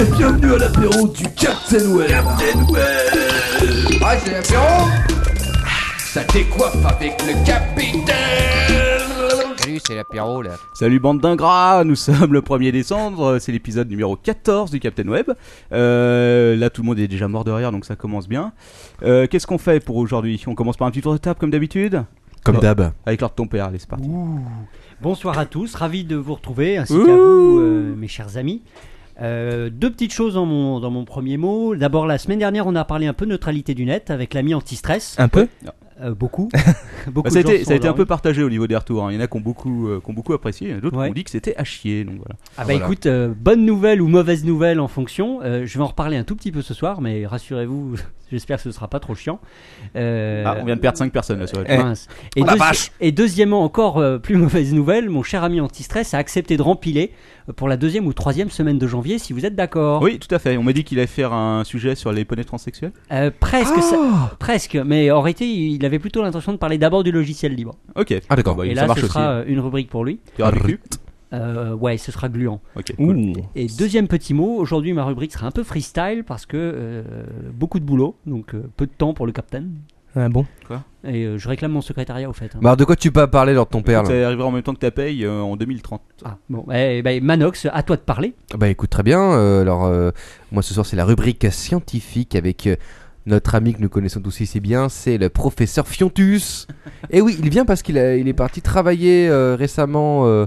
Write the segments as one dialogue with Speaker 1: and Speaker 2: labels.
Speaker 1: Et bienvenue à l'apéro du Captain Web Captain Web
Speaker 2: Ah, c'est l'apéro Ça décoiffe avec le capitaine Salut, c'est l'apéro là.
Speaker 3: Salut bande d'ingrats, nous sommes le 1er décembre, c'est l'épisode numéro 14 du Captain Web. Euh, là tout le monde est déjà mort de rire donc ça commence bien. Euh, Qu'est-ce qu'on fait pour aujourd'hui On commence par un petit tour de table comme d'habitude
Speaker 4: Comme d'hab.
Speaker 3: Avec l'ordre de ton père, allez c'est parti.
Speaker 5: Ouh. Bonsoir à tous, ravi de vous retrouver, ainsi qu'à vous, euh, mes chers amis. Euh, deux petites choses dans mon, dans mon premier mot. D'abord, la semaine dernière, on a parlé un peu neutralité du net avec l'ami anti-stress.
Speaker 4: Un peu
Speaker 5: Euh, beaucoup. beaucoup
Speaker 3: Bah, ça a
Speaker 5: de gens
Speaker 3: été,
Speaker 5: sont
Speaker 3: ça a été un peu
Speaker 5: endormis.
Speaker 3: partagé au niveau des retours. hein. Il y en a qui ont beaucoup, euh, qui ont beaucoup apprécié, il y en a d'autres qui
Speaker 5: Ouais.
Speaker 3: ont dit que c'était à chier. Donc voilà.
Speaker 5: Ah bah
Speaker 4: Voilà.
Speaker 5: écoute, euh, bonne nouvelle ou mauvaise nouvelle en fonction. Euh, je vais en reparler un tout petit peu ce soir, mais rassurez-vous, j'espère que ce sera pas trop chiant. Euh, Eh.
Speaker 3: Ah, on vient de perdre 5 personnes là, sur la-
Speaker 5: mince. Et, deuxi- et deuxièmement, encore euh, plus mauvaise nouvelle, mon cher ami anti-stress a accepté de rempiler euh, pour la deuxième ou troisième semaine de janvier, si vous êtes d'accord.
Speaker 3: Oui, tout à fait. On m'a dit qu'il allait faire un sujet sur les poneys transsexuels.
Speaker 5: Euh, presque, ça-
Speaker 4: Oh
Speaker 5: presque, mais en réalité, il avait plutôt l'intention de parler d'abord du logiciel libre.
Speaker 3: Ok.
Speaker 4: Ah, d'accord.
Speaker 3: Bah,
Speaker 5: et
Speaker 3: ça
Speaker 5: là,
Speaker 3: marche
Speaker 5: ce
Speaker 3: aussi.
Speaker 5: sera euh, une rubrique pour lui.
Speaker 3: Il y aura du cul.
Speaker 5: Euh, ouais, ce sera gluant.
Speaker 3: Ok. cool.
Speaker 4: Ouh.
Speaker 5: Et deuxième petit mot, aujourd'hui ma rubrique sera un peu freestyle parce que euh, beaucoup de boulot, donc euh, peu de temps pour le captain.
Speaker 4: Ah bon
Speaker 5: Et euh, je réclame mon secrétariat au fait. hein.
Speaker 4: Bah, alors, de quoi tu peux parler lors de ton père
Speaker 3: Ça
Speaker 4: là
Speaker 3: arrivera en même temps que ta paye euh, en 2030.
Speaker 5: Ah, bon, eh, ben, Manox, à toi de parler.
Speaker 4: Bah, écoute, très bien. euh, alors, euh, moi ce soir, c'est la rubrique scientifique avec euh, notre ami que nous connaissons tous ici bien, c'est le professeur Fiontus. Et oui, il vient parce qu'il a- il est parti travailler euh, récemment euh,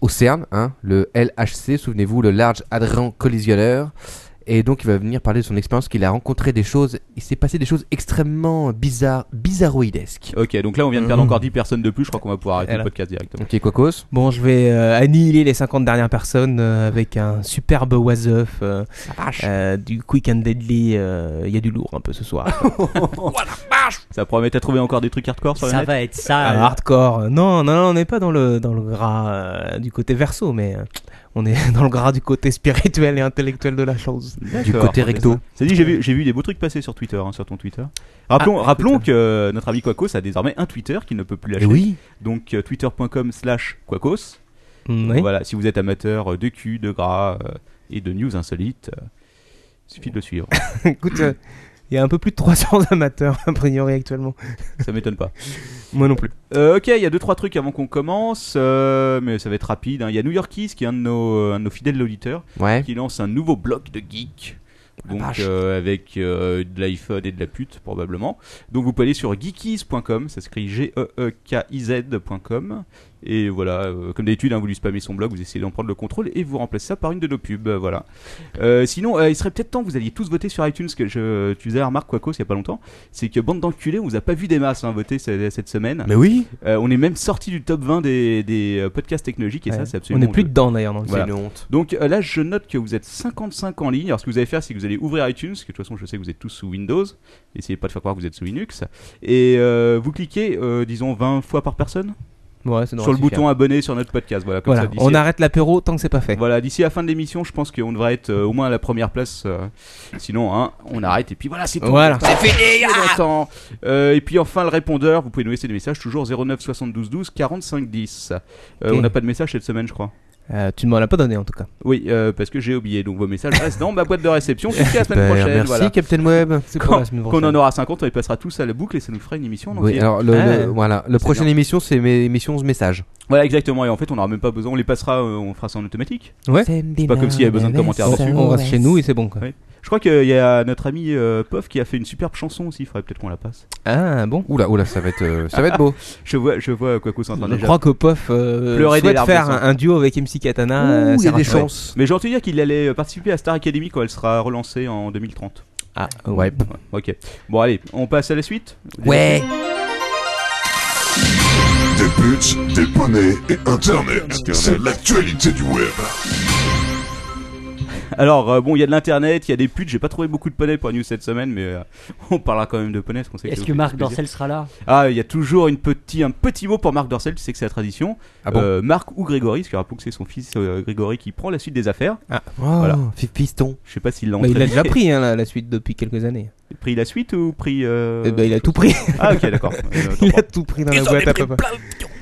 Speaker 4: au CERN, hein, le LHC, souvenez-vous, le Large Hadron Collisionner. Et donc, il va venir parler de son expérience, qu'il a rencontré des choses, il s'est passé des choses extrêmement bizarres, bizarroïdesques.
Speaker 3: Ok, donc là on vient de perdre encore 10 personnes de plus, je crois qu'on va pouvoir arrêter
Speaker 6: Voilà.
Speaker 3: le podcast directement.
Speaker 4: Ok, Quacos
Speaker 6: Bon, je vais euh, annihiler les 50 dernières personnes euh, avec un superbe was of euh, euh, du Quick and Deadly. euh, Il y a du lourd un peu ce soir.
Speaker 3: Ça promet, t'as trouvé encore des trucs hardcore sur le
Speaker 5: Ça
Speaker 3: net
Speaker 5: va être
Speaker 3: Ah,
Speaker 5: ça.
Speaker 6: Un Euh, hardcore. Non, non, non, on n'est pas dans le, dans le gras euh, du côté verso, mais euh, on est dans le gras du côté spirituel et intellectuel de la chose.
Speaker 4: Du
Speaker 3: D'accord,
Speaker 4: côté
Speaker 3: c'est
Speaker 4: recto.
Speaker 3: Ça dit, j'ai vu, j'ai vu des beaux trucs passer sur Twitter, hein, sur ton Twitter. Rappelons, rappelons que euh, notre ami Quacos a désormais un Twitter qu'il ne peut plus
Speaker 4: Et
Speaker 3: lâcher.
Speaker 4: Eh oui
Speaker 3: Donc euh, twitter.com slash Quacos.
Speaker 6: Mm, oui.
Speaker 3: Voilà, si vous êtes amateur euh, de cul, de gras euh, et de news insolites, euh, suffit de le suivre.
Speaker 6: Écoute, euh, il y a un peu plus de 300 amateurs a priori actuellement.
Speaker 3: ça m'étonne pas.
Speaker 6: Moi non plus.
Speaker 3: Euh, ok, il y a deux trois trucs avant qu'on commence, euh, mais ça va être rapide. hein. Il y a New Yorkies qui est un de nos, euh, un de nos fidèles auditeurs
Speaker 4: Ouais.
Speaker 3: qui lance un nouveau bloc de geek. Donc
Speaker 4: vache.
Speaker 3: euh, avec euh, de l'iPhone et de la pute probablement. Donc vous pouvez aller sur geekies.com, ça s'écrit E G-E-E-K-I-Z.com. Et voilà, euh, comme d'habitude, hein, vous lui spammez son blog, vous essayez d'en prendre le contrôle et vous remplacez ça par une de nos pubs. euh, voilà. Euh, sinon, euh, il serait peut-être temps que vous alliez tous voter sur iTunes, que je, tu faisais la remarque, Quacos, il n'y a pas longtemps. C'est que bande d'enculés, on vous a pas vu des masses hein, voter cette, cette semaine.
Speaker 4: Mais oui
Speaker 3: Euh, on est même sorti du top 20 des, des, euh, podcasts technologiques et ça,
Speaker 6: Ouais.
Speaker 3: c'est
Speaker 6: on
Speaker 3: absolument.
Speaker 6: n'est plus dedans d'ailleurs. dans le
Speaker 3: Voilà.
Speaker 4: C'est une honte.
Speaker 3: Donc euh, là, je note que vous êtes 55 en ligne. Alors, ce que vous allez faire, c'est que vous allez ouvrir iTunes, parce que de toute façon, je sais que vous êtes tous sous Windows. Essayez pas de faire croire que vous êtes sous Linux. Et euh, vous cliquez, euh, disons, 20 fois par personne
Speaker 6: Ouais, c'est
Speaker 3: sur le
Speaker 6: suffire.
Speaker 3: bouton abonner sur notre podcast. Voilà, comme
Speaker 6: Voilà,
Speaker 3: ça, d'ici-
Speaker 6: on arrête l'apéro tant que c'est pas fait.
Speaker 3: Voilà, d'ici la fin de l'émission, je pense qu'on devrait être euh, au moins à la première place. euh, sinon, hein, on arrête et puis voilà, c'est tout.
Speaker 6: Voilà.
Speaker 3: C'est fini. on attend. Euh, et puis enfin, le répondeur, vous pouvez nous laisser des messages toujours 09 72 12 45 10. Euh,
Speaker 6: Ok.
Speaker 3: On n'a pas de message cette semaine, je crois.
Speaker 6: Euh, tu ne m'en as pas donné en tout cas.
Speaker 3: Oui, euh, parce que j'ai oublié. Donc vos messages restent dans ma boîte de réception jusqu'à la semaine
Speaker 4: Super,
Speaker 3: prochaine.
Speaker 4: Ben, merci
Speaker 3: voilà.
Speaker 4: Captain Web.
Speaker 6: C'est pour
Speaker 3: Quand,
Speaker 6: la semaine
Speaker 3: quand on
Speaker 6: prochaine.
Speaker 3: en aura 50, on les passera tous à la boucle et ça nous fera une émission en
Speaker 4: Oui,
Speaker 3: entier.
Speaker 4: alors le,
Speaker 6: Ah.
Speaker 4: le- voilà, le
Speaker 3: C'est
Speaker 4: prochaine
Speaker 3: bien.
Speaker 4: émission c'est mes émissions messages.
Speaker 3: Voilà, exactement. Et en fait, on n'aura même pas besoin. On les passera, euh, on fera ça en automatique.
Speaker 6: Ouais.
Speaker 4: C'est
Speaker 3: pas comme s'il y avait besoin de commentaires dessus.
Speaker 6: On reste chez nous et c'est bon quoi.
Speaker 3: Ouais. Je crois qu'il y a notre ami euh, Pof qui a fait une superbe chanson aussi. Il faudrait peut-être qu'on la passe.
Speaker 6: Ah bon
Speaker 4: Oula, oula, ça va être, euh, ça va être beau.
Speaker 3: Je vois, je vois Quaco en train
Speaker 6: Je
Speaker 3: de
Speaker 6: crois que Pof euh,
Speaker 3: Pleurer des
Speaker 6: souhaite
Speaker 3: larmes de
Speaker 6: faire
Speaker 3: sang.
Speaker 6: un, un duo avec MC Katana. euh,
Speaker 4: Ouh, il y a
Speaker 6: Sarah
Speaker 4: des
Speaker 6: Choi.
Speaker 4: chances.
Speaker 3: Mais j'ai entendu dire qu'il allait euh, participer à Star Academy quand elle sera relancée en 2030.
Speaker 6: Ah
Speaker 4: Ouais.
Speaker 6: ouais.
Speaker 3: Ouais, ok. Bon, allez, on passe à la suite.
Speaker 4: Ouais.
Speaker 7: Des buts, des poneys et Internet. C'est l'actualité du web.
Speaker 3: Alors, euh, bon, il y a de l'internet, il y a des putes. J'ai pas trouvé beaucoup de poneys pour la news cette semaine, mais euh, on parlera quand même de poneys. parce qu'on sait
Speaker 5: Est-ce
Speaker 3: ça
Speaker 5: que
Speaker 3: vous fait
Speaker 5: Marc
Speaker 3: plaisir.
Speaker 5: Dorcel sera là
Speaker 3: Ah, il y a toujours une petit, un petit mot pour Marc Dorcel, tu sais que c'est la tradition.
Speaker 4: Ah bon
Speaker 3: Euh, Marc ou Grégory, parce que rappelons que c'est son fils euh, Grégory qui prend la suite des affaires.
Speaker 4: Voilà. Fiston.
Speaker 3: Je sais pas s'il l'a
Speaker 6: Bah, il a
Speaker 3: entraîné.
Speaker 6: déjà pris hein, la, la suite depuis quelques années.
Speaker 3: pris la suite ou pris. euh,
Speaker 6: Eh ben, il a tout pris.
Speaker 3: Ah, ok, d'accord. Euh, autant
Speaker 6: il
Speaker 3: pour
Speaker 6: a tout pris dans la boîte à peu près.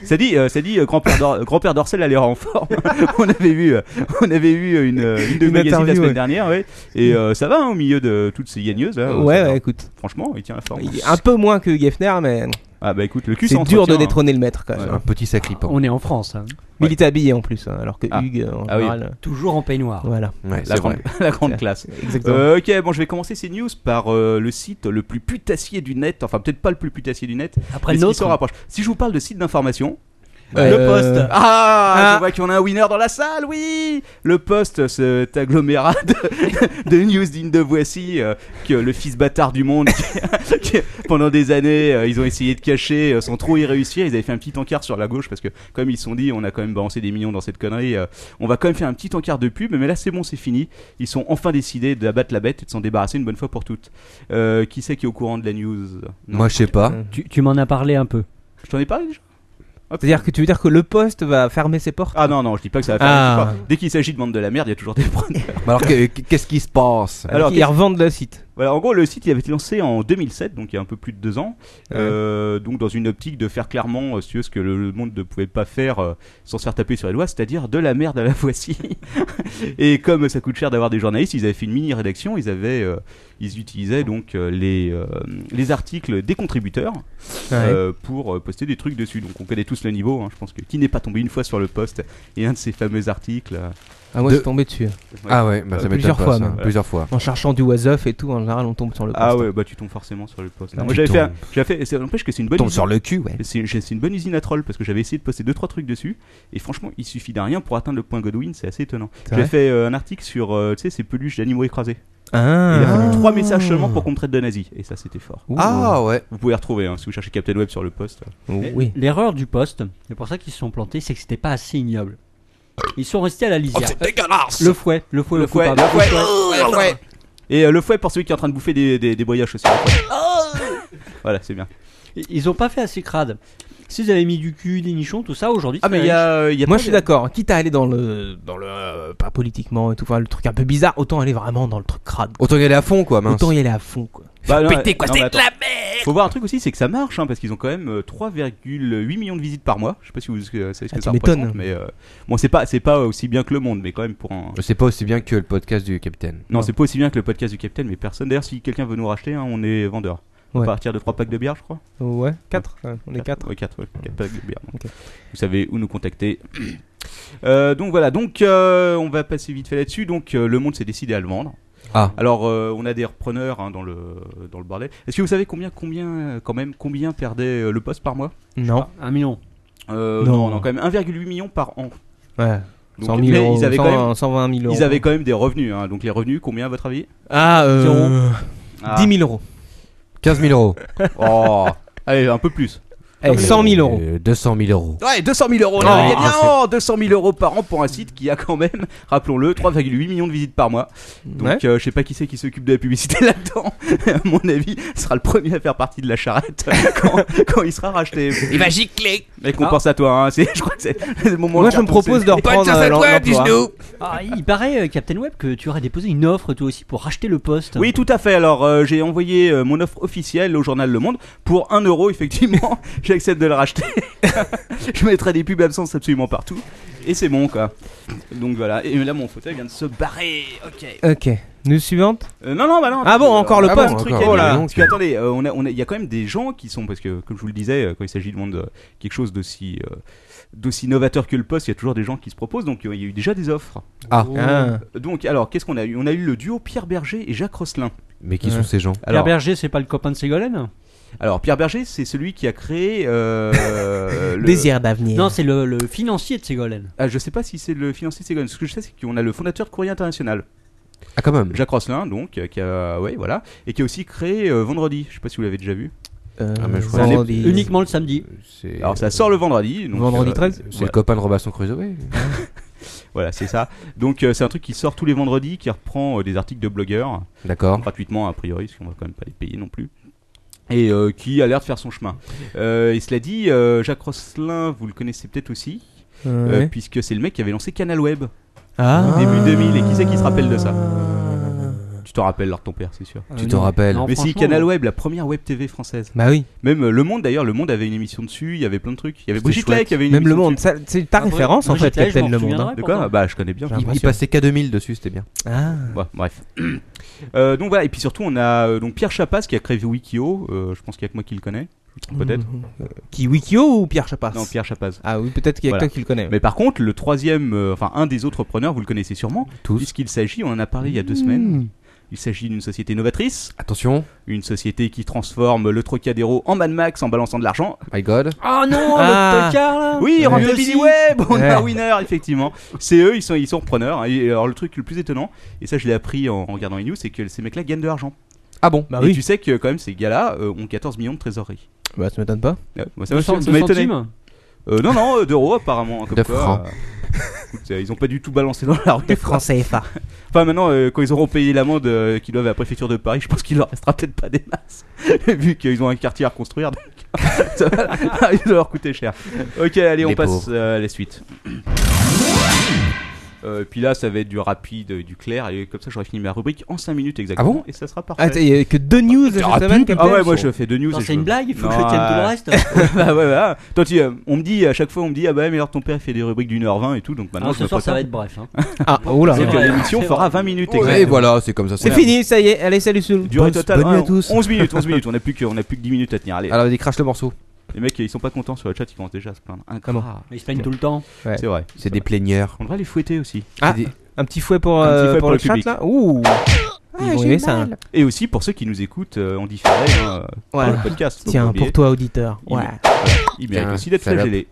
Speaker 3: Ça dit, euh, ça dit euh, grand-père Dor- grand-père Dorcel a l'air en forme. on avait eu, euh, on avait eu une, euh, une de magazine
Speaker 6: Une
Speaker 3: la
Speaker 6: interview,
Speaker 3: semaine
Speaker 6: ouais.
Speaker 3: dernière, ouais. Et euh, ça va hein, au milieu de toutes ces gagneuses. là,
Speaker 6: ouais,
Speaker 3: ça va.
Speaker 6: ouais, écoute.
Speaker 3: Franchement, il tient la forme.
Speaker 6: Il est Un peu moins que Geffner, mais
Speaker 3: Ah bah écoute, le cul
Speaker 6: c'est
Speaker 3: ça
Speaker 6: dur de
Speaker 3: entretient, hein.
Speaker 6: détrôner le maître quand même.
Speaker 4: Un petit sacripant.
Speaker 5: On est en France, hein.
Speaker 6: Mais il était habillé en plus, hein, alors que
Speaker 3: Ah.
Speaker 6: Hugues, en
Speaker 3: Ah oui.
Speaker 6: général, euh,
Speaker 5: toujours en peignoir.
Speaker 6: Voilà.
Speaker 4: Ouais,
Speaker 3: La
Speaker 4: c'est
Speaker 3: grande,
Speaker 4: vrai.
Speaker 3: la grande classe.
Speaker 6: Exactement.
Speaker 3: Euh, ok, bon, je vais commencer ces news par euh, le site le plus putassier du net. Enfin, peut-être pas le plus putassier du net.
Speaker 5: Après
Speaker 3: mais
Speaker 5: le
Speaker 3: ce qui s'en
Speaker 5: nôtre,
Speaker 3: rapproche. Si je vous parle de site d'information,
Speaker 4: Bah,
Speaker 6: Euh,
Speaker 3: le poste. Ah,
Speaker 6: Ah.
Speaker 3: je vois qu'on a un winner dans la salle, oui. Le poste, cet agglomérat de, de news digne de voici euh, que le fils bâtard du monde, qui- qui- pendant des années, euh, ils ont essayé de cacher euh, sans trop y réussir. Ils avaient fait un petit encart sur la gauche parce que, comme ils se sont dit, on a quand même balancé des millions dans cette connerie. euh, on va quand même faire un petit encart de pub, mais là c'est bon, c'est fini. Ils sont enfin décidés d'abattre la bête et de s'en débarrasser une bonne fois pour toutes. Euh, qui c'est qui est au courant de la news Non.
Speaker 4: Moi, je sais
Speaker 6: Euh.
Speaker 4: pas.
Speaker 5: tu, tu m'en as parlé un peu.
Speaker 3: Je t'en ai parlé déjà
Speaker 6: C'est-à-dire que tu veux dire que le poste va fermer ses portes
Speaker 3: Ah non, non, je dis pas que ça va faire.
Speaker 6: Ah.
Speaker 3: je dis pas. Dès qu'il s'agit de vendre de la merde, il y a toujours des preneurs.
Speaker 4: Mais Alors, que- qu'est-ce qui se passe
Speaker 3: Ah, Alors,
Speaker 6: Alors qu'ils revendent le site.
Speaker 3: Voilà, en gros, le site il avait été lancé en 2007, donc il y a un peu plus de deux ans. Euh, donc, dans une optique de faire clairement euh, si tu veux, ce que le le monde ne pouvait pas faire euh, sans se faire taper sur les doigts, c'est-à-dire de la merde à la voici. et comme ça coûte cher d'avoir des journalistes, ils avaient fait une mini rédaction. Ils avaient, euh, ils utilisaient donc euh, les euh, les articles des contributeurs
Speaker 6: Ah
Speaker 3: euh, pour euh, poster des trucs dessus. Donc, on connaît tous le niveau. hein, je pense que qui n'est pas tombé une fois sur le poste et un de ces fameux articles. euh,
Speaker 6: Ah, moi,
Speaker 4: de-
Speaker 6: je suis tombé dessus.
Speaker 4: Ah ouais, bah, ça
Speaker 6: Euh,
Speaker 4: m'étonne
Speaker 6: plusieurs
Speaker 4: pas,
Speaker 6: fois,
Speaker 4: ça.
Speaker 6: même.
Speaker 4: Plusieurs fois.
Speaker 6: En cherchant du was-off et tout, en général, on tombe sur le poste.
Speaker 3: Ah ouais, bah tu tombes forcément sur le poste.
Speaker 4: Ah,
Speaker 3: Moi
Speaker 4: tu
Speaker 3: j'avais fait, un-
Speaker 4: tombes.
Speaker 3: j'avais fait, et ça n'empêche que c'est une bonne
Speaker 4: Tombe
Speaker 3: usine.
Speaker 4: sur le cul, ouais.
Speaker 3: C'est j'ai- c'est une bonne usine à troll parce que j'avais essayé de poster deux trois trucs dessus et franchement il suffit d'un rien pour atteindre le point Godwin, c'est assez étonnant.
Speaker 6: C'est
Speaker 3: J'ai
Speaker 6: vrai
Speaker 3: fait euh, un article sur euh, tu sais ces peluches d'animaux écrasés.
Speaker 6: Ah.
Speaker 3: Il a fallu trois messages seulement pour qu'on me traite de nazi et ça c'était fort.
Speaker 6: Ouh.
Speaker 4: Ah ouais.
Speaker 3: Vous pouvez retrouver hein, si vous cherchez Captain Web sur le poste.
Speaker 6: Oui.
Speaker 5: Eh, L'erreur du poste, c'est pour ça qu'ils se sont plantés, c'est que c'était pas assez ignoble. Ils sont restés à la lisière.
Speaker 7: dégueulasse
Speaker 5: le fouet, le fouet, Oh, le, fouet,
Speaker 3: fouet,
Speaker 5: pardon.
Speaker 6: Ah
Speaker 3: Et euh, le fouet pour celui qui est en train de bouffer des des, des brioches aussi. Oh. voilà c'est bien.
Speaker 5: Ils ont pas fait assez crade. S'ils avaient mis du cul, des nichons, tout ça, aujourd'hui.
Speaker 3: Ah mais il y a euh, il y a
Speaker 6: Moi
Speaker 3: pas
Speaker 6: je suis
Speaker 3: de-
Speaker 6: d'accord, quitte à aller dans le dans le euh, pas politiquement et tout, enfin le truc un peu bizarre, autant aller vraiment dans le truc crade.
Speaker 4: Autant y aller à fond, quoi, mince.
Speaker 6: Autant y aller à fond quoi.
Speaker 3: Bah, non,
Speaker 6: Péter, quoi,
Speaker 3: non,
Speaker 6: c'est
Speaker 3: mais
Speaker 6: de
Speaker 3: attends. Faut voir un truc aussi, c'est que ça marche, hein, parce qu'ils ont quand même euh, 3,8 millions de visites par mois. Je sais pas si vous euh, savez ce que
Speaker 6: Ah, tu
Speaker 3: ça
Speaker 6: m'étonnes.
Speaker 3: représente, mais euh, bon, c'est pas, c'est pas aussi bien que le monde, mais quand même pour un.
Speaker 4: C'est pas aussi bien que le podcast du capitaine.
Speaker 3: Non, c'est pas aussi bien que le podcast du Capitaine, mais personne. D'ailleurs, si quelqu'un veut nous racheter, hein, on est vendeur. À
Speaker 6: Ouais.
Speaker 3: partir de 3 packs de bière, je crois.
Speaker 6: Ouais, 4, on est 4.
Speaker 3: Ouais, 4, packs de bière. donc.
Speaker 6: Ok.
Speaker 3: Vous savez où nous contacter. Euh, donc voilà, donc euh, on va passer vite fait là-dessus. Donc euh, le monde s'est décidé à le vendre.
Speaker 4: Ah.
Speaker 3: Alors euh, on a des repreneurs hein, dans le dans le bordel. Est-ce que vous savez combien combien euh, quand même combien perdait euh, le poste par mois
Speaker 6: Non.
Speaker 5: Un million.
Speaker 3: Euh, non.
Speaker 6: Non.
Speaker 3: non, quand même 1,8 million par an.
Speaker 6: Ouais.
Speaker 3: Donc,
Speaker 6: 100
Speaker 3: mais
Speaker 6: 000 euros,
Speaker 3: ils avaient
Speaker 6: 100,
Speaker 3: quand même,
Speaker 6: 120 000 euros.
Speaker 3: ils avaient quand même des revenus. hein. Donc les revenus, combien à votre avis
Speaker 6: Ah euh,
Speaker 3: Ah.
Speaker 6: 10 000 euros.
Speaker 4: 15 000 euros.
Speaker 3: Oh. Allez, un peu plus.
Speaker 6: Eh, 100 000 euros.
Speaker 4: Euh, 200 000 euros.
Speaker 3: Ouais, 200 000 euros.
Speaker 6: là,
Speaker 3: il
Speaker 6: il
Speaker 3: y a
Speaker 6: y a
Speaker 3: Eh bien oh, 200 000 euros par an pour un site qui a quand même, rappelons-le, 3,8 millions de visites par mois. Donc
Speaker 6: Ouais.
Speaker 3: euh, je sais pas qui c'est qui s'occupe de la publicité là-dedans. à mon avis, ce sera le premier à faire partie de la charrette quand, quand il sera racheté.
Speaker 2: Il va gicler
Speaker 3: Mec, on pense à toi. Hein. C'est- Je crois que c'est c'est le moment.
Speaker 6: Ah. Moi
Speaker 3: de
Speaker 6: je me
Speaker 3: carton,
Speaker 6: propose
Speaker 3: c'est-
Speaker 6: de reprendre euh, l'em- l'emploi.
Speaker 5: Ah, il paraît, euh, Captain Web, que tu aurais déposé une offre toi aussi pour racheter le poste.
Speaker 3: Oui, tout à fait. Alors, euh, j'ai envoyé euh, mon offre officielle au journal Le Monde pour 1 euro, effectivement. J'accepte de le racheter. je mettrai des pubs absence absolument partout. Et c'est bon, quoi. Donc voilà. Et là, mon fauteuil vient de se barrer. Ok.
Speaker 6: Ok. News suivante
Speaker 3: Euh, non, non, bah non.
Speaker 6: Ah bon, encore le
Speaker 3: Ah
Speaker 6: poste,
Speaker 3: bon, truc
Speaker 6: encore.
Speaker 3: à
Speaker 6: Oh là.
Speaker 3: dire. Parce que, attendez, euh, on a- on a- il y a quand même des gens qui sont. Parce que, comme je vous le disais, euh, quand il s'agit de vendre euh, quelque chose d'aussi. euh, d'aussi novateur que le poste, il y a toujours des gens qui se proposent, donc euh, il y a eu déjà des offres.
Speaker 4: Ah,
Speaker 3: Oh.
Speaker 6: Ah.
Speaker 3: Donc alors, qu'est-ce qu'on a eu On a eu le duo Pierre Berger et Jacques Rosselin.
Speaker 4: mais qui
Speaker 6: Ouais.
Speaker 4: sont ces gens
Speaker 5: Pierre
Speaker 3: Alors,
Speaker 5: Berger, c'est pas le copain de Ségolène
Speaker 3: Alors Pierre Berger, c'est celui qui a créé euh, le...
Speaker 6: Désir d'avenir.
Speaker 5: Non, c'est le, le financier de Ségolène.
Speaker 3: Ah, je sais pas si c'est le financier de Ségolène. Ce que je sais, c'est qu'on a le fondateur de Courrier International,
Speaker 4: Ah, quand même.
Speaker 3: Jacques Rosselin, donc, euh, qui a, ouais, voilà, et qui a aussi créé euh, Vendredi. Je sais pas si vous l'avez déjà vu.
Speaker 6: Euh,
Speaker 4: Ah, mais je vois.
Speaker 6: vendredi-
Speaker 5: Uniquement le samedi.
Speaker 4: C'est-
Speaker 3: Alors ça sort le vendredi. donc,
Speaker 6: Vendredi
Speaker 3: euh,
Speaker 6: 13
Speaker 4: C'est
Speaker 3: ouais.
Speaker 4: le copain de Robinson Crusoe. ouais.
Speaker 3: Voilà, c'est ça. Donc euh, c'est un truc qui sort tous les vendredis, qui reprend euh, des articles de blogueurs
Speaker 4: D'accord.
Speaker 3: gratuitement a priori, parce qu'on va quand même pas les payer non plus. Et euh, qui a l'air de faire son chemin. Euh, et cela dit, euh, Jacques Rosselin, vous le connaissez peut-être aussi, euh,
Speaker 6: Ouais.
Speaker 3: puisque c'est le mec qui avait lancé Canal Web.
Speaker 6: Ah.
Speaker 3: début 2000, et qui c'est qui se rappelle de ça
Speaker 6: Ah.
Speaker 3: Tu te rappelles l'art de ton père, c'est sûr.
Speaker 4: Tu t'en rappelles
Speaker 5: Non,
Speaker 3: Mais si,
Speaker 5: franchement,
Speaker 3: Canal Web, la première web TV française.
Speaker 6: Bah oui,
Speaker 3: Même euh, Le Monde d'ailleurs, Le Monde avait une émission dessus, il y avait plein de trucs. Il y avait
Speaker 6: C'était
Speaker 3: Brigitte
Speaker 6: chouette.
Speaker 3: Lay qui avait une
Speaker 6: même Le
Speaker 3: émission
Speaker 6: Monde, ça, c'est ta
Speaker 5: Après,
Speaker 6: référence en
Speaker 5: moi,
Speaker 6: fait,
Speaker 5: j'étais là, je
Speaker 6: Captain
Speaker 5: m'en
Speaker 6: Le Monde. hein.
Speaker 5: souviendrai.
Speaker 3: dessus. De quoi
Speaker 5: Pourtant.
Speaker 3: Bah je connais bien.
Speaker 6: J'ai
Speaker 4: Il, il
Speaker 6: l'impression.
Speaker 4: passait K2000 dessus, c'était bien.
Speaker 6: Ah.
Speaker 3: Bah, bref. Euh, donc voilà, et puis surtout on a euh, donc Pierre Chapas qui a créé Wikio, euh, je pense qu'il y a que moi qui le connais, peut-être.
Speaker 6: Euh, Qui Wikio ou Pierre Chapas
Speaker 3: Non, Pierre Chapas.
Speaker 6: Ah oui, peut-être qu'il y a
Speaker 3: Voilà.
Speaker 6: quelqu'un qui le connaît.
Speaker 3: Mais par contre, le troisième, euh, enfin un des autres preneurs, vous le connaissez sûrement,
Speaker 4: Tous.
Speaker 3: puisqu'il s'agit, on en a parlé il y a deux
Speaker 6: Mm.
Speaker 3: semaines, il s'agit d'une société novatrice,
Speaker 4: Attention,
Speaker 3: une société qui transforme le Trocadéro en Mad Max en balançant de l'argent.
Speaker 4: my god.
Speaker 5: Oh non,
Speaker 6: Ah.
Speaker 5: le tocard là
Speaker 3: Oui,
Speaker 6: Ouais.
Speaker 3: rentabilité web, on a
Speaker 6: Ouais.
Speaker 3: winner, effectivement. C'est eux, ils sont, ils sont preneurs. hein. Et alors le truc le plus étonnant, et ça je l'ai appris en en regardant les news, c'est que ces mecs-là gagnent de l'argent.
Speaker 4: Ah bon
Speaker 6: Bah
Speaker 3: et
Speaker 6: oui,
Speaker 3: tu sais que quand même ces gars-là euh, ont 14 millions de trésorerie.
Speaker 6: bah, ça m'étonne pas.
Speaker 3: Ouais, moi, ça m'a-
Speaker 5: 200
Speaker 3: ça m'a étonné.
Speaker 5: centimes
Speaker 3: Euh, non, non, euh, d'euros apparemment. Comme
Speaker 4: De
Speaker 3: quoi,
Speaker 4: francs.
Speaker 3: euh, écoute, euh, ils ont pas du tout balancé dans la rue.
Speaker 6: CFA.
Speaker 3: Enfin, maintenant, euh, quand ils auront payé l'amende euh, qu'ils doivent à la préfecture de Paris, je pense qu'il leur restera peut-être pas des masses. vu qu'ils ont un quartier à reconstruire, donc ça va ah, il doit leur coûter cher. Ok, allez, on
Speaker 4: Les
Speaker 3: passe
Speaker 4: pauvres.
Speaker 3: euh, à la suite. Euh, puis là, ça va être du rapide, euh, du clair, et comme ça, j'aurai fini ma rubrique en 5 minutes exactement.
Speaker 4: Ah bon
Speaker 3: et ça sera parfait.
Speaker 6: Ah, t'as- il y a que deux news cette
Speaker 4: Ah,
Speaker 6: semaine,
Speaker 4: putain.
Speaker 6: Captain
Speaker 3: Ah ouais, moi je fais deux news.
Speaker 5: Attends,
Speaker 3: et je
Speaker 5: C'est une
Speaker 3: veux-
Speaker 5: blague, il faut que
Speaker 3: Non,
Speaker 5: je tienne tout le
Speaker 3: euh,
Speaker 5: reste.
Speaker 3: bah ouais, bah. Toi, tu, euh, on me dit à chaque fois, on me dit, ah bah, mais alors ton père fait des rubriques d'une heure vingt et tout, donc maintenant
Speaker 5: Ah,
Speaker 3: je
Speaker 5: ce
Speaker 3: me
Speaker 5: soir, ça
Speaker 3: prépare.
Speaker 5: va être bref. hein.
Speaker 6: Ah, oh là.
Speaker 5: C'est
Speaker 3: Donc
Speaker 5: vrai.
Speaker 3: l'émission
Speaker 5: C'est
Speaker 3: fera
Speaker 5: vrai.
Speaker 3: 20 minutes
Speaker 4: Et
Speaker 3: exactement.
Speaker 4: voilà, c'est comme ça.
Speaker 6: C'est fini, ça y est. Allez, salut Soul.
Speaker 3: Durée
Speaker 4: Bonne-
Speaker 3: totale
Speaker 4: bonne nuit à
Speaker 3: hein,
Speaker 4: tous.
Speaker 3: 11 minutes, 11 minutes, on a plus que, on a plus que 10 minutes à tenir. Allez,
Speaker 4: Alors, vas-y, crache le morceau.
Speaker 3: les mecs ils sont pas contents sur le chat, ils commencent déjà à se plaindre.
Speaker 6: bon
Speaker 3: Incroyable.
Speaker 5: Mais ils se plaignent tout le temps.
Speaker 3: C'est vrai.
Speaker 4: C'est des plaigneurs.
Speaker 3: On devrait les fouetter aussi.
Speaker 6: Ah.
Speaker 4: C'est des-
Speaker 6: Un petit fouet pour,
Speaker 3: Un
Speaker 6: euh,
Speaker 3: petit fouet
Speaker 6: pour,
Speaker 3: pour
Speaker 6: le
Speaker 3: le public.
Speaker 6: chat là. Ouh. Ils vont aimer ça. hein.
Speaker 3: Et aussi pour ceux qui nous écoutent euh, en différé hein,
Speaker 6: Ouais.
Speaker 3: dans le podcast. faut pas
Speaker 6: Tiens,
Speaker 3: oublier.
Speaker 6: pour toi auditeur.
Speaker 3: Il-
Speaker 6: Ouais.
Speaker 3: Ils méritent
Speaker 4: Tiens,
Speaker 3: aussi d'être
Speaker 4: salope.
Speaker 3: flagellés.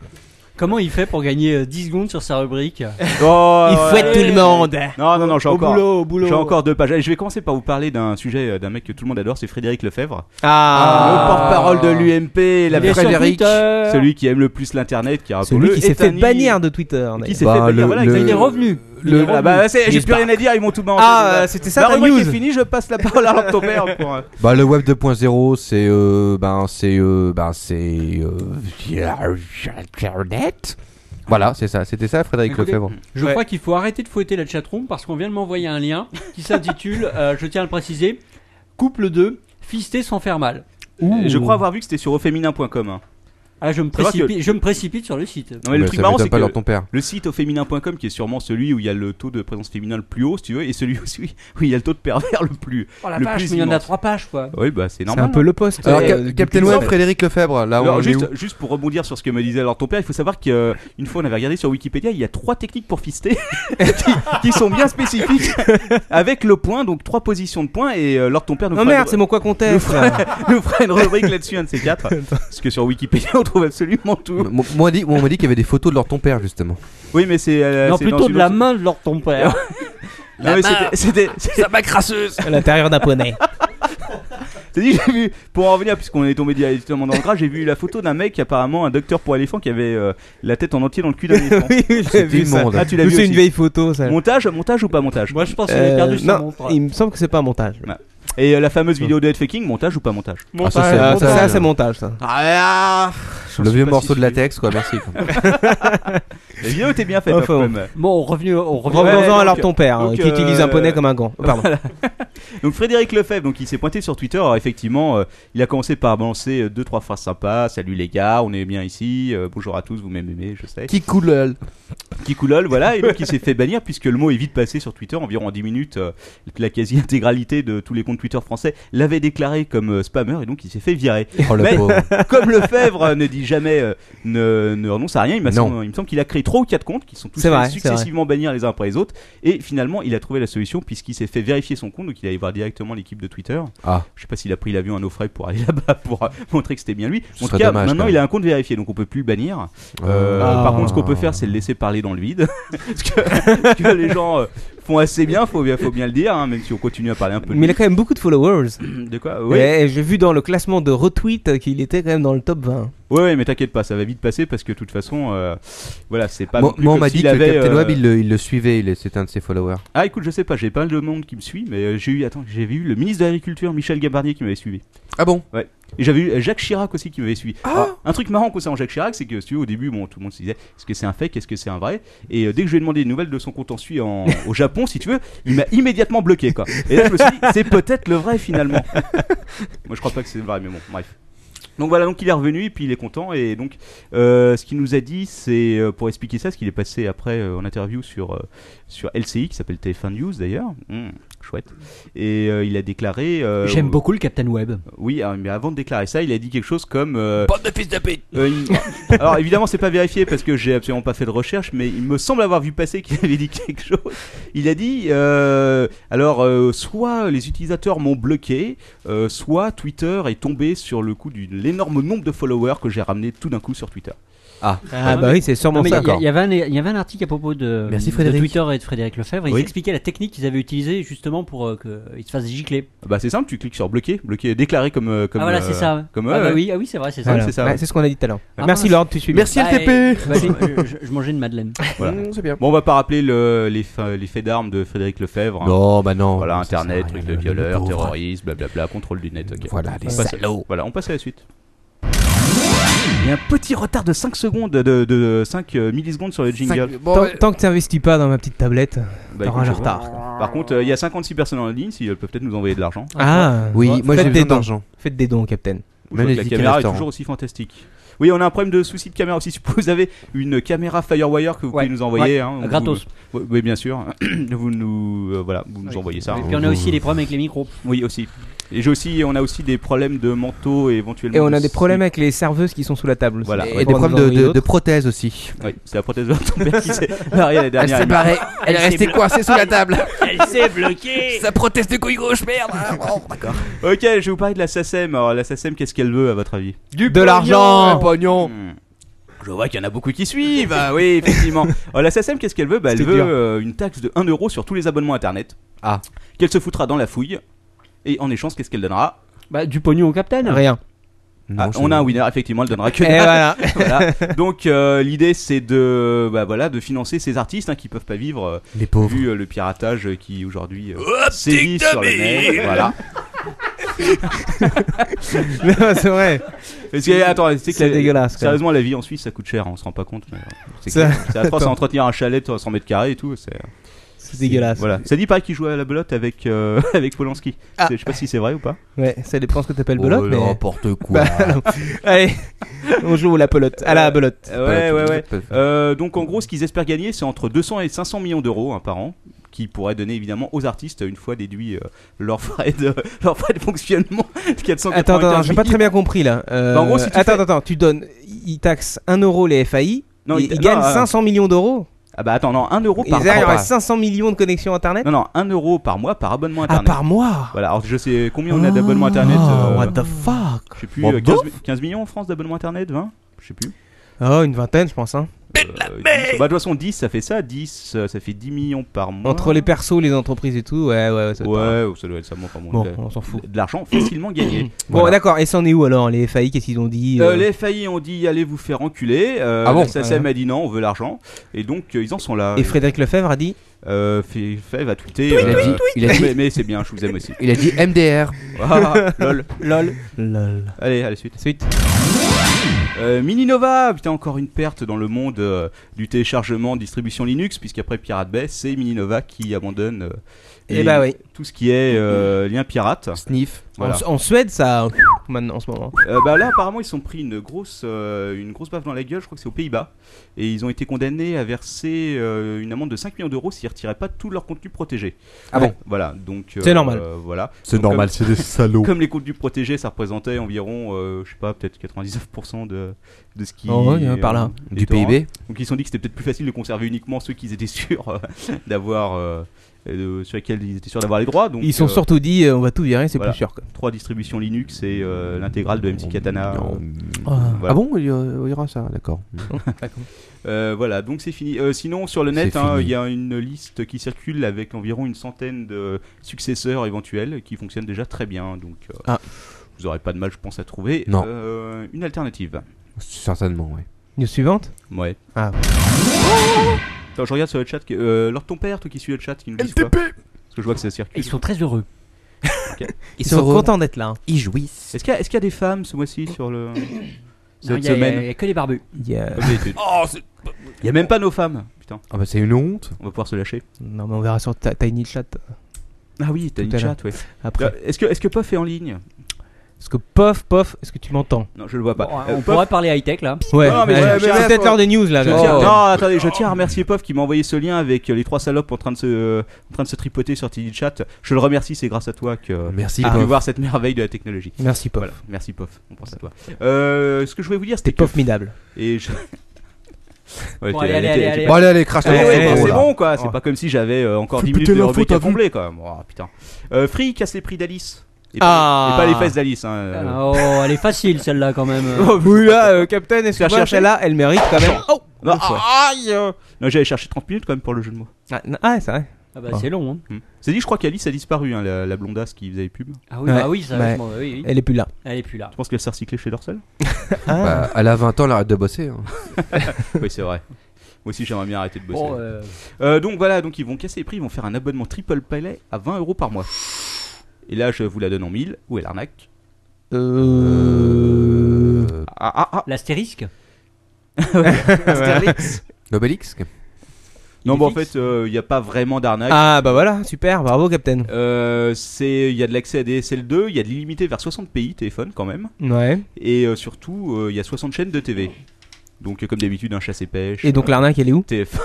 Speaker 5: Comment il fait pour gagner euh, 10 secondes sur sa rubrique
Speaker 3: Oh,
Speaker 6: Il
Speaker 5: Ah
Speaker 3: ouais.
Speaker 6: fouette tout le monde.
Speaker 3: Non, non, non, j'ai
Speaker 5: Au
Speaker 3: encore.
Speaker 5: boulot, au boulot.
Speaker 3: J'ai encore deux pages. Allez, je vais commencer par vous parler d'un sujet euh, d'un mec que tout le monde adore, c'est Frédéric Lefebvre.
Speaker 6: Ah.
Speaker 3: Le porte-parole de l'UMP, la
Speaker 5: Il est sur
Speaker 4: Frédéric,
Speaker 5: Twitter.
Speaker 3: Celui qui aime le plus l'internet, qui a
Speaker 6: Celui qui s'est fait bannir de Twitter.
Speaker 3: Qui s'est
Speaker 4: Bah,
Speaker 3: fait bannir,
Speaker 4: le-
Speaker 3: voilà,
Speaker 4: le-
Speaker 5: Il est
Speaker 3: exactement.
Speaker 5: revenu.
Speaker 3: Le-
Speaker 5: Il est
Speaker 3: Ah bah, c'est- j'ai
Speaker 6: He's
Speaker 3: plus rien à dire, ils m'ont tout Bah, mangé.
Speaker 6: Ah, euh, c'était ça
Speaker 3: la
Speaker 6: ta
Speaker 3: rubrique
Speaker 6: news.
Speaker 3: est finie, je passe la parole à l'homme de ton père pour. euh,
Speaker 4: Bah, le web 2.0, c'est. euh, ben, c'est. euh, ben, c'est. euh, Internet. Voilà, c'est ça. C'était ça, Frédéric
Speaker 5: Écoutez,
Speaker 4: Lefebvre.
Speaker 5: Je
Speaker 6: Ouais.
Speaker 5: crois qu'il faut arrêter de fouetter la chatroom parce qu'on vient de m'envoyer un lien qui s'intitule, euh, je tiens à le préciser, couple 2, fister sans faire mal.
Speaker 3: Et Je crois avoir vu que c'était sur auféminin.com. hein.
Speaker 5: Ah, je me
Speaker 3: Faut savoir que-
Speaker 5: précipite, je me précipite sur le site.
Speaker 3: Non mais le
Speaker 4: Bah,
Speaker 3: truc
Speaker 4: ça
Speaker 3: marrant
Speaker 4: m'étonne
Speaker 3: c'est
Speaker 4: pas
Speaker 3: que
Speaker 4: leur ton père.
Speaker 3: le site auféminin.com qui est sûrement celui où il y a le taux de présence féminine le plus haut si tu veux et celui aussi où il y a le taux de pervers le plus.
Speaker 5: Oh la
Speaker 3: Le
Speaker 5: vache,
Speaker 3: plus
Speaker 5: mais il y en a
Speaker 3: immense.
Speaker 5: trois pages quoi.
Speaker 3: Oui bah c'est
Speaker 6: C'est
Speaker 3: normal.
Speaker 6: un peu le poste.
Speaker 4: Alors,
Speaker 6: euh,
Speaker 4: Cap-
Speaker 6: du
Speaker 4: Captain
Speaker 6: Pixar.
Speaker 4: Web, Frédéric Lefebvre, là,
Speaker 3: Alors,
Speaker 4: on est Ah où
Speaker 3: juste, euh, juste pour rebondir sur ce que me disait alors ton père, il faut savoir qu'une fois on avait regardé sur Wikipédia, il y a trois techniques pour fister qui, qui sont bien spécifiques avec le point, donc trois positions de point et euh, Lord ton père nous
Speaker 6: Non
Speaker 3: fera
Speaker 6: Oh, merde,
Speaker 3: une-
Speaker 6: c'est mon quoi qu'on teste.
Speaker 3: nous fera une rubrique là-dessus, un de ces quatre. Parce que sur Wikipédia, on trouve absolument tout.
Speaker 4: M- Moi, on dit- moi, on m'a dit qu'il y avait des photos de leur ton père, justement.
Speaker 3: Oui, mais c'est. euh,
Speaker 5: non,
Speaker 3: c'est dans
Speaker 5: plutôt
Speaker 3: une
Speaker 5: de la
Speaker 3: autre-
Speaker 5: main de leur ton père.
Speaker 3: Non, mais c'était- c'était. c'est-
Speaker 1: Ça m'a crasseuse
Speaker 6: À l'intérieur d'un poney.
Speaker 3: c'est dit, j'ai vu. Pour en revenir, puisqu'on est tombé directement dans le gras, j'ai vu la photo d'un mec, apparemment un docteur pour éléphant, qui avait euh, la tête en entier dans le cul d'un éléphant.
Speaker 6: oui, oui, j'ai
Speaker 4: C'est
Speaker 6: vu ça.
Speaker 4: immonde.
Speaker 3: Ah, tu l'as
Speaker 6: Ou
Speaker 3: vu
Speaker 6: c'est une
Speaker 3: aussi.
Speaker 6: vieille photo ça.
Speaker 3: Montage, montage ou pas montage
Speaker 5: Moi je pense qu'il
Speaker 6: Euh,
Speaker 5: a perdu sa
Speaker 6: non,
Speaker 5: montre.
Speaker 6: il me semble que c'est pas un montage.
Speaker 3: Et euh, la fameuse vidéo de Headfaking, montage ou pas montage
Speaker 4: Ah, ça, c'est-
Speaker 6: Euh,
Speaker 4: ça,
Speaker 6: Ça,
Speaker 4: c'est-
Speaker 6: c'est montage ça.
Speaker 4: Le vieux morceau de
Speaker 3: la
Speaker 4: latex, quoi, merci. quoi.
Speaker 3: La vidéo était bien
Speaker 4: Ah,
Speaker 3: faite,
Speaker 6: Enfin,
Speaker 3: hein, quand même.
Speaker 5: Bon, on revient, on revient.
Speaker 3: Ouais,
Speaker 6: Revenons-en
Speaker 3: donc,
Speaker 6: alors ton père, hein,
Speaker 3: donc,
Speaker 6: qui utilise un
Speaker 3: euh,
Speaker 6: poney comme un gant. Oh, Pardon.
Speaker 3: Donc Frédéric Lefebvre, donc il s'est pointé sur Twitter. Alors effectivement, euh, il a commencé par balancer euh, deux trois phrases sympas. Salut les gars, on est bien ici. euh, bonjour à tous, vous m'aimez, je sais.
Speaker 4: Qui coule euh,
Speaker 3: Qui coulole, voilà. Et donc il s'est fait bannir puisque le mot est vite passé sur Twitter. Environ en 10 minutes, euh, la quasi-intégralité de tous les comptes Twitter français l'avait déclaré comme euh, spammer et donc il s'est fait virer.
Speaker 4: Oh, le
Speaker 3: Mais-
Speaker 4: pauvre.
Speaker 3: Comme Lefebvre euh, ne dit jamais, euh, ne, ne renonce à rien, il, m'a
Speaker 4: Non.
Speaker 3: semble- il me semble qu'il a créé trois ou quatre comptes qui sont tous
Speaker 6: C'est
Speaker 3: fait
Speaker 6: vrai, c'est
Speaker 3: successivement bannir les uns après les autres. Et finalement, il a trouvé la solution puisqu'il s'est fait vérifier son compte, donc il allait voir directement l'équipe de Twitter.
Speaker 4: Ah.
Speaker 3: Je sais pas s'il a pris l'avion à nos frais pour aller là-bas pour euh, montrer que c'était bien lui.
Speaker 4: Ce
Speaker 3: en tout
Speaker 4: serait
Speaker 3: cas,
Speaker 4: dommage,
Speaker 3: maintenant
Speaker 4: quand
Speaker 3: il
Speaker 4: même.
Speaker 3: a un compte vérifié, donc on peut plus le bannir. Euh,
Speaker 4: Euh,
Speaker 3: Par contre, ce qu'on peut faire, c'est le laisser parler dans le vide, ce que, parce que les gens. euh, font assez bien, faut bien, faut bien le dire, hein, même si on continue à parler un peu. de
Speaker 6: Mais il a quand même beaucoup de followers.
Speaker 3: lui. de quoi Oui,
Speaker 6: Et j'ai vu dans le classement de retweet euh, qu'il était quand même dans le top 20.
Speaker 3: Ouais, ouais, mais t'inquiète pas, ça va vite passer parce que de toute façon, euh, voilà, c'est pas. non
Speaker 4: Moi,
Speaker 3: plus
Speaker 4: moi, on
Speaker 3: comme
Speaker 4: m'a
Speaker 3: s'il
Speaker 4: dit que
Speaker 3: avait,
Speaker 4: Captain
Speaker 3: euh,
Speaker 4: Web, il le, il le suivait, il est- c'était un de ses followers.
Speaker 3: Ah, écoute, je sais pas, j'ai pas mal de monde qui me suit, mais euh, j'ai eu, attends, j'ai vu le ministre de l'Agriculture, Michel Gabarnier, qui m'avait suivi.
Speaker 4: Ah bon
Speaker 3: Ouais. Et j'avais eu Jacques Chirac aussi qui m'avait suivi. Alors, un truc marrant concernant Jacques Chirac, c'est que si tu veux, au début, bon, tout le monde se disait est-ce que c'est un fake, est-ce que c'est un vrai Et euh, dès que je lui ai demandé des nouvelles de son compte en suit en- au Japon, si tu veux, il m'a immédiatement bloqué quoi. Et là, je me suis dit c'est peut-être le vrai finalement. Moi, je crois pas que c'est vrai, mais bon, bref. Donc voilà, donc il est revenu et puis il est content. Et donc, euh, ce qu'il nous a dit, c'est euh, pour expliquer ça, ce qu'il est passé après euh, en interview sur, euh, sur LCI, qui s'appelle TF1 News d'ailleurs. Hum, chouette. Et euh, il a déclaré. euh,
Speaker 5: J'aime beaucoup le Captain Web.
Speaker 3: Oui, euh, mais avant de déclarer ça, il a dit quelque chose comme. euh,
Speaker 2: Bande de fils de pute
Speaker 3: euh, il- Alors évidemment, c'est pas vérifié parce que j'ai absolument pas fait de recherche, mais il me semble avoir vu passer qu'il avait dit quelque chose. Il a dit euh, alors euh, soit les utilisateurs m'ont bloqué, euh, soit Twitter est tombé sur le coup de l'énorme nombre de followers que j'ai ramené tout d'un coup sur Twitter.
Speaker 4: Ah,
Speaker 6: Ah, bah oui, c'est
Speaker 5: Non,
Speaker 6: sûrement
Speaker 5: mais il y
Speaker 6: ça.
Speaker 5: a- il y, avait un- il y avait un article à propos de,
Speaker 4: Merci,
Speaker 5: de
Speaker 4: Frédéric.
Speaker 5: Twitter et de Frédéric Lefebvre. Ils
Speaker 3: Oui.
Speaker 5: expliquaient la technique qu'ils avaient utilisée justement pour qu'ils se fassent gicler.
Speaker 3: Ah Bah c'est simple, tu cliques sur bloquer, bloquer, déclarer comme euh, comme
Speaker 5: ah voilà,
Speaker 3: euh,
Speaker 5: c'est ça.
Speaker 3: Comme
Speaker 5: ah,
Speaker 3: ouais,
Speaker 5: bah
Speaker 3: ouais.
Speaker 5: oui, ah oui, c'est vrai, c'est ça.
Speaker 3: Voilà.
Speaker 6: Voilà.
Speaker 3: c'est ça,
Speaker 6: Ouais,
Speaker 3: ouais.
Speaker 6: C'est ce qu'on a dit tout à l'heure.
Speaker 3: Ah,
Speaker 6: Merci
Speaker 5: mince.
Speaker 6: Lord, tu suis. bien.
Speaker 4: Merci
Speaker 5: Bah,
Speaker 4: LTP
Speaker 5: et- bah, je, je- je mangeais une madeleine.
Speaker 3: Voilà.
Speaker 4: Mmh, C'est bien.
Speaker 3: Bon, on va pas rappeler le, les, fa- les faits d'armes de Frédéric Lefebvre. hein.
Speaker 4: Non, bah non.
Speaker 3: Voilà,
Speaker 4: Ça sert à
Speaker 3: internet,
Speaker 4: rien,
Speaker 3: truc
Speaker 4: le-
Speaker 3: de
Speaker 4: le
Speaker 3: violeur,
Speaker 4: pauvre.
Speaker 3: terrorisme, blablabla, contrôle du net. ok.
Speaker 4: Voilà, les
Speaker 3: On passe-
Speaker 4: salauds.
Speaker 3: Voilà, on passe à la suite. Il y a un petit retard de 5 secondes, de, de 5 millisecondes sur le jingle.
Speaker 4: Cinq-
Speaker 6: Tant,
Speaker 4: Bon, ouais.
Speaker 6: tant que tu n'investis pas dans ma petite tablette,
Speaker 3: Bah,
Speaker 6: t'auras
Speaker 3: écoute,
Speaker 6: un
Speaker 3: je-
Speaker 6: retard. quoi.
Speaker 3: Par contre, euh, il y a 56 personnes en ligne, si elles peuvent peut-être nous envoyer de l'argent.
Speaker 6: Ah,
Speaker 4: Oui, moi j'ai
Speaker 6: faites des
Speaker 4: besoin
Speaker 6: dons.
Speaker 4: d'argent.
Speaker 6: Faites des dons, Captain.
Speaker 3: Je vois que la
Speaker 4: Magnifique
Speaker 3: caméra est
Speaker 4: restaurant.
Speaker 3: toujours aussi fantastique. Oui, on a un problème de souci de caméra aussi. Si vous avez une caméra Firewire que vous
Speaker 5: Ouais,
Speaker 3: pouvez nous envoyer, hein, vous-
Speaker 5: Gratos.
Speaker 3: Oui, oui, bien sûr. vous nous, euh, voilà, vous nous
Speaker 5: Oui.
Speaker 3: envoyez ça. hein.
Speaker 5: Et puis on a aussi les problèmes avec les micros.
Speaker 3: Oui, aussi. Et j'ai aussi, on a aussi des problèmes de manteau et éventuellement.
Speaker 6: Et on
Speaker 3: de
Speaker 6: a des
Speaker 3: slip.
Speaker 6: problèmes avec les serveuses qui sont sous la table.
Speaker 3: Voilà.
Speaker 4: Et
Speaker 3: Ouais,
Speaker 4: des
Speaker 6: pour nous
Speaker 4: problèmes
Speaker 6: envoyer
Speaker 4: de- de- de
Speaker 6: d'autres.
Speaker 4: prothèses aussi.
Speaker 3: Oui, c'est la prothèse de ton père qui s'est mariée la
Speaker 4: Elle
Speaker 3: dernière.
Speaker 4: s'est
Speaker 3: il me semble.
Speaker 4: barrée, elle est restée coincée sous la table.
Speaker 2: Elle s'est bloquée
Speaker 4: Ça proteste de couille gauche, merde. Ah, bon, D'accord.
Speaker 3: Ok, je vais vous parler de la SACEM. Alors, la SACEM, qu'est-ce qu'elle veut à votre avis
Speaker 6: De l'argent
Speaker 4: pognon.
Speaker 3: Hmm. Je vois qu'il y en a beaucoup qui suivent. Ah oui, effectivement. Alors, la SACEM, qu'est-ce qu'elle veut bah, Elle
Speaker 6: C'était
Speaker 3: veut
Speaker 6: dur.
Speaker 3: euh, une taxe de 1 euro sur tous les abonnements internet.
Speaker 4: Ah.
Speaker 3: Qu'elle se foutra dans la fouille. Et en échange, qu'est-ce qu'elle donnera
Speaker 5: Bah, du pognon au Captain.
Speaker 6: Rien.
Speaker 3: Ah, On a un winner, effectivement, elle donnera que
Speaker 6: Et
Speaker 3: dalle.
Speaker 6: voilà.
Speaker 3: Voilà. Donc, euh, l'idée, c'est de, bah, voilà, de financer ces artistes hein, qui peuvent pas vivre. euh,
Speaker 4: Les pauvres.
Speaker 3: vu euh, le piratage euh, qui aujourd'hui euh, sévit sur le net. Voilà.
Speaker 6: Non, c'est vrai.
Speaker 3: Parce que, attends, tu sais que
Speaker 6: C'est
Speaker 3: la-
Speaker 6: dégueulasse, quoi.
Speaker 3: Sérieusement, la vie en Suisse, ça coûte cher, on se rend pas compte. mais, euh, C'est
Speaker 6: Ça-
Speaker 3: que- c'est atroce à
Speaker 6: Attends.
Speaker 3: entretenir un chalet de 100 mètres carrés et tout. C'est euh,
Speaker 6: C'est dégueulasse.
Speaker 3: Voilà. Ça dit pareil qu'il jouait à la belote avec, euh, avec Polanski.
Speaker 6: Ah.
Speaker 3: C'est- Je sais pas si c'est vrai ou pas.
Speaker 6: Ouais, ça dépend ce que t'appelles
Speaker 3: Oh,
Speaker 6: belote, mais.
Speaker 4: Oh N'importe quoi.
Speaker 6: Allez, on joue à la pelote.
Speaker 3: Euh,
Speaker 6: À la belote.
Speaker 3: ouais, ouais, ouais. Euh, donc en gros, ce qu'ils espèrent gagner, c'est entre 200 et 500 millions d'euros hein, par an, qui pourraient donner évidemment aux artistes, une fois déduits euh, leurs frais de, leurs frais de fonctionnement. 495
Speaker 6: Attends, attends, j'ai pas
Speaker 3: millions.
Speaker 6: très bien compris là. Euh,
Speaker 3: Bah, en gros, si tu
Speaker 6: attends,
Speaker 3: fais-
Speaker 6: attends, tu donnes. Ils taxent 1 euro les FAI.
Speaker 3: Non,
Speaker 6: ils,
Speaker 3: ils-
Speaker 6: ils
Speaker 3: non,
Speaker 6: gagnent
Speaker 3: ah,
Speaker 6: 500 millions d'euros.
Speaker 3: Ah bah attends, non, 1 euro
Speaker 6: Ils
Speaker 3: par
Speaker 6: arrivent
Speaker 3: an.
Speaker 6: à 500 millions de connexions internet.
Speaker 3: Non, non, 1 euro par mois par abonnement
Speaker 6: Ah,
Speaker 3: internet.
Speaker 6: par mois.
Speaker 3: Voilà, alors je sais combien on a d'abonnements internet.
Speaker 6: Oh,
Speaker 3: euh,
Speaker 6: what the fuck.
Speaker 3: je sais plus,
Speaker 4: What
Speaker 3: euh,
Speaker 4: the
Speaker 3: 15, 15 millions en France d'abonnements internet 20 Je sais plus.
Speaker 6: Oh, une vingtaine, je pense. Hein.
Speaker 3: Euh, 10, bah, de toute façon, 10, ça fait ça. 10, euh, ça fait 10 millions par mois.
Speaker 6: Entre les persos, les entreprises et tout. Ouais, ouais, ouais. ça doit être pas mal.
Speaker 3: Ouais, ou ça doit être ça. Bon, enfin, bon,
Speaker 6: Bon,
Speaker 3: de-
Speaker 6: on s'en fout.
Speaker 3: de l'argent facilement gagné.
Speaker 6: Bon,
Speaker 3: Voilà.
Speaker 6: d'accord, et c'en est où alors Les FAI, qu'est-ce qu'ils ont dit
Speaker 3: Euh,
Speaker 6: euh,
Speaker 3: les FAI ont dit allez vous faire enculer. Euh,
Speaker 4: Ah bon
Speaker 3: la SACEM
Speaker 6: Ouais.
Speaker 3: a dit non, on veut l'argent. Et donc euh, ils en sont là.
Speaker 6: Et Frédéric Lefebvre a dit
Speaker 3: euh, Fe- Fev a tweeté.
Speaker 4: Il a
Speaker 3: euh,
Speaker 4: dit- il a dit-
Speaker 3: mais, mais c'est bien, je vous aime aussi.
Speaker 4: Il a dit MDR.
Speaker 3: Ah, lol.
Speaker 6: LOL. LOL.
Speaker 3: Allez, à la suite.
Speaker 6: Suite.
Speaker 3: Euh, Mininova, putain, encore une perte dans le monde euh, du téléchargement, distribution Linux, puisqu'après Pirate Bay, c'est Mininova qui abandonne euh,
Speaker 6: Eh
Speaker 3: les-
Speaker 6: bah oui.
Speaker 3: tout ce qui est euh, lien pirate.
Speaker 4: Sniff.
Speaker 3: Voilà.
Speaker 6: En, en Suède, ça. Maintenant, en ce moment.
Speaker 3: Euh, bah là, apparemment, ils se sont pris une grosse, euh, une grosse baffe dans la gueule, je crois que c'est aux Pays-Bas. Et ils ont été condamnés à verser euh, une amende de 5 millions d'euros s'ils retiraient pas tout leur contenu protégé.
Speaker 4: Ah bon
Speaker 3: Voilà, donc. euh,
Speaker 6: C'est normal.
Speaker 3: euh, voilà.
Speaker 4: C'est
Speaker 3: Donc, normal,
Speaker 4: c'est des salauds.
Speaker 3: Comme les contenus protégés, ça représentait environ, euh, je sais pas, peut-être 99% de, de ce qui.
Speaker 6: Oh, ouais, par là.
Speaker 3: des
Speaker 4: Du
Speaker 3: torrents.
Speaker 4: PIB.
Speaker 3: Donc ils se sont dit que c'était peut-être plus facile de conserver uniquement ceux qu'ils étaient sûrs euh, d'avoir. euh, euh, sur lesquels ils étaient sûrs d'avoir les droits. Donc,
Speaker 6: Ils sont
Speaker 3: euh,
Speaker 6: surtout dit, euh, on va tout virer, c'est
Speaker 3: voilà.
Speaker 6: plus sûr. Quoi.
Speaker 3: Trois distributions Linux et euh, l'intégrale de MC Katana. euh,
Speaker 4: Ah
Speaker 3: voilà. Mm.
Speaker 4: bon, il y, a- il y aura ça, d'accord.
Speaker 3: Euh, voilà, donc c'est fini. Euh, sinon, sur le net,
Speaker 4: C'est
Speaker 3: hein,
Speaker 4: fini.
Speaker 3: il y a une liste qui circule avec environ une centaine de successeurs éventuels qui fonctionnent déjà très bien. Donc, euh,
Speaker 6: Ah.
Speaker 3: vous aurez pas de mal, je pense, à trouver
Speaker 4: Non.
Speaker 3: euh, une alternative.
Speaker 4: Certainement, ouais.
Speaker 6: News suivante
Speaker 3: Ouais.
Speaker 6: Ah.
Speaker 3: Attends, je regarde sur le chat. que- euh, Lord ton père, toi qui suis le chat, qui nous dit quoi
Speaker 7: LTP
Speaker 3: Parce que je vois que ça circule.
Speaker 5: Ils sont très heureux.
Speaker 6: Ils sont
Speaker 4: heureux.
Speaker 6: contents d'être là. hein.
Speaker 4: Ils jouissent.
Speaker 3: Est-ce qu'il y, a- est-ce qu'il y a des femmes ce mois-ci sur le.
Speaker 5: Non,
Speaker 3: cette
Speaker 5: y a- y a-
Speaker 3: semaine
Speaker 5: y a que les barbus.
Speaker 6: Il y a-
Speaker 3: Comme d'habitude. Il y a même pas nos femmes. Putain,
Speaker 4: Ah bah c'est une honte.
Speaker 3: on va pouvoir se lâcher.
Speaker 6: Non, mais on verra sur Ta- Tiny Chat
Speaker 3: Ah oui, t'as
Speaker 6: Tout
Speaker 3: une
Speaker 6: à l'heure.
Speaker 3: chatte, ouais.
Speaker 6: après.
Speaker 3: Euh, Est-ce que, est que Puff est en ligne
Speaker 6: Parce que pof, pof, est-ce que tu m'entends
Speaker 3: Non, je le vois pas.
Speaker 5: Bon,
Speaker 3: Euh,
Speaker 5: on
Speaker 3: Puff-
Speaker 5: pourrait parler high-tech là.
Speaker 6: Ouais,
Speaker 3: Non, mais
Speaker 6: allez,
Speaker 3: ouais, mais là,
Speaker 6: c'est peut-être
Speaker 3: faut-
Speaker 6: l'heure des news là.
Speaker 3: Je
Speaker 6: là.
Speaker 3: tiens-
Speaker 4: Oh.
Speaker 3: Non, attendez, je tiens à remercier Puff qui m'a envoyé ce lien avec euh, les trois salopes en train de se, euh, en train de se tripoter sur Tiny Chat. Je le remercie, c'est grâce à toi que euh,
Speaker 4: Merci.
Speaker 3: j'ai
Speaker 4: Pof.
Speaker 3: pu voir cette merveille de la technologie.
Speaker 6: Merci Pof.
Speaker 3: Voilà, merci Puff, on pense à toi. Euh, ce que je voulais vous dire,
Speaker 6: T'es
Speaker 3: c'était que-
Speaker 6: Pof midable.
Speaker 3: Et je... Ouais,
Speaker 5: Bon,
Speaker 3: t'es-
Speaker 5: allez, allez,
Speaker 3: t'es-
Speaker 5: allez,
Speaker 3: t'es-
Speaker 5: allez.
Speaker 4: Bon allez, allez, crache
Speaker 3: Ah
Speaker 4: ta
Speaker 3: ouais,
Speaker 4: grosse
Speaker 6: Eh, eh,
Speaker 3: bon,
Speaker 4: bombe,
Speaker 3: c'est
Speaker 4: là.
Speaker 3: bon quoi, c'est
Speaker 6: Ouais.
Speaker 3: pas comme si j'avais euh, encore
Speaker 4: Faut
Speaker 3: 10
Speaker 4: péter
Speaker 3: minutes de
Speaker 4: l'info,
Speaker 3: rubrique à
Speaker 4: t'as vu
Speaker 3: combler quand même. Oh, putain. Euh, Free casse les prix d'Alice. Et,
Speaker 6: Ah.
Speaker 3: pas, et pas les fesses d'Alice. Hein. euh.
Speaker 5: Oh, elle est facile celle-là quand même.
Speaker 6: Oh, oui, là, euh, Captain, est-ce
Speaker 3: Tu as
Speaker 6: que
Speaker 3: cherché
Speaker 6: là, elle mérite quand même. Oh
Speaker 3: Non, ah,
Speaker 6: Aïe
Speaker 3: Non, j'avais cherché 30 minutes quand même pour le jeu de mots.
Speaker 6: Ah, non, ah, c'est vrai.
Speaker 5: Ah bah c'est long. Hein.
Speaker 3: Hmm. C'est dit, je crois qu'Alice a disparu, hein, la, la blondasse qui faisait pub.
Speaker 5: Ah oui,
Speaker 6: Ouais.
Speaker 5: bah oui, ça,
Speaker 6: Ouais.
Speaker 5: je m'en- oui, oui.
Speaker 6: Elle est plus là.
Speaker 5: Elle est plus là.
Speaker 3: Tu penses qu'elle s'est recyclée chez Dorsal
Speaker 4: Bah, elle a 20 ans, elle arrête de bosser. hein.
Speaker 3: Oui, c'est vrai. Moi aussi, j'aimerais bien arrêter de bosser.
Speaker 5: Bon, euh,
Speaker 3: Euh, donc voilà, donc ils vont casser les prix, ils vont faire un abonnement triple palais à 20 euros par mois. Et là, je vous la donne en 1000. Où est l'arnaque
Speaker 6: Euh...
Speaker 3: Ah ah ah
Speaker 5: L'astérisque
Speaker 6: Asterix.
Speaker 4: Obélix
Speaker 3: Non,
Speaker 5: Il
Speaker 3: bon, en
Speaker 5: est fixe.
Speaker 3: fait, euh, il n'y a pas vraiment d'arnaque.
Speaker 6: Ah bah voilà, super, bravo Captain.
Speaker 3: Euh, c'est il y a de l'accès à DSL 2, il y a de l'illimité vers 60 pays téléphone quand même,
Speaker 6: Ouais.
Speaker 3: et euh, surtout euh, il y a 60 chaînes de TV. Donc euh, comme d'habitude un chasse et pêche.
Speaker 6: Et donc l'arnaque, elle est où
Speaker 3: TF.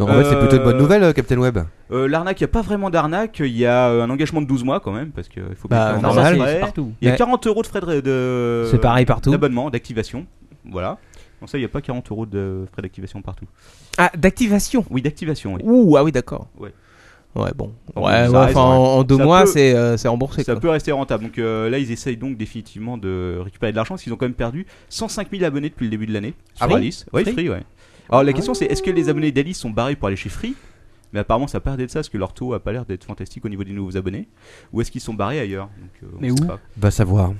Speaker 4: Non, en fait, c'est plutôt une bonne
Speaker 3: Euh,
Speaker 4: nouvelle, euh, Captain Web.
Speaker 3: Euh, l'arnaque, il n'y a pas vraiment d'arnaque, il y a euh, un engagement de 12 mois quand même, parce qu'il faut
Speaker 6: Bah,
Speaker 3: bien
Speaker 5: Enfin,
Speaker 3: faire
Speaker 5: ça,
Speaker 6: normal.
Speaker 5: c'est-
Speaker 3: Ah, Ouais. Euh,
Speaker 5: c'est partout.
Speaker 3: Il y a
Speaker 6: Ouais.
Speaker 3: 40 euros de frais de. de-
Speaker 6: Bah, C'est pareil partout.
Speaker 3: D'abonnement, d'activation. Voilà. Non, ça, il n'y a pas 40 euros de frais d'activation partout.
Speaker 6: Ah, d'activation.
Speaker 3: Oui, d'activation, oui.
Speaker 6: Ouh, ah oui, d'accord.
Speaker 3: Ouais.
Speaker 6: Ouais, bon.
Speaker 3: Bon,
Speaker 6: Ouais,
Speaker 3: ça
Speaker 6: ouais,
Speaker 3: reste,
Speaker 6: enfin, en, en deux
Speaker 3: Ça
Speaker 6: mois,
Speaker 3: peut-
Speaker 6: c'est euh, c'est remboursé.
Speaker 3: Ça
Speaker 6: quoi.
Speaker 3: peut rester rentable. Donc euh, là, ils essayent donc définitivement de récupérer de l'argent, parce qu'ils ont quand même perdu 105 000 abonnés depuis le début de l'année sur
Speaker 5: Ah bon
Speaker 3: Alice. Oui,
Speaker 5: Free
Speaker 3: Free, ouais. Alors la question, c'est est-ce que les abonnés d'Alice sont barrés pour aller chez Free mais apparemment ça perd de ça parce que leur taux a pas l'air d'être fantastique au niveau des nouveaux abonnés. Ou est-ce qu'ils sont barrés ailleurs Donc, euh, on
Speaker 5: Mais
Speaker 3: sait
Speaker 5: où
Speaker 3: pas.
Speaker 4: Va savoir.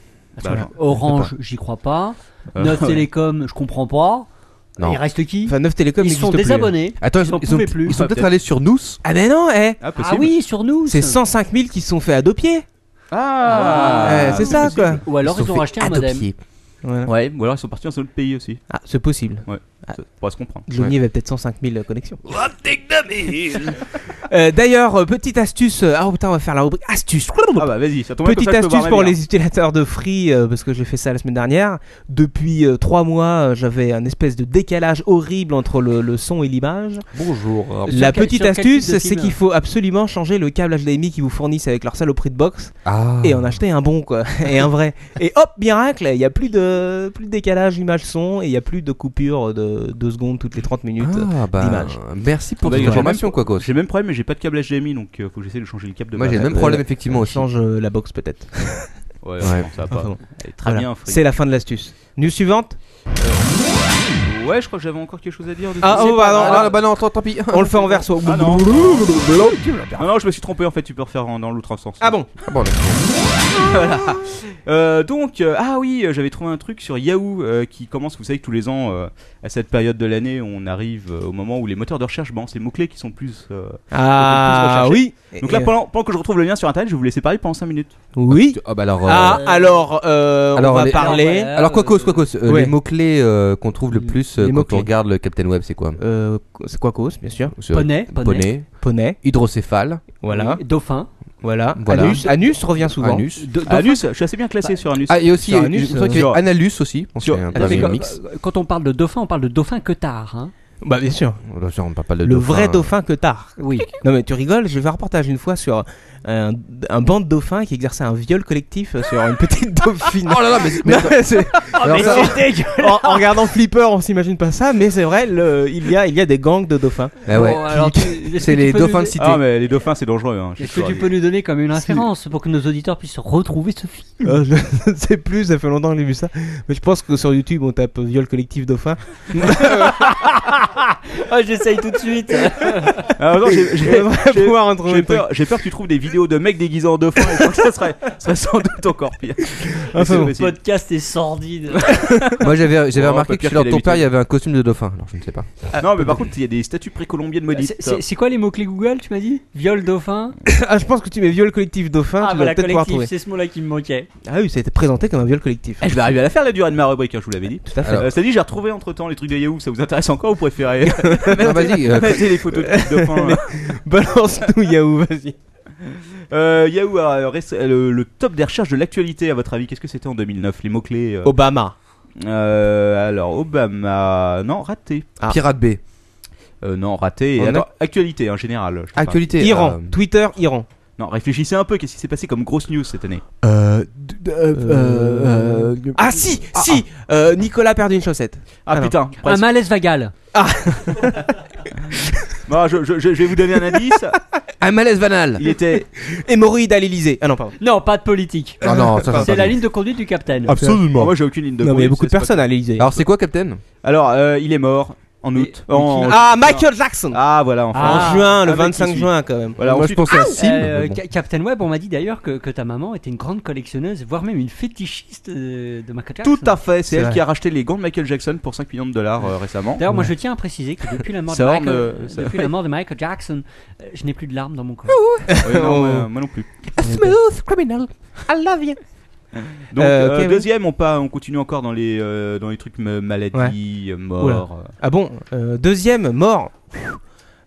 Speaker 3: Bah,
Speaker 6: que-
Speaker 3: genre,
Speaker 5: Orange, j'y crois pas.
Speaker 3: Euh,
Speaker 5: Neuf
Speaker 3: ouais.
Speaker 5: Télécom, je comprends pas.
Speaker 4: Non.
Speaker 5: Il reste qui
Speaker 6: Enfin, 9 Télécom
Speaker 5: Ils sont
Speaker 6: n'existe plus.
Speaker 5: désabonnés.
Speaker 4: Attends,
Speaker 5: Ils en
Speaker 4: ils sont,
Speaker 5: pouvaient plus.
Speaker 4: ils sont
Speaker 3: Ah,
Speaker 4: peut-être
Speaker 3: peut-être.
Speaker 4: allés sur Nous.
Speaker 6: Ah mais non, eh
Speaker 3: Ah,
Speaker 5: Ah
Speaker 3: possible.
Speaker 5: oui, sur nous.
Speaker 6: C'est 105 000 qui se sont fait à deux pieds.
Speaker 3: Ah,
Speaker 6: Ouais, c'est ça, quoi.
Speaker 5: Ou alors ils
Speaker 4: se
Speaker 5: ont
Speaker 4: fait
Speaker 5: racheté un modem.
Speaker 4: adopter.
Speaker 6: Voilà.
Speaker 3: Ouais, ou alors ils sont partis dans un autre pays aussi.
Speaker 6: Ah, c'est possible.
Speaker 3: Ça pourrait se comprendre.
Speaker 6: Johnny avait peut-être 105 000 connexions.
Speaker 2: One take them in.
Speaker 6: Euh, D'ailleurs, euh, petite astuce. euh, Ah oh, putain, on va faire la rubrique astuce.
Speaker 3: Ah bah vas-y, ça tombe bien,
Speaker 6: Petite
Speaker 3: comme ça, je peux boire
Speaker 6: astuce
Speaker 3: ma
Speaker 6: pour
Speaker 3: bière.
Speaker 6: les utilisateurs de Free, euh, parce que j'ai fait ça la semaine dernière. Depuis euh, trois mois, euh, j'avais un espèce de décalage horrible entre le, le son et l'image.
Speaker 4: Bonjour.
Speaker 5: Sur
Speaker 6: La
Speaker 5: quel-
Speaker 6: petite
Speaker 5: sur quel type de
Speaker 6: astuce, c'est
Speaker 5: film
Speaker 6: qu'il faut absolument changer le câble HDMI qu'ils vous fournissent avec leur saloperie de box
Speaker 4: Ah.
Speaker 6: et en acheter un bon, quoi, et un vrai. Et hop, miracle, il n'y a plus de, plus de décalage image-son et il n'y a plus de coupure de 2 secondes toutes les 30 minutes.
Speaker 4: Ah, bah,
Speaker 6: d'image.
Speaker 4: Merci pour
Speaker 3: Bah,
Speaker 4: cette
Speaker 3: j'ai
Speaker 4: information,
Speaker 3: même-
Speaker 4: quoi, quoi.
Speaker 3: J'ai le même problème, mais j'ai pas de câble HDMI, donc euh, faut que j'essaie de changer le câble de
Speaker 4: Moi,
Speaker 3: base.
Speaker 4: j'ai le même problème, effectivement,
Speaker 6: on
Speaker 4: aussi.
Speaker 6: change euh, la box peut-être.
Speaker 3: Ouais,
Speaker 4: Ouais.
Speaker 3: non, ça va pas.
Speaker 6: Enfin bon.
Speaker 3: Elle est Ah, très
Speaker 6: Voilà.
Speaker 3: bien, Free.
Speaker 6: C'est la fin de l'astuce. News suivante
Speaker 3: Ouais, je crois que j'avais encore quelque chose à dire. dessus.
Speaker 6: Ah, oh, bah, non,
Speaker 4: Ah,
Speaker 6: ah,
Speaker 4: non, bah non, attends, tant pis.
Speaker 6: on le fait en verso.
Speaker 3: Ah non. non, non, je me suis trompé en fait, tu peux refaire en- dans l'autre sens.
Speaker 6: Ah bon
Speaker 4: Ah, bon, là.
Speaker 3: Euh, donc, euh, ah oui, euh, j'avais trouvé un truc sur Yahoo euh, qui commence, vous savez que tous les ans, euh, à cette période de l'année, on arrive euh, au moment où les moteurs de recherche balancent les mots-clés qui sont plus. euh,
Speaker 6: Ah
Speaker 3: On peut plus
Speaker 6: oui Euh,
Speaker 3: Donc là, pendant, pendant que je retrouve le lien sur internet, je vais vous laisser parler pendant 5 minutes.
Speaker 6: Oui
Speaker 4: Ah, bah alors. euh,
Speaker 6: Ah, alors, euh,
Speaker 4: Alors,
Speaker 6: on va
Speaker 4: les-
Speaker 6: parler.
Speaker 5: Alors,
Speaker 4: Alors, quoi cause, quoi cause euh,
Speaker 6: ouais.
Speaker 4: Les mots-clés euh, qu'on trouve le plus euh,
Speaker 6: Les
Speaker 4: quand
Speaker 6: mots-clés.
Speaker 4: on regarde le Captain Web, c'est quoi
Speaker 6: Euh, c'est quoi cause, bien sûr
Speaker 4: Sur-
Speaker 5: euh, Poney,
Speaker 4: Poney.
Speaker 5: poney.
Speaker 6: Poney,
Speaker 4: Hydrocéphale.
Speaker 6: voilà,
Speaker 5: Oui, Dauphin.
Speaker 6: voilà.
Speaker 4: Voilà.
Speaker 6: Anus, Anus revient souvent.
Speaker 4: Anus.
Speaker 5: De- dauphin.
Speaker 3: Ah, Anus, je suis assez bien classé
Speaker 6: Bah,
Speaker 3: sur Anus.
Speaker 4: Ah, et aussi,
Speaker 6: Sur
Speaker 4: euh,
Speaker 6: Anus,
Speaker 4: je crois
Speaker 6: euh,
Speaker 4: qu'il y a
Speaker 3: genre-
Speaker 4: Analus aussi. On
Speaker 3: Sur-
Speaker 4: fait un
Speaker 5: Non, mais
Speaker 4: premier
Speaker 5: quand,
Speaker 4: mix.
Speaker 5: quand on parle de dauphin, on parle de dauphin que tard. Hein.
Speaker 6: Bah bien sûr.
Speaker 4: Là, ça, on parle pas de hein.
Speaker 6: Le, vrai
Speaker 4: dauphin.
Speaker 6: dauphin que tard.
Speaker 5: Oui.
Speaker 6: Non mais tu rigoles, j'ai vu un reportage une fois sur un, un banc de dauphins qui exerçait un viol collectif sur une petite dauphine.
Speaker 4: Oh là là, mais, mais
Speaker 6: Non,
Speaker 4: attends,
Speaker 6: mais c'est-
Speaker 4: alors
Speaker 6: Ah,
Speaker 4: ça-
Speaker 6: en, en regardant Flipper, on s'imagine pas ça, mais c'est vrai, le- il, y a, il y a des gangs de dauphins.
Speaker 4: Ah ouais.
Speaker 5: Bon, alors, tu- est-ce que
Speaker 4: C'est
Speaker 5: tu
Speaker 4: les
Speaker 5: peux nous-
Speaker 4: dauphins de cité.
Speaker 3: Ah, mais les dauphins, c'est dangereux. Hein, j'ai
Speaker 5: Est-ce que
Speaker 3: toujours
Speaker 5: tu
Speaker 3: dit.
Speaker 5: peux nous donner comme une référence pour que nos auditeurs puissent retrouver ce film
Speaker 6: Euh, je ne sais plus, ça fait longtemps que j'ai vu ça, mais je pense que sur YouTube on tape viol collectif dauphin.
Speaker 5: Ah, j'essaye tout de suite.
Speaker 3: Ah, non, j'ai-
Speaker 6: Je
Speaker 3: j'ai-
Speaker 6: devrais pouvoir en trouver
Speaker 3: Ah J'ai
Speaker 6: le truc.
Speaker 3: peur, j'ai peur que tu trouves des vidéos vidéo de mecs déguisés en dauphin, et je crois que ça serait, serait sans doute encore pire.
Speaker 4: Ah,
Speaker 3: Mais c'est
Speaker 6: bon.
Speaker 5: Le
Speaker 3: possible.
Speaker 5: podcast est sordide.
Speaker 4: Moi j'avais j'avais
Speaker 3: Oh,
Speaker 4: remarqué
Speaker 3: pas
Speaker 4: que
Speaker 3: pire
Speaker 4: chez leur
Speaker 3: que
Speaker 4: ton père
Speaker 3: d'habitude.
Speaker 4: il y avait un costume de dauphin. Alors je ne sais pas.
Speaker 3: non, mais par contre, il y a des statues précolombiennes maudites.
Speaker 8: ah. C'est- C'est c'est quoi les mots-clés Google, tu m'as dit Viol, dauphin
Speaker 6: Ah, je pense que tu mets viol collectif dauphin,
Speaker 5: Ah,
Speaker 6: tu
Speaker 5: voilà,
Speaker 6: vas peut-être pouvoir
Speaker 5: collectif,
Speaker 6: trouver.
Speaker 5: c'est ce mot-là qui me manquait.
Speaker 6: Ah oui, ça a été présenté comme un viol collectif.
Speaker 3: Eh, je vais arriver à la faire la durée de ma rubrique, hein, je vous l'avais dit.
Speaker 6: Tout à fait.
Speaker 4: Alors-
Speaker 3: Euh, ça dit, j'ai retrouvé entre temps les trucs de Yahoo, ça vous intéresse encore ou préférez
Speaker 4: Non, vas-y. euh,
Speaker 3: mettez les photos de petits dauphins, hein.
Speaker 6: Balance-nous Yahoo, vas-y.
Speaker 3: Euh, Yahoo a euh, réc- euh, le, le top des recherches de l'actualité, à votre avis, qu'est-ce que c'était en 2009 Les mots-clés euh,
Speaker 4: Oh.
Speaker 6: Obama.
Speaker 3: euh, Alors, Obama. Non, raté.
Speaker 6: Ah.
Speaker 4: Pirate Bay.
Speaker 3: Euh, non, raté.
Speaker 4: On
Speaker 3: Et
Speaker 4: a-
Speaker 3: attends, Actualité en général. je te parle.
Speaker 4: Actualité.
Speaker 6: Iran.
Speaker 4: euh,
Speaker 6: Twitter, Iran.
Speaker 3: Non, réfléchissez un peu, qu'est-ce qui s'est passé comme grosse news cette année
Speaker 6: euh, Ah si, si euh, Nicolas a perdu une chaussette.
Speaker 3: Ah
Speaker 6: Ah, non.
Speaker 3: putain,
Speaker 8: Un
Speaker 3: presque.
Speaker 8: malaise vagal.
Speaker 3: Bon, je, je- je- je vais vous donner un indice.
Speaker 4: Un malaise banal.
Speaker 3: Il était.
Speaker 6: Hémorroïde à l'Elysée. Ah non, pardon.
Speaker 5: Non, pas de politique.
Speaker 4: Non, Ah, non,
Speaker 3: Ah,
Speaker 4: ça, ça,
Speaker 5: C'est
Speaker 4: ça,
Speaker 5: la
Speaker 4: ça.
Speaker 5: ligne de conduite du capitaine.
Speaker 3: Oh,
Speaker 6: Absolument.
Speaker 3: moi, j'ai aucune ligne de.
Speaker 6: Non, mais il y a
Speaker 3: conduite,
Speaker 6: beaucoup de
Speaker 3: c'est pas-
Speaker 6: personnes à l'Elysée.
Speaker 4: Alors c'est quoi, Captain
Speaker 3: Alors, euh, il est mort en août. En-
Speaker 6: Ah, Michael Jackson
Speaker 3: Ah, voilà, enfin.
Speaker 5: Ah.
Speaker 6: En juin,
Speaker 3: Ah, mais
Speaker 6: le
Speaker 3: qui
Speaker 6: 25
Speaker 3: suit
Speaker 6: juin quand même.
Speaker 3: Voilà,
Speaker 4: Moi
Speaker 3: ensuite-
Speaker 4: je pensais à Sim.
Speaker 5: Euh,
Speaker 4: mais bon.
Speaker 5: Ca- Captain Web, on m'a dit d'ailleurs que, que ta maman était une grande collectionneuse, voire même une fétichiste de, de Michael Jackson.
Speaker 3: Tout à fait, c'est
Speaker 6: C'est
Speaker 3: elle
Speaker 6: vrai.
Speaker 3: qui a racheté les gants de Michael Jackson pour 5 millions de dollars euh, récemment.
Speaker 5: D'ailleurs, moi je tiens à préciser que depuis la mort, de
Speaker 3: Ça orne,
Speaker 5: Michael,
Speaker 3: euh, ça-
Speaker 5: depuis la mort de Michael Jackson, euh, je n'ai plus de larmes dans mon corps.
Speaker 3: Ouais,
Speaker 6: Oh.
Speaker 3: non, euh, moi non plus.
Speaker 6: Smooth criminal. I love you.
Speaker 3: Donc,
Speaker 6: Euh,
Speaker 3: euh,
Speaker 6: ok, oui.
Speaker 3: deuxième, on, pas, on continue encore dans les, euh, dans les trucs ma- maladie, euh, mort. euh.
Speaker 6: Ah bon euh, Deuxième, mort.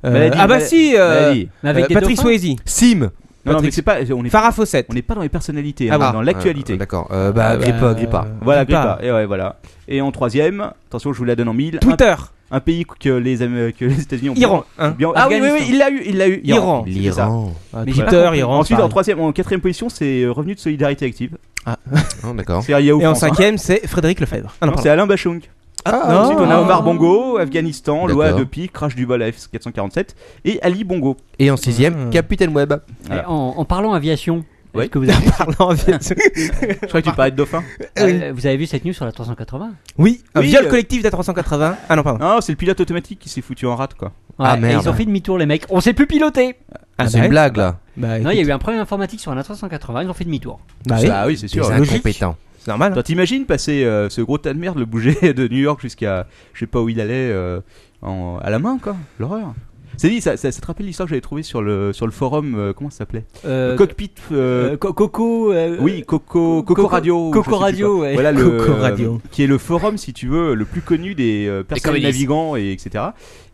Speaker 6: Euh,
Speaker 3: Maladie,
Speaker 6: ah bah
Speaker 3: mal-
Speaker 6: si euh,
Speaker 3: maladie.
Speaker 5: Mais avec
Speaker 6: euh,
Speaker 5: des
Speaker 6: Patrick
Speaker 5: dauphins
Speaker 6: Swayze,
Speaker 4: Sim.
Speaker 3: Non, non, mais
Speaker 6: Patrick-
Speaker 3: c'est pas. On est,
Speaker 6: Farah Fawcett.
Speaker 3: on est pas dans les personnalités,
Speaker 6: Ah
Speaker 3: hein,
Speaker 6: bon.
Speaker 3: dans l'actualité.
Speaker 4: Euh, D'accord. Euh, bah Grippa, Grippa.
Speaker 3: voilà,
Speaker 6: euh, Grippa.
Speaker 3: Grippa. Et ouais, voilà. Et en troisième, attention, je vous la donne en mille. Un,
Speaker 6: Twitter,
Speaker 3: un pays que les, Am- que les États-Unis ont. bien-
Speaker 6: Iran. hein.
Speaker 3: bien- ah oui, oui, oui, il l'a eu, il l'a eu.
Speaker 6: Iran.
Speaker 3: c'est ça.
Speaker 4: L'Iran.
Speaker 6: Ah,
Speaker 5: Mais j'ai pas
Speaker 6: Twitter,
Speaker 5: compris.
Speaker 6: Iran.
Speaker 3: Ensuite, en
Speaker 6: pareil.
Speaker 3: troisième, en quatrième position, c'est euh, revenu de solidarité active.
Speaker 4: Oh, D'accord.
Speaker 3: C'est Yahoo
Speaker 6: Et en
Speaker 3: France, hein.
Speaker 6: cinquième, c'est Frédéric Lefebvre. Ah
Speaker 3: Non,
Speaker 6: non, pardon.
Speaker 3: c'est Alain Bachung.
Speaker 4: Ah,
Speaker 3: Ensuite, on a Omar Bongo, Afghanistan, Loa
Speaker 4: D'accord.
Speaker 3: Depi, Crash du vol AF-447 et Ali Bongo.
Speaker 4: Et en sixième, Capitaine Web.
Speaker 5: Et euh, En, en parlant aviation, est-ce
Speaker 3: Oui.
Speaker 5: que vous avez,
Speaker 6: Parlant en vieille-
Speaker 3: Je crois que tu parlais de dauphin.
Speaker 5: euh, vous avez vu cette news sur la 380
Speaker 6: Oui, un
Speaker 3: Oui,
Speaker 6: viol
Speaker 3: euh.
Speaker 6: collectif d'A380. Ah non, pardon.
Speaker 3: Non, c'est le pilote automatique qui s'est foutu en rate, quoi.
Speaker 4: Ah,
Speaker 5: et
Speaker 4: merde.
Speaker 5: Ils ont fait demi-tour les mecs. On sait plus piloter.
Speaker 6: Ah,
Speaker 4: C'est
Speaker 6: bah,
Speaker 4: une blague là.
Speaker 6: Bah,
Speaker 5: Non, il y a
Speaker 6: écoute,
Speaker 5: eu un problème informatique sur un A380. Ils ont fait demi-tour.
Speaker 6: bah oui,
Speaker 3: Ah oui, c'est
Speaker 4: Des
Speaker 6: logique.
Speaker 4: incompétents.
Speaker 6: c'est normal. hein.
Speaker 3: Toi, t'imagines passer euh, ce gros tas de merde, le bouger de New York jusqu'à je sais pas où il allait euh, en- à la main, quoi. L'horreur. C'est dit, ça, ça, ça te rappelle l'histoire que j'avais trouvée sur le, sur le forum, euh, comment ça s'appelait
Speaker 5: Euh,
Speaker 3: Cockpit. euh,
Speaker 5: euh, Co- Coco. euh,
Speaker 3: oui, Coco, Coco,
Speaker 5: Coco-
Speaker 3: Radio. ou je sais
Speaker 5: Coco
Speaker 3: plus quoi.
Speaker 5: Radio. ouais.
Speaker 3: Voilà le
Speaker 6: Coco Radio.
Speaker 3: euh, qui est le forum si tu veux le plus connu des euh, personnes
Speaker 8: communistes.
Speaker 3: navigants et etc.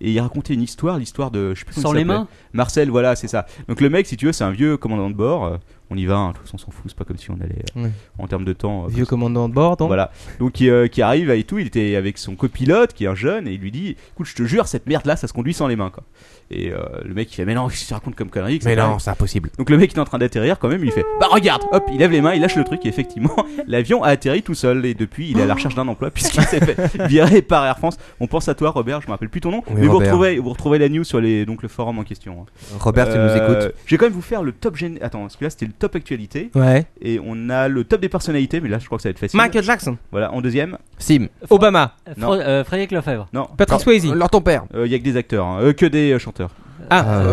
Speaker 3: Et il racontait une histoire, l'histoire de je sais plus comment
Speaker 5: Sans
Speaker 3: il
Speaker 5: les
Speaker 3: s'appelait.
Speaker 5: mains.
Speaker 3: Marcel, voilà, c'est ça. Donc le mec, si tu veux, c'est un vieux commandant de bord. euh, on y va, hein, tous on s'en fout, c'est pas comme si on allait euh,
Speaker 6: Ouais.
Speaker 3: en termes de temps. euh,
Speaker 6: Vieux commandant de bord, hein. donc.
Speaker 3: voilà. Donc qui, euh, qui arrive et tout, il était avec son copilote qui est un jeune et il lui dit, écoute, je te jure, cette merde là, ça se conduit sans les mains quoi. Et euh, le mec il fait, mais non, qu'est-ce que tu racontes comme connerie etc.
Speaker 4: Mais non, c'est impossible.
Speaker 3: Donc le mec il est en train d'atterrir quand même, il fait Bah regarde Hop, il lève les mains, il lâche le truc et effectivement l'avion a atterri tout seul et depuis il est à la recherche d'un emploi puisqu'il s'est fait virer par Air France. On pense à toi Robert, je me rappelle plus ton nom,
Speaker 4: Oui,
Speaker 3: mais vous
Speaker 4: Robert.
Speaker 3: retrouvez, vous retrouvez la news sur les, donc le forum en question. hein.
Speaker 4: Robert, tu nous
Speaker 3: Euh,
Speaker 4: écoutes.
Speaker 3: Je vais quand même vous faire le top gén... Attends, parce que là c'était le top actualité
Speaker 6: Ouais.
Speaker 3: et on a le top des personnalités, mais là je crois que ça va être facile.
Speaker 6: Michael Jackson,
Speaker 3: Voilà, en deuxième.
Speaker 4: Sim.
Speaker 6: Obama,
Speaker 5: Fr-
Speaker 3: Non.
Speaker 5: euh, Frédéric Lefebvre.
Speaker 3: Non,
Speaker 6: Patrick Swayze.
Speaker 4: Alors ton père.
Speaker 3: il y a que des acteurs, hein. Euh, que des euh, oh, chanteurs.
Speaker 6: Ah,
Speaker 4: Euh,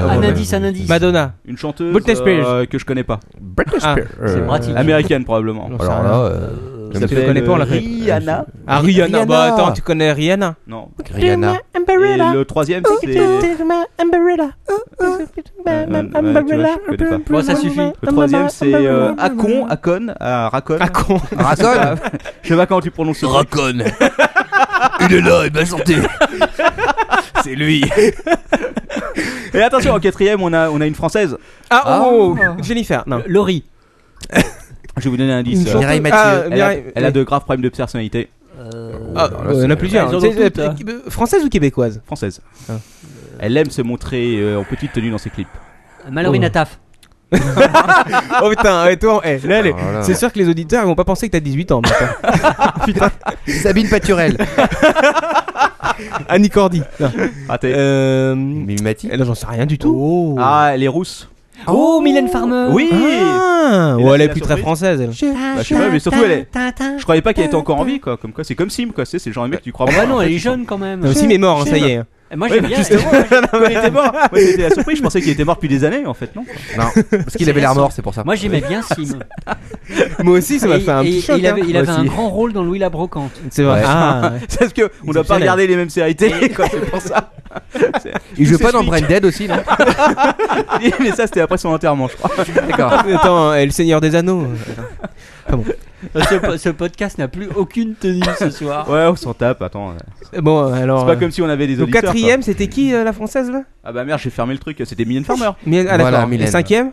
Speaker 6: euh,
Speaker 5: un
Speaker 4: ouais.
Speaker 5: indice, un indice.
Speaker 6: Madonna.
Speaker 3: Une chanteuse
Speaker 6: Britney Spears.
Speaker 3: euh, que je connais pas,
Speaker 4: Britney
Speaker 6: Ah,
Speaker 4: Spears.
Speaker 5: c'est
Speaker 4: Euh,
Speaker 5: pratique.
Speaker 3: américaine probablement.
Speaker 6: Non,
Speaker 4: Alors
Speaker 6: ça-
Speaker 4: là, euh,
Speaker 3: Qui
Speaker 4: je
Speaker 6: le
Speaker 3: s'appelle
Speaker 6: connais pas, on la connaît.
Speaker 3: Rihanna.
Speaker 6: Ah, Rihanna.
Speaker 4: Rihanna.
Speaker 6: Bah attends, tu connais Rihanna.
Speaker 3: Non.
Speaker 4: Rihanna.
Speaker 3: Et le troisième c'est Euh, euh, tu vois, je connais pas.
Speaker 5: Bon, ça suffit.
Speaker 3: Le troisième, c'est euh, Akon, Akon, à Rakon.
Speaker 6: Ah con.
Speaker 4: Racon.
Speaker 3: Je sais pas comment tu prononces ce truc.
Speaker 1: Il est là, il m'a sorti.
Speaker 3: C'est lui. Et attention, en quatrième, on a, on a une française.
Speaker 6: Ah oh, Jennifer.
Speaker 3: Ah,
Speaker 6: Non.
Speaker 5: Laurie.
Speaker 3: Je vais vous donner un indice.
Speaker 6: Une
Speaker 3: euh,
Speaker 6: chanteuse-
Speaker 4: Mireille Mathieu.
Speaker 6: Ah,
Speaker 3: elle, a,
Speaker 6: Mireille-
Speaker 3: elle a de graves problèmes de personnalité.
Speaker 6: Ah,
Speaker 4: Alors là,
Speaker 6: euh, il y en a
Speaker 4: c'est-
Speaker 6: plusieurs.
Speaker 5: Ils en ont
Speaker 6: C'est-
Speaker 5: toutes, hein.
Speaker 6: euh, Française ou québécoise
Speaker 3: Française.
Speaker 6: Ah.
Speaker 3: Elle aime se montrer euh, en petite tenue dans ses clips.
Speaker 5: Mallory
Speaker 6: Oh.
Speaker 5: Nataf.
Speaker 6: Oh putain, et toi, eh, là, les-
Speaker 4: Alors là.
Speaker 6: c'est sûr que les auditeurs ils vont pas penser que t'as 18 ans. maintenant.
Speaker 4: Sabine Paturel.
Speaker 6: Annie Cordy. Non.
Speaker 3: Raté.
Speaker 6: Euh,
Speaker 4: Mimati.
Speaker 6: eh, là, j'en sais rien du tout.
Speaker 3: Ah, elle est rousse.
Speaker 5: Oh, Mylène Farmer.
Speaker 3: Oui.
Speaker 6: Euh, Ah,
Speaker 3: Et
Speaker 6: ouais,
Speaker 3: là,
Speaker 6: elle
Speaker 3: c'est
Speaker 6: est
Speaker 3: la
Speaker 6: plus très
Speaker 3: surprise.
Speaker 6: française. Elle.
Speaker 3: Bah, je sais pas, mais surtout, elle est. Je
Speaker 6: Euh,
Speaker 3: croyais pas qu'elle était encore en vie, quoi. Comme quoi, c'est comme Sim, quoi. C'est c'est le genre de mec que tu crois
Speaker 5: Ah
Speaker 3: pas.
Speaker 5: bah non, elle est jeune quand même.
Speaker 6: Non, Sim est mort, hein, ça y est.
Speaker 5: Moi j'aime bien.
Speaker 3: Il était mort. Moi, C'était la surprise. Je pensais qu'il était mort depuis des années, en fait, non
Speaker 4: Non, parce qu'il avait l'air mort, c'est pour ça.
Speaker 5: Moi j'aimais bien Sim.
Speaker 6: Moi aussi, ça m'a
Speaker 5: Et-
Speaker 6: fait un
Speaker 5: et-
Speaker 6: petit
Speaker 5: et
Speaker 6: choc.
Speaker 5: Il avait,
Speaker 6: hein.
Speaker 5: il
Speaker 6: Moi
Speaker 5: avait un
Speaker 6: aussi.
Speaker 5: grand rôle dans Louis la Brocante.
Speaker 6: C'est vrai.
Speaker 4: Ouais.
Speaker 6: Ah,
Speaker 3: C'est parce que on doit
Speaker 6: Ils sont
Speaker 3: pas
Speaker 6: célèbres.
Speaker 3: regarder les mêmes séries télé, quoi. C'est pour ça.
Speaker 4: Il joue
Speaker 3: tous
Speaker 4: pas
Speaker 3: ces
Speaker 4: dans
Speaker 3: flics.
Speaker 4: Branded aussi, non
Speaker 3: Mais ça, c'était après son enterrement, je crois.
Speaker 4: D'accord.
Speaker 6: ouais. Ah. Attends, et le Seigneur des Anneaux.
Speaker 5: ce, po- ce podcast n'a plus aucune tenue ce soir.
Speaker 3: Ouais, on s'en tape. Attends.
Speaker 6: Bon, alors.
Speaker 3: C'est pas
Speaker 6: euh,
Speaker 3: comme si on avait des
Speaker 6: Donc,
Speaker 3: auditeurs. quoi.
Speaker 6: quatrième, c'était qui euh, la française là
Speaker 3: Ah bah merde, j'ai fermé le truc. C'était Mylène Farmer.
Speaker 6: Mylène- Ah,
Speaker 4: Voilà,
Speaker 6: d'accord. Et
Speaker 4: Mylène.
Speaker 6: cinquième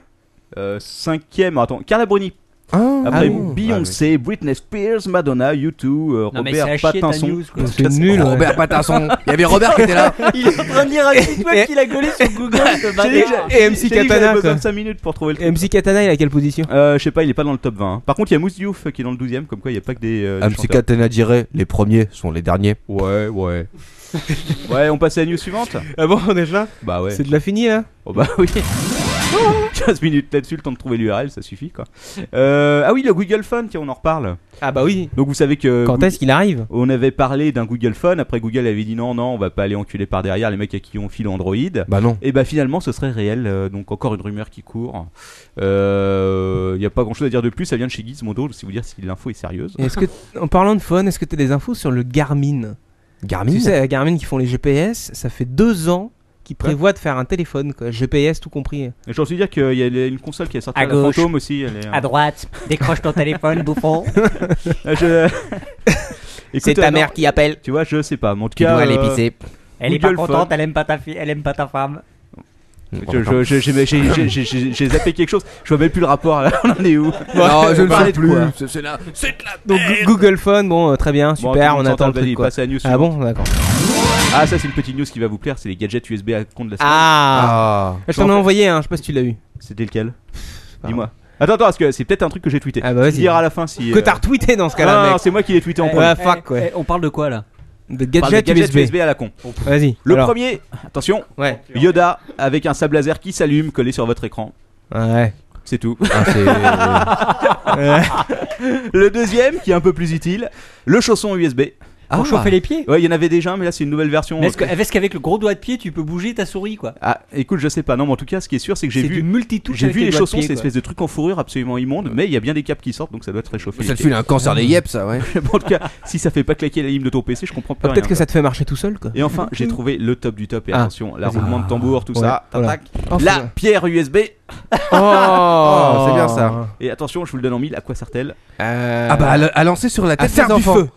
Speaker 3: Euh, cinquième. Attends, Carla Bruni.
Speaker 4: Ah,
Speaker 3: Après
Speaker 4: bon.
Speaker 3: Beyoncé, Britney Spears, Madonna, U2, euh,
Speaker 5: Non mais
Speaker 3: Robert
Speaker 5: c'est à chier ta
Speaker 3: Pattinson.
Speaker 5: news quoi.
Speaker 6: C'est nul. ouais.
Speaker 4: Robert Pattinson. Il y avait Robert qui était là.
Speaker 5: Il est en train de lire un petit web qu'il a gaulé sur Google ce bâtard.
Speaker 6: Et MC
Speaker 3: J'ai dit que j'avais
Speaker 6: Katana,
Speaker 3: besoin
Speaker 6: quoi.
Speaker 3: de 5 minutes pour trouver le
Speaker 6: Et
Speaker 3: truc.
Speaker 6: MC Katana, il est à quelle position
Speaker 3: Euh, je sais pas, il est pas dans le top 20. hein. Par contre, il y a Mousse Diouf qui est dans le 12ème, comme quoi il y a pas que des. euh, des
Speaker 4: MC
Speaker 3: chanteurs.
Speaker 4: Katana dirait les premiers sont les derniers.
Speaker 3: Ouais, ouais. ouais, on passe à la news suivante
Speaker 6: Ah bon, on est là
Speaker 3: Bah ouais.
Speaker 6: C'est de la finie là
Speaker 3: Oh bah oui. 15 minutes là-dessus, le temps de trouver l'URL, ça suffit quoi. Euh, ah oui, le Google Phone, tiens, on en reparle.
Speaker 6: Ah bah oui.
Speaker 3: Donc vous savez que.
Speaker 6: Quand est-ce qu'il arrive
Speaker 3: On avait parlé d'un Google Phone, après Google avait dit non, non, on va pas aller enculer par derrière les mecs à qui on file Android.
Speaker 4: Bah non.
Speaker 3: Et bah finalement, ce serait réel. euh, donc encore une rumeur qui court. Il euh, n'y a pas grand-chose à dire de plus. Ça vient de chez Gizmodo. Si vous dire si l'info est sérieuse.
Speaker 6: Est-ce que, en parlant de phone, est-ce que t'as des infos sur le Garmin
Speaker 4: Garmin. Euh,
Speaker 6: Tu sais, Garmin qui font les GPS, ça fait deux ans qu'ils prévoient de faire un téléphone, quoi. GPS tout compris.
Speaker 3: Et J'ai envie de dire qu'il y a les- une console qui est sortie.
Speaker 5: À
Speaker 3: la
Speaker 5: gauche.
Speaker 3: Fantôme aussi. elle est-
Speaker 5: À droite, décroche ton téléphone, bouffon.
Speaker 3: Euh, je- Écoute,
Speaker 6: C'est
Speaker 3: euh,
Speaker 6: ta
Speaker 3: non,
Speaker 6: mère qui appelle.
Speaker 3: Tu vois, je sais pas. mais en tout
Speaker 4: Tu
Speaker 3: cas,
Speaker 4: dois aller
Speaker 3: euh,
Speaker 4: pisser.
Speaker 5: Elle est pas
Speaker 3: Google
Speaker 5: contente,
Speaker 3: Phone.
Speaker 5: elle aime pas ta fille, elle aime pas ta femme.
Speaker 3: je- je- je- j'ai- j'ai- j'ai- j'ai- j'ai- j'ai zappé quelque chose. Je vois même plus le rapport. Là. On en est où
Speaker 4: Non, je ne
Speaker 3: Parler
Speaker 4: sais
Speaker 3: de quoi
Speaker 4: plus. C'est- C'est là.
Speaker 6: Donc Gu- Google Phone, bon, euh, très bien,
Speaker 3: Bon,
Speaker 6: super,
Speaker 3: tout le
Speaker 6: on
Speaker 3: monde
Speaker 6: attend
Speaker 3: s'entend,
Speaker 6: le
Speaker 3: vas-y,
Speaker 6: truc quoi.
Speaker 3: passe à la news
Speaker 6: Ah
Speaker 3: suivante.
Speaker 6: bon, d'accord.
Speaker 3: Ah, ça, c'est une petite news qui va vous plaire. C'est les gadgets USB à compte de la semaine.
Speaker 6: Ah,
Speaker 4: Ah.
Speaker 6: Je t'en ai envoyé un, je sais pas si tu l'as eu.
Speaker 3: C'était lequel Dis-moi. Attends, attends, parce que c'est peut-être un truc que j'ai tweeté.
Speaker 6: Ah
Speaker 3: Tu
Speaker 6: bah vas-y.
Speaker 3: me diras à la fin si.
Speaker 6: Que
Speaker 3: euh,
Speaker 6: t'as retweeté dans ce
Speaker 3: Ah
Speaker 6: cas-là,
Speaker 3: non, non,
Speaker 6: mec.
Speaker 3: c'est moi qui l'ai tweeté en
Speaker 6: Eh,
Speaker 3: premier.
Speaker 6: ouais, fuck,
Speaker 5: Eh,
Speaker 6: ouais.
Speaker 5: eh, on parle de quoi là
Speaker 6: De
Speaker 3: Enfin, des
Speaker 6: gadget
Speaker 3: gadgets
Speaker 6: USB.
Speaker 3: USB. à la con.
Speaker 6: Vas-y.
Speaker 3: Le
Speaker 6: alors.
Speaker 3: premier, attention,
Speaker 6: Ouais.
Speaker 3: Yoda avec un sable laser qui s'allume collé sur votre écran.
Speaker 6: Ouais.
Speaker 3: C'est tout.
Speaker 4: Ah, c'est-
Speaker 3: Le deuxième, qui est un peu plus utile, le chausson USB.
Speaker 5: Pour chauffer les pieds
Speaker 3: Ouais, il y en avait déjà, mais là c'est une nouvelle version.
Speaker 5: Mais Est-ce que- est-ce qu'avec le gros doigt de pied, tu peux bouger ta souris quoi
Speaker 3: Ah, écoute, je sais pas. Non, mais en tout cas, ce qui est sûr, c'est que j'ai
Speaker 5: C'est du
Speaker 3: vu.
Speaker 5: multitouch.
Speaker 3: J'ai
Speaker 5: avec
Speaker 3: vu les
Speaker 5: doigts de
Speaker 3: chaussons,
Speaker 5: pied,
Speaker 3: ces
Speaker 5: quoi.
Speaker 3: espèces de trucs en fourrure absolument immondes, mais il y a bien des câbles qui sortent, donc ça doit être réchauffé.
Speaker 4: Ça te file un cancer des yeux, ça, ouais.
Speaker 3: en tout cas, si ça fait pas claquer la hymne de ton PC, je comprends pas.
Speaker 6: Ah, Peut-être que ça te fait marcher tout seul, quoi.
Speaker 3: Et enfin, j'ai trouvé le top du top. Et
Speaker 6: Ah.
Speaker 3: attention, la roulement de tambour, tout ça.
Speaker 6: Ouais, voilà.
Speaker 3: Tac, tac. La pierre USB.
Speaker 6: Oh,
Speaker 4: Oh, c'est bien ça.
Speaker 3: Et attention, je vous le donne en mille. À quoi sert-elle
Speaker 6: Euh,
Speaker 4: Ah bah à la- à lancer sur la
Speaker 6: à
Speaker 4: tête
Speaker 6: faire
Speaker 4: des
Speaker 6: du
Speaker 4: enfants.
Speaker 6: feu.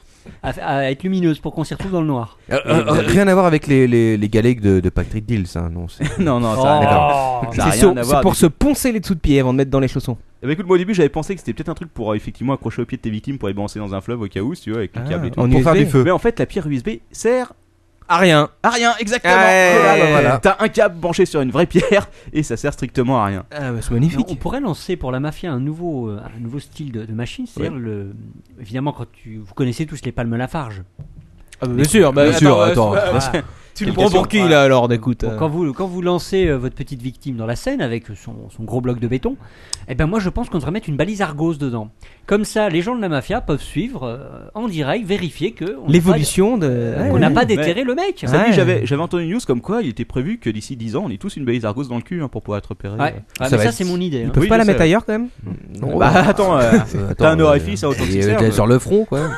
Speaker 5: À, à être lumineuse pour qu'on s'y retrouve dans le noir.
Speaker 4: Euh, euh, euh, Rien à voir avec les les les galets de de Patrick Dills, hein, non. c'est-
Speaker 3: Non, non, ça a rien à voir.
Speaker 5: Oh.
Speaker 3: Ça a
Speaker 6: C'est
Speaker 3: rien
Speaker 6: sur-
Speaker 3: à
Speaker 6: c'est
Speaker 3: voir.
Speaker 6: pour se poncer les dessous de pied avant de mettre dans les chaussons.
Speaker 3: Eh ben, écoute, moi au début, j'avais pensé que c'était peut-être un truc pour euh, effectivement accrocher au pied de tes victimes pour les balancer dans un fleuve au cas où, si tu vois, avec le
Speaker 6: Ah,
Speaker 3: câble et tout.
Speaker 6: en
Speaker 4: Pour faire
Speaker 6: USB.
Speaker 4: du feu.
Speaker 3: Mais en fait, la pierre USB sert
Speaker 6: Ah rien.
Speaker 3: à rien, exactement.
Speaker 6: Ouais.
Speaker 3: Ah, bah,
Speaker 4: voilà.
Speaker 3: T'as un câble branché sur une vraie pierre et ça sert strictement à rien.
Speaker 6: Ah bah c'est
Speaker 5: Non, on
Speaker 6: magnifique.
Speaker 5: pourrait lancer pour la mafia un nouveau, euh, un nouveau style de, de machine, c'est-à-dire le, évidemment quand tu, vous connaissez tous les palmes Lafarge.
Speaker 6: Ah bah, bien sûr, bah,
Speaker 4: Bien sûr, attends.
Speaker 6: Tu
Speaker 3: me prends pour qui,
Speaker 6: là alors d'écoute euh,
Speaker 5: Bon, quand vous quand vous lancez euh, votre petite victime dans la scène avec son, son gros bloc de béton, eh ben moi je pense qu'on devrait mettre une balise Argos dedans. Comme ça, les gens de la mafia peuvent suivre euh, en direct, vérifier que on n'a
Speaker 6: L'évolution
Speaker 5: pas-
Speaker 6: de. Ah,
Speaker 5: On n'a pas déterré le mec.
Speaker 3: Ça dit,
Speaker 6: Ouais.
Speaker 3: j'avais j'avais entendu une news comme quoi il était prévu que d'ici 10 ans, on ait tous une balise Argos dans le cul hein, pour pouvoir être repéré.
Speaker 5: Ouais. Ouais, mais
Speaker 4: va
Speaker 5: ça
Speaker 4: être-
Speaker 5: c'est mon idée.
Speaker 6: Ils
Speaker 5: hein.
Speaker 6: peuvent
Speaker 3: Oui,
Speaker 6: pas
Speaker 3: je
Speaker 6: la mettre
Speaker 3: sais.
Speaker 6: ailleurs quand même
Speaker 4: Non,
Speaker 3: Bah
Speaker 4: bah,
Speaker 3: attends, euh,
Speaker 4: euh, attends,
Speaker 3: t'as un
Speaker 4: euh,
Speaker 3: orifice à authentique
Speaker 4: et, euh,
Speaker 3: serve.
Speaker 4: Sur le front, quoi.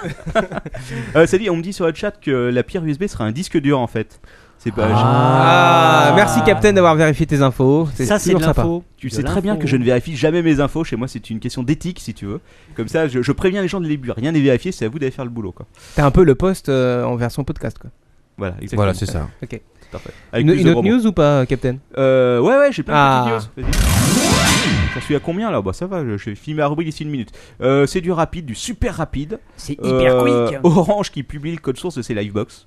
Speaker 3: euh, ça dit, on me dit sur le chat que la pierre USB serait un disque dur en fait. C'est pas.
Speaker 6: Ah, merci Captain d'avoir vérifié tes infos.
Speaker 5: Ça c'est de
Speaker 6: toujours sympa.
Speaker 5: l'info.
Speaker 3: Tu
Speaker 5: De
Speaker 3: sais très bien
Speaker 5: l'info.
Speaker 3: que je ne vérifie jamais mes infos. Chez moi, c'est une question d'éthique, si tu veux. Comme ça, je, je préviens les gens de début. Rien n'est vérifié, c'est à vous d'aller faire le boulot. Quoi.
Speaker 6: T'es un peu le poste euh, en version podcast quoi.
Speaker 3: Voilà, exactement.
Speaker 4: Voilà, c'est ça.
Speaker 3: Avec
Speaker 6: une
Speaker 3: plus
Speaker 6: une
Speaker 3: de
Speaker 6: autre
Speaker 3: gros mots.
Speaker 6: news ou pas, Captain
Speaker 3: Euh, Ouais, ouais, j'ai plein de
Speaker 6: Ah.
Speaker 3: petites news. Vas-y. J'en suis à combien là Bah ça va, je, je finis ma rubrique d'ici une minute. Euh, c'est du rapide, du super rapide.
Speaker 5: C'est hyper
Speaker 3: Euh,
Speaker 5: quick.
Speaker 3: Orange qui publie le code source de ses livebox.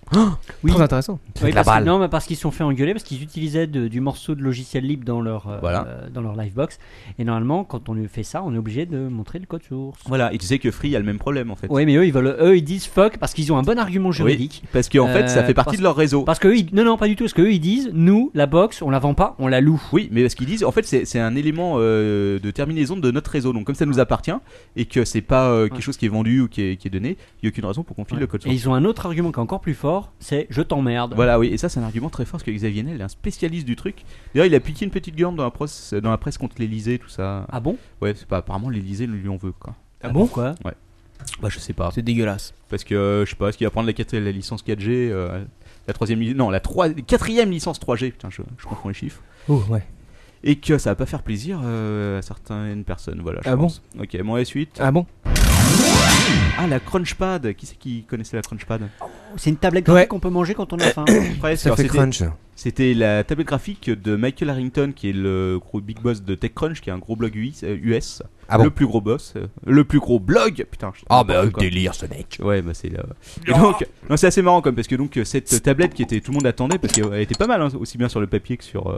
Speaker 6: Oui. Très intéressant.
Speaker 5: Oui,
Speaker 4: de la
Speaker 5: parce que-
Speaker 4: balle.
Speaker 5: non, mais parce qu'ils se sont fait engueuler parce qu'ils utilisaient de- du morceau de logiciel libre dans leur euh,
Speaker 3: Voilà.
Speaker 5: euh, dans leur livebox. Et normalement, quand on fait ça, on est obligé de montrer le code source.
Speaker 3: Voilà, et tu sais que Free a le même problème en fait.
Speaker 5: Oui, mais eux, ils veulent, eux, ils disent fuck parce qu'ils ont un bon argument juridique.
Speaker 3: Parce qu'en en fait, ça
Speaker 5: Euh,
Speaker 3: fait partie
Speaker 5: parce-
Speaker 3: de leur réseau.
Speaker 5: Parce que eux, ils- non, non, pas du tout. Parce que eux, ils disent, nous, la box, on la vend pas, on la loue.
Speaker 3: Oui, mais parce qu'ils disent, en fait, c'est c'est un élément euh, euh, de terminaison de notre réseau. Donc comme ça nous appartient et que c'est pas euh, quelque chose qui est vendu ou qui est, qui est donné, il n'y a aucune raison pour qu'on file le code
Speaker 5: Et
Speaker 3: source.
Speaker 5: ils ont un autre argument qui est encore plus fort, c'est je t'emmerde.
Speaker 3: Bah. Voilà, oui, et ça c'est un argument très fort parce que Xavier Niel est un spécialiste du truc. D'ailleurs, il a piqué une petite gueule dans la presse, euh, dans la presse contre l'Elysée, tout ça.
Speaker 5: Ah bon
Speaker 3: Ouais, c'est pas apparemment l'Elysée lui en veut quoi.
Speaker 5: Ah bon quoi
Speaker 3: Bah je sais pas.
Speaker 6: C'est dégueulasse.
Speaker 3: Parce que euh, je sais pas, est-ce qu'il va prendre la, quatrième- la licence 4G, euh, la troisième, li- non, la trois- quatrième licence 3G, putain, je, je comprends les chiffres.
Speaker 6: Oh, ouais.
Speaker 3: Et que ça va pas faire plaisir euh, à certaines personnes, voilà. je
Speaker 6: Ah bon
Speaker 3: pense. Ok, bon, et suite.
Speaker 6: Ah bon
Speaker 3: Ah, la Crunchpad, qui c'est qui connaissait la Crunchpad
Speaker 5: C'est une tablette
Speaker 6: Ouais.
Speaker 5: graphique qu'on peut manger quand on a faim.
Speaker 3: Après,
Speaker 4: Ça
Speaker 3: alors,
Speaker 4: fait
Speaker 3: c'était-
Speaker 4: crunch.
Speaker 3: C'était la tablette graphique de Michael Harrington, qui est le gros big boss de TechCrunch, qui est un gros blog US, euh, US,
Speaker 4: Ah bon
Speaker 3: le plus gros boss, euh, le plus gros blog, putain. je-
Speaker 4: Ah bah,
Speaker 3: quoi.
Speaker 4: délire ce mec.
Speaker 3: Ouais, bah c'est là. Et donc, non, c'est assez marrant comme parce que donc euh, cette tablette qui était tout le monde attendait parce qu'elle était pas mal hein, aussi bien sur le papier que sur euh,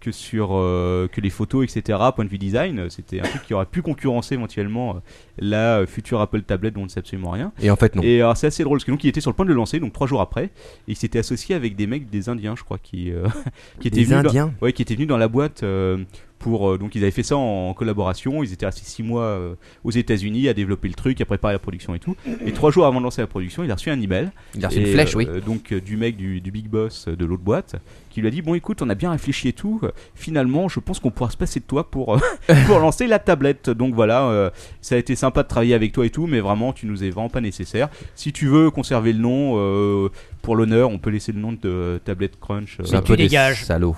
Speaker 3: que sur euh, que les photos etc. Point de vue design, euh, c'était un truc qui aurait pu concurrencer éventuellement euh, la euh, future Apple tablette dont on ne sait absolument rien.
Speaker 4: Et en fait, non.
Speaker 3: Et alors c'est assez drôle parce que donc il était sur le point de le lancer donc trois jours après et il s'était associé avec des mecs des Indiens je crois qui euh, qui étaient
Speaker 4: Les
Speaker 3: venus dans-
Speaker 4: Indiens
Speaker 3: ouais, qui étaient venus dans la boîte euh, pour euh, donc ils avaient fait ça en, collaboration. Ils étaient restés six mois euh, aux États-Unis à développer le truc, à préparer la production et tout. Et trois jours avant de lancer la production, il a reçu un email.
Speaker 4: Il a reçu une
Speaker 3: Et,
Speaker 4: flèche,
Speaker 3: euh,
Speaker 4: oui.
Speaker 3: euh, Donc euh, du mec du, du big boss euh, de l'autre boîte qui lui a dit bon écoute on a bien réfléchi et tout. Euh, Finalement je pense qu'on pourra se passer de toi pour euh, pour lancer la tablette. Donc voilà euh, ça a été sympa de travailler avec toi et tout mais vraiment tu nous es vraiment pas nécessaire. Si tu veux conserver le nom euh, pour l'honneur on peut laisser le nom de euh, tablette crunch. euh,
Speaker 4: C'est un peu des salauds.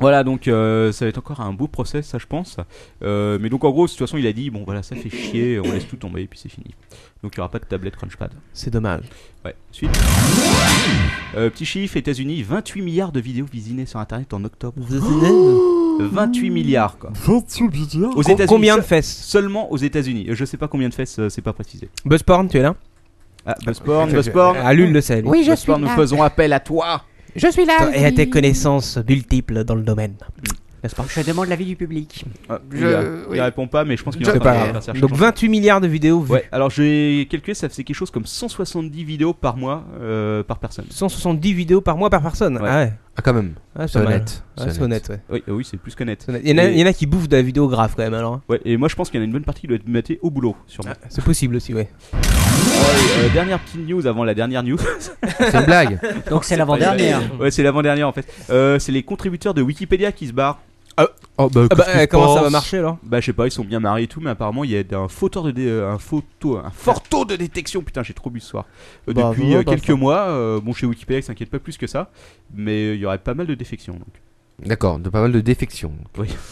Speaker 3: voilà, donc euh, ça va être encore un beau procès, ça je pense. Euh, mais donc en gros, de toute façon, il a dit bon voilà, ça fait chier, on laisse tout tomber et puis c'est fini. Donc il n'y aura pas de tablette Crunchpad.
Speaker 6: C'est dommage.
Speaker 3: Ouais, suite. Euh, petit chiffre, États-Unis, 28 milliards de vidéos visionnées sur internet en octobre. 28 milliards quoi. Aux
Speaker 6: Com-
Speaker 3: États-Unis.
Speaker 6: combien de
Speaker 3: se-
Speaker 6: fesses
Speaker 3: Seulement aux États-Unis. Euh, Je sais pas combien de fesses, euh, c'est pas précisé.
Speaker 6: Buzzporn, tu es là
Speaker 3: Ah, Buzzporn, Buzzporn.
Speaker 6: Allume le sel.
Speaker 9: Oui, je suis
Speaker 3: Buzzporn, nous
Speaker 9: là.
Speaker 3: faisons appel à toi.
Speaker 9: Je suis là.
Speaker 6: Et à tes
Speaker 9: oui.
Speaker 6: connaissances multiples dans le domaine. N'est-ce pas
Speaker 5: Je demande l'avis du public.
Speaker 3: Ah, il,
Speaker 9: Je-
Speaker 3: a- il
Speaker 9: oui.
Speaker 3: répond pas, mais je pense qu'il
Speaker 6: Je-
Speaker 3: est en train
Speaker 6: pas
Speaker 3: de
Speaker 6: grave.
Speaker 3: faire sa
Speaker 6: Donc 28 milliards de vidéos vues.
Speaker 3: Ouais, alors j'ai calculé, ça fait quelque chose comme 170 vidéos par mois euh, par personne.
Speaker 6: 170 vidéos par mois par personne.
Speaker 3: Ouais.
Speaker 6: Ah ouais.
Speaker 4: Ah, quand même.
Speaker 6: Ah,
Speaker 4: C'est
Speaker 6: pas mal.
Speaker 4: honnête.
Speaker 6: Ouais, c'est honnête, ouais.
Speaker 3: Oui, ah oui, c'est plus qu'honnête.
Speaker 6: C'est honnête. Il y, en a,
Speaker 3: Et-
Speaker 6: il y en a qui bouffent de la vidéo grave quand même alors. hein.
Speaker 3: Ouais, et moi je pense qu'il y en a une bonne partie qui doit être matée au boulot, sûrement.
Speaker 6: C'est possible aussi, ouais.
Speaker 3: Euh, dernière petite news avant la dernière news.
Speaker 4: C'est une blague.
Speaker 5: Donc c'est l'avant-dernière.
Speaker 3: ouais, c'est l'avant-dernière en fait. Euh, c'est les contributeurs de Wikipédia qui se barrent.
Speaker 4: Oh, bah,
Speaker 6: Ah bah,
Speaker 4: qu'est-ce que
Speaker 6: euh,
Speaker 4: tu
Speaker 6: comment ça va
Speaker 4: penses
Speaker 6: marcher alors
Speaker 3: Bah, je sais pas, ils sont bien mariés et tout, mais apparemment il y a un faux taux de dé- euh, un faux taux- un fort taux de détection. Putain, j'ai trop bu ce soir. Euh,
Speaker 6: Bah,
Speaker 3: depuis
Speaker 6: voilà,
Speaker 3: euh,
Speaker 6: bah,
Speaker 3: quelques
Speaker 6: ça.
Speaker 3: mois, euh, bon chez Wikipédia, ils s'inquiètent pas plus que ça, mais euh, il y aurait pas mal de défections. Donc.
Speaker 4: D'accord, de pas mal de défections.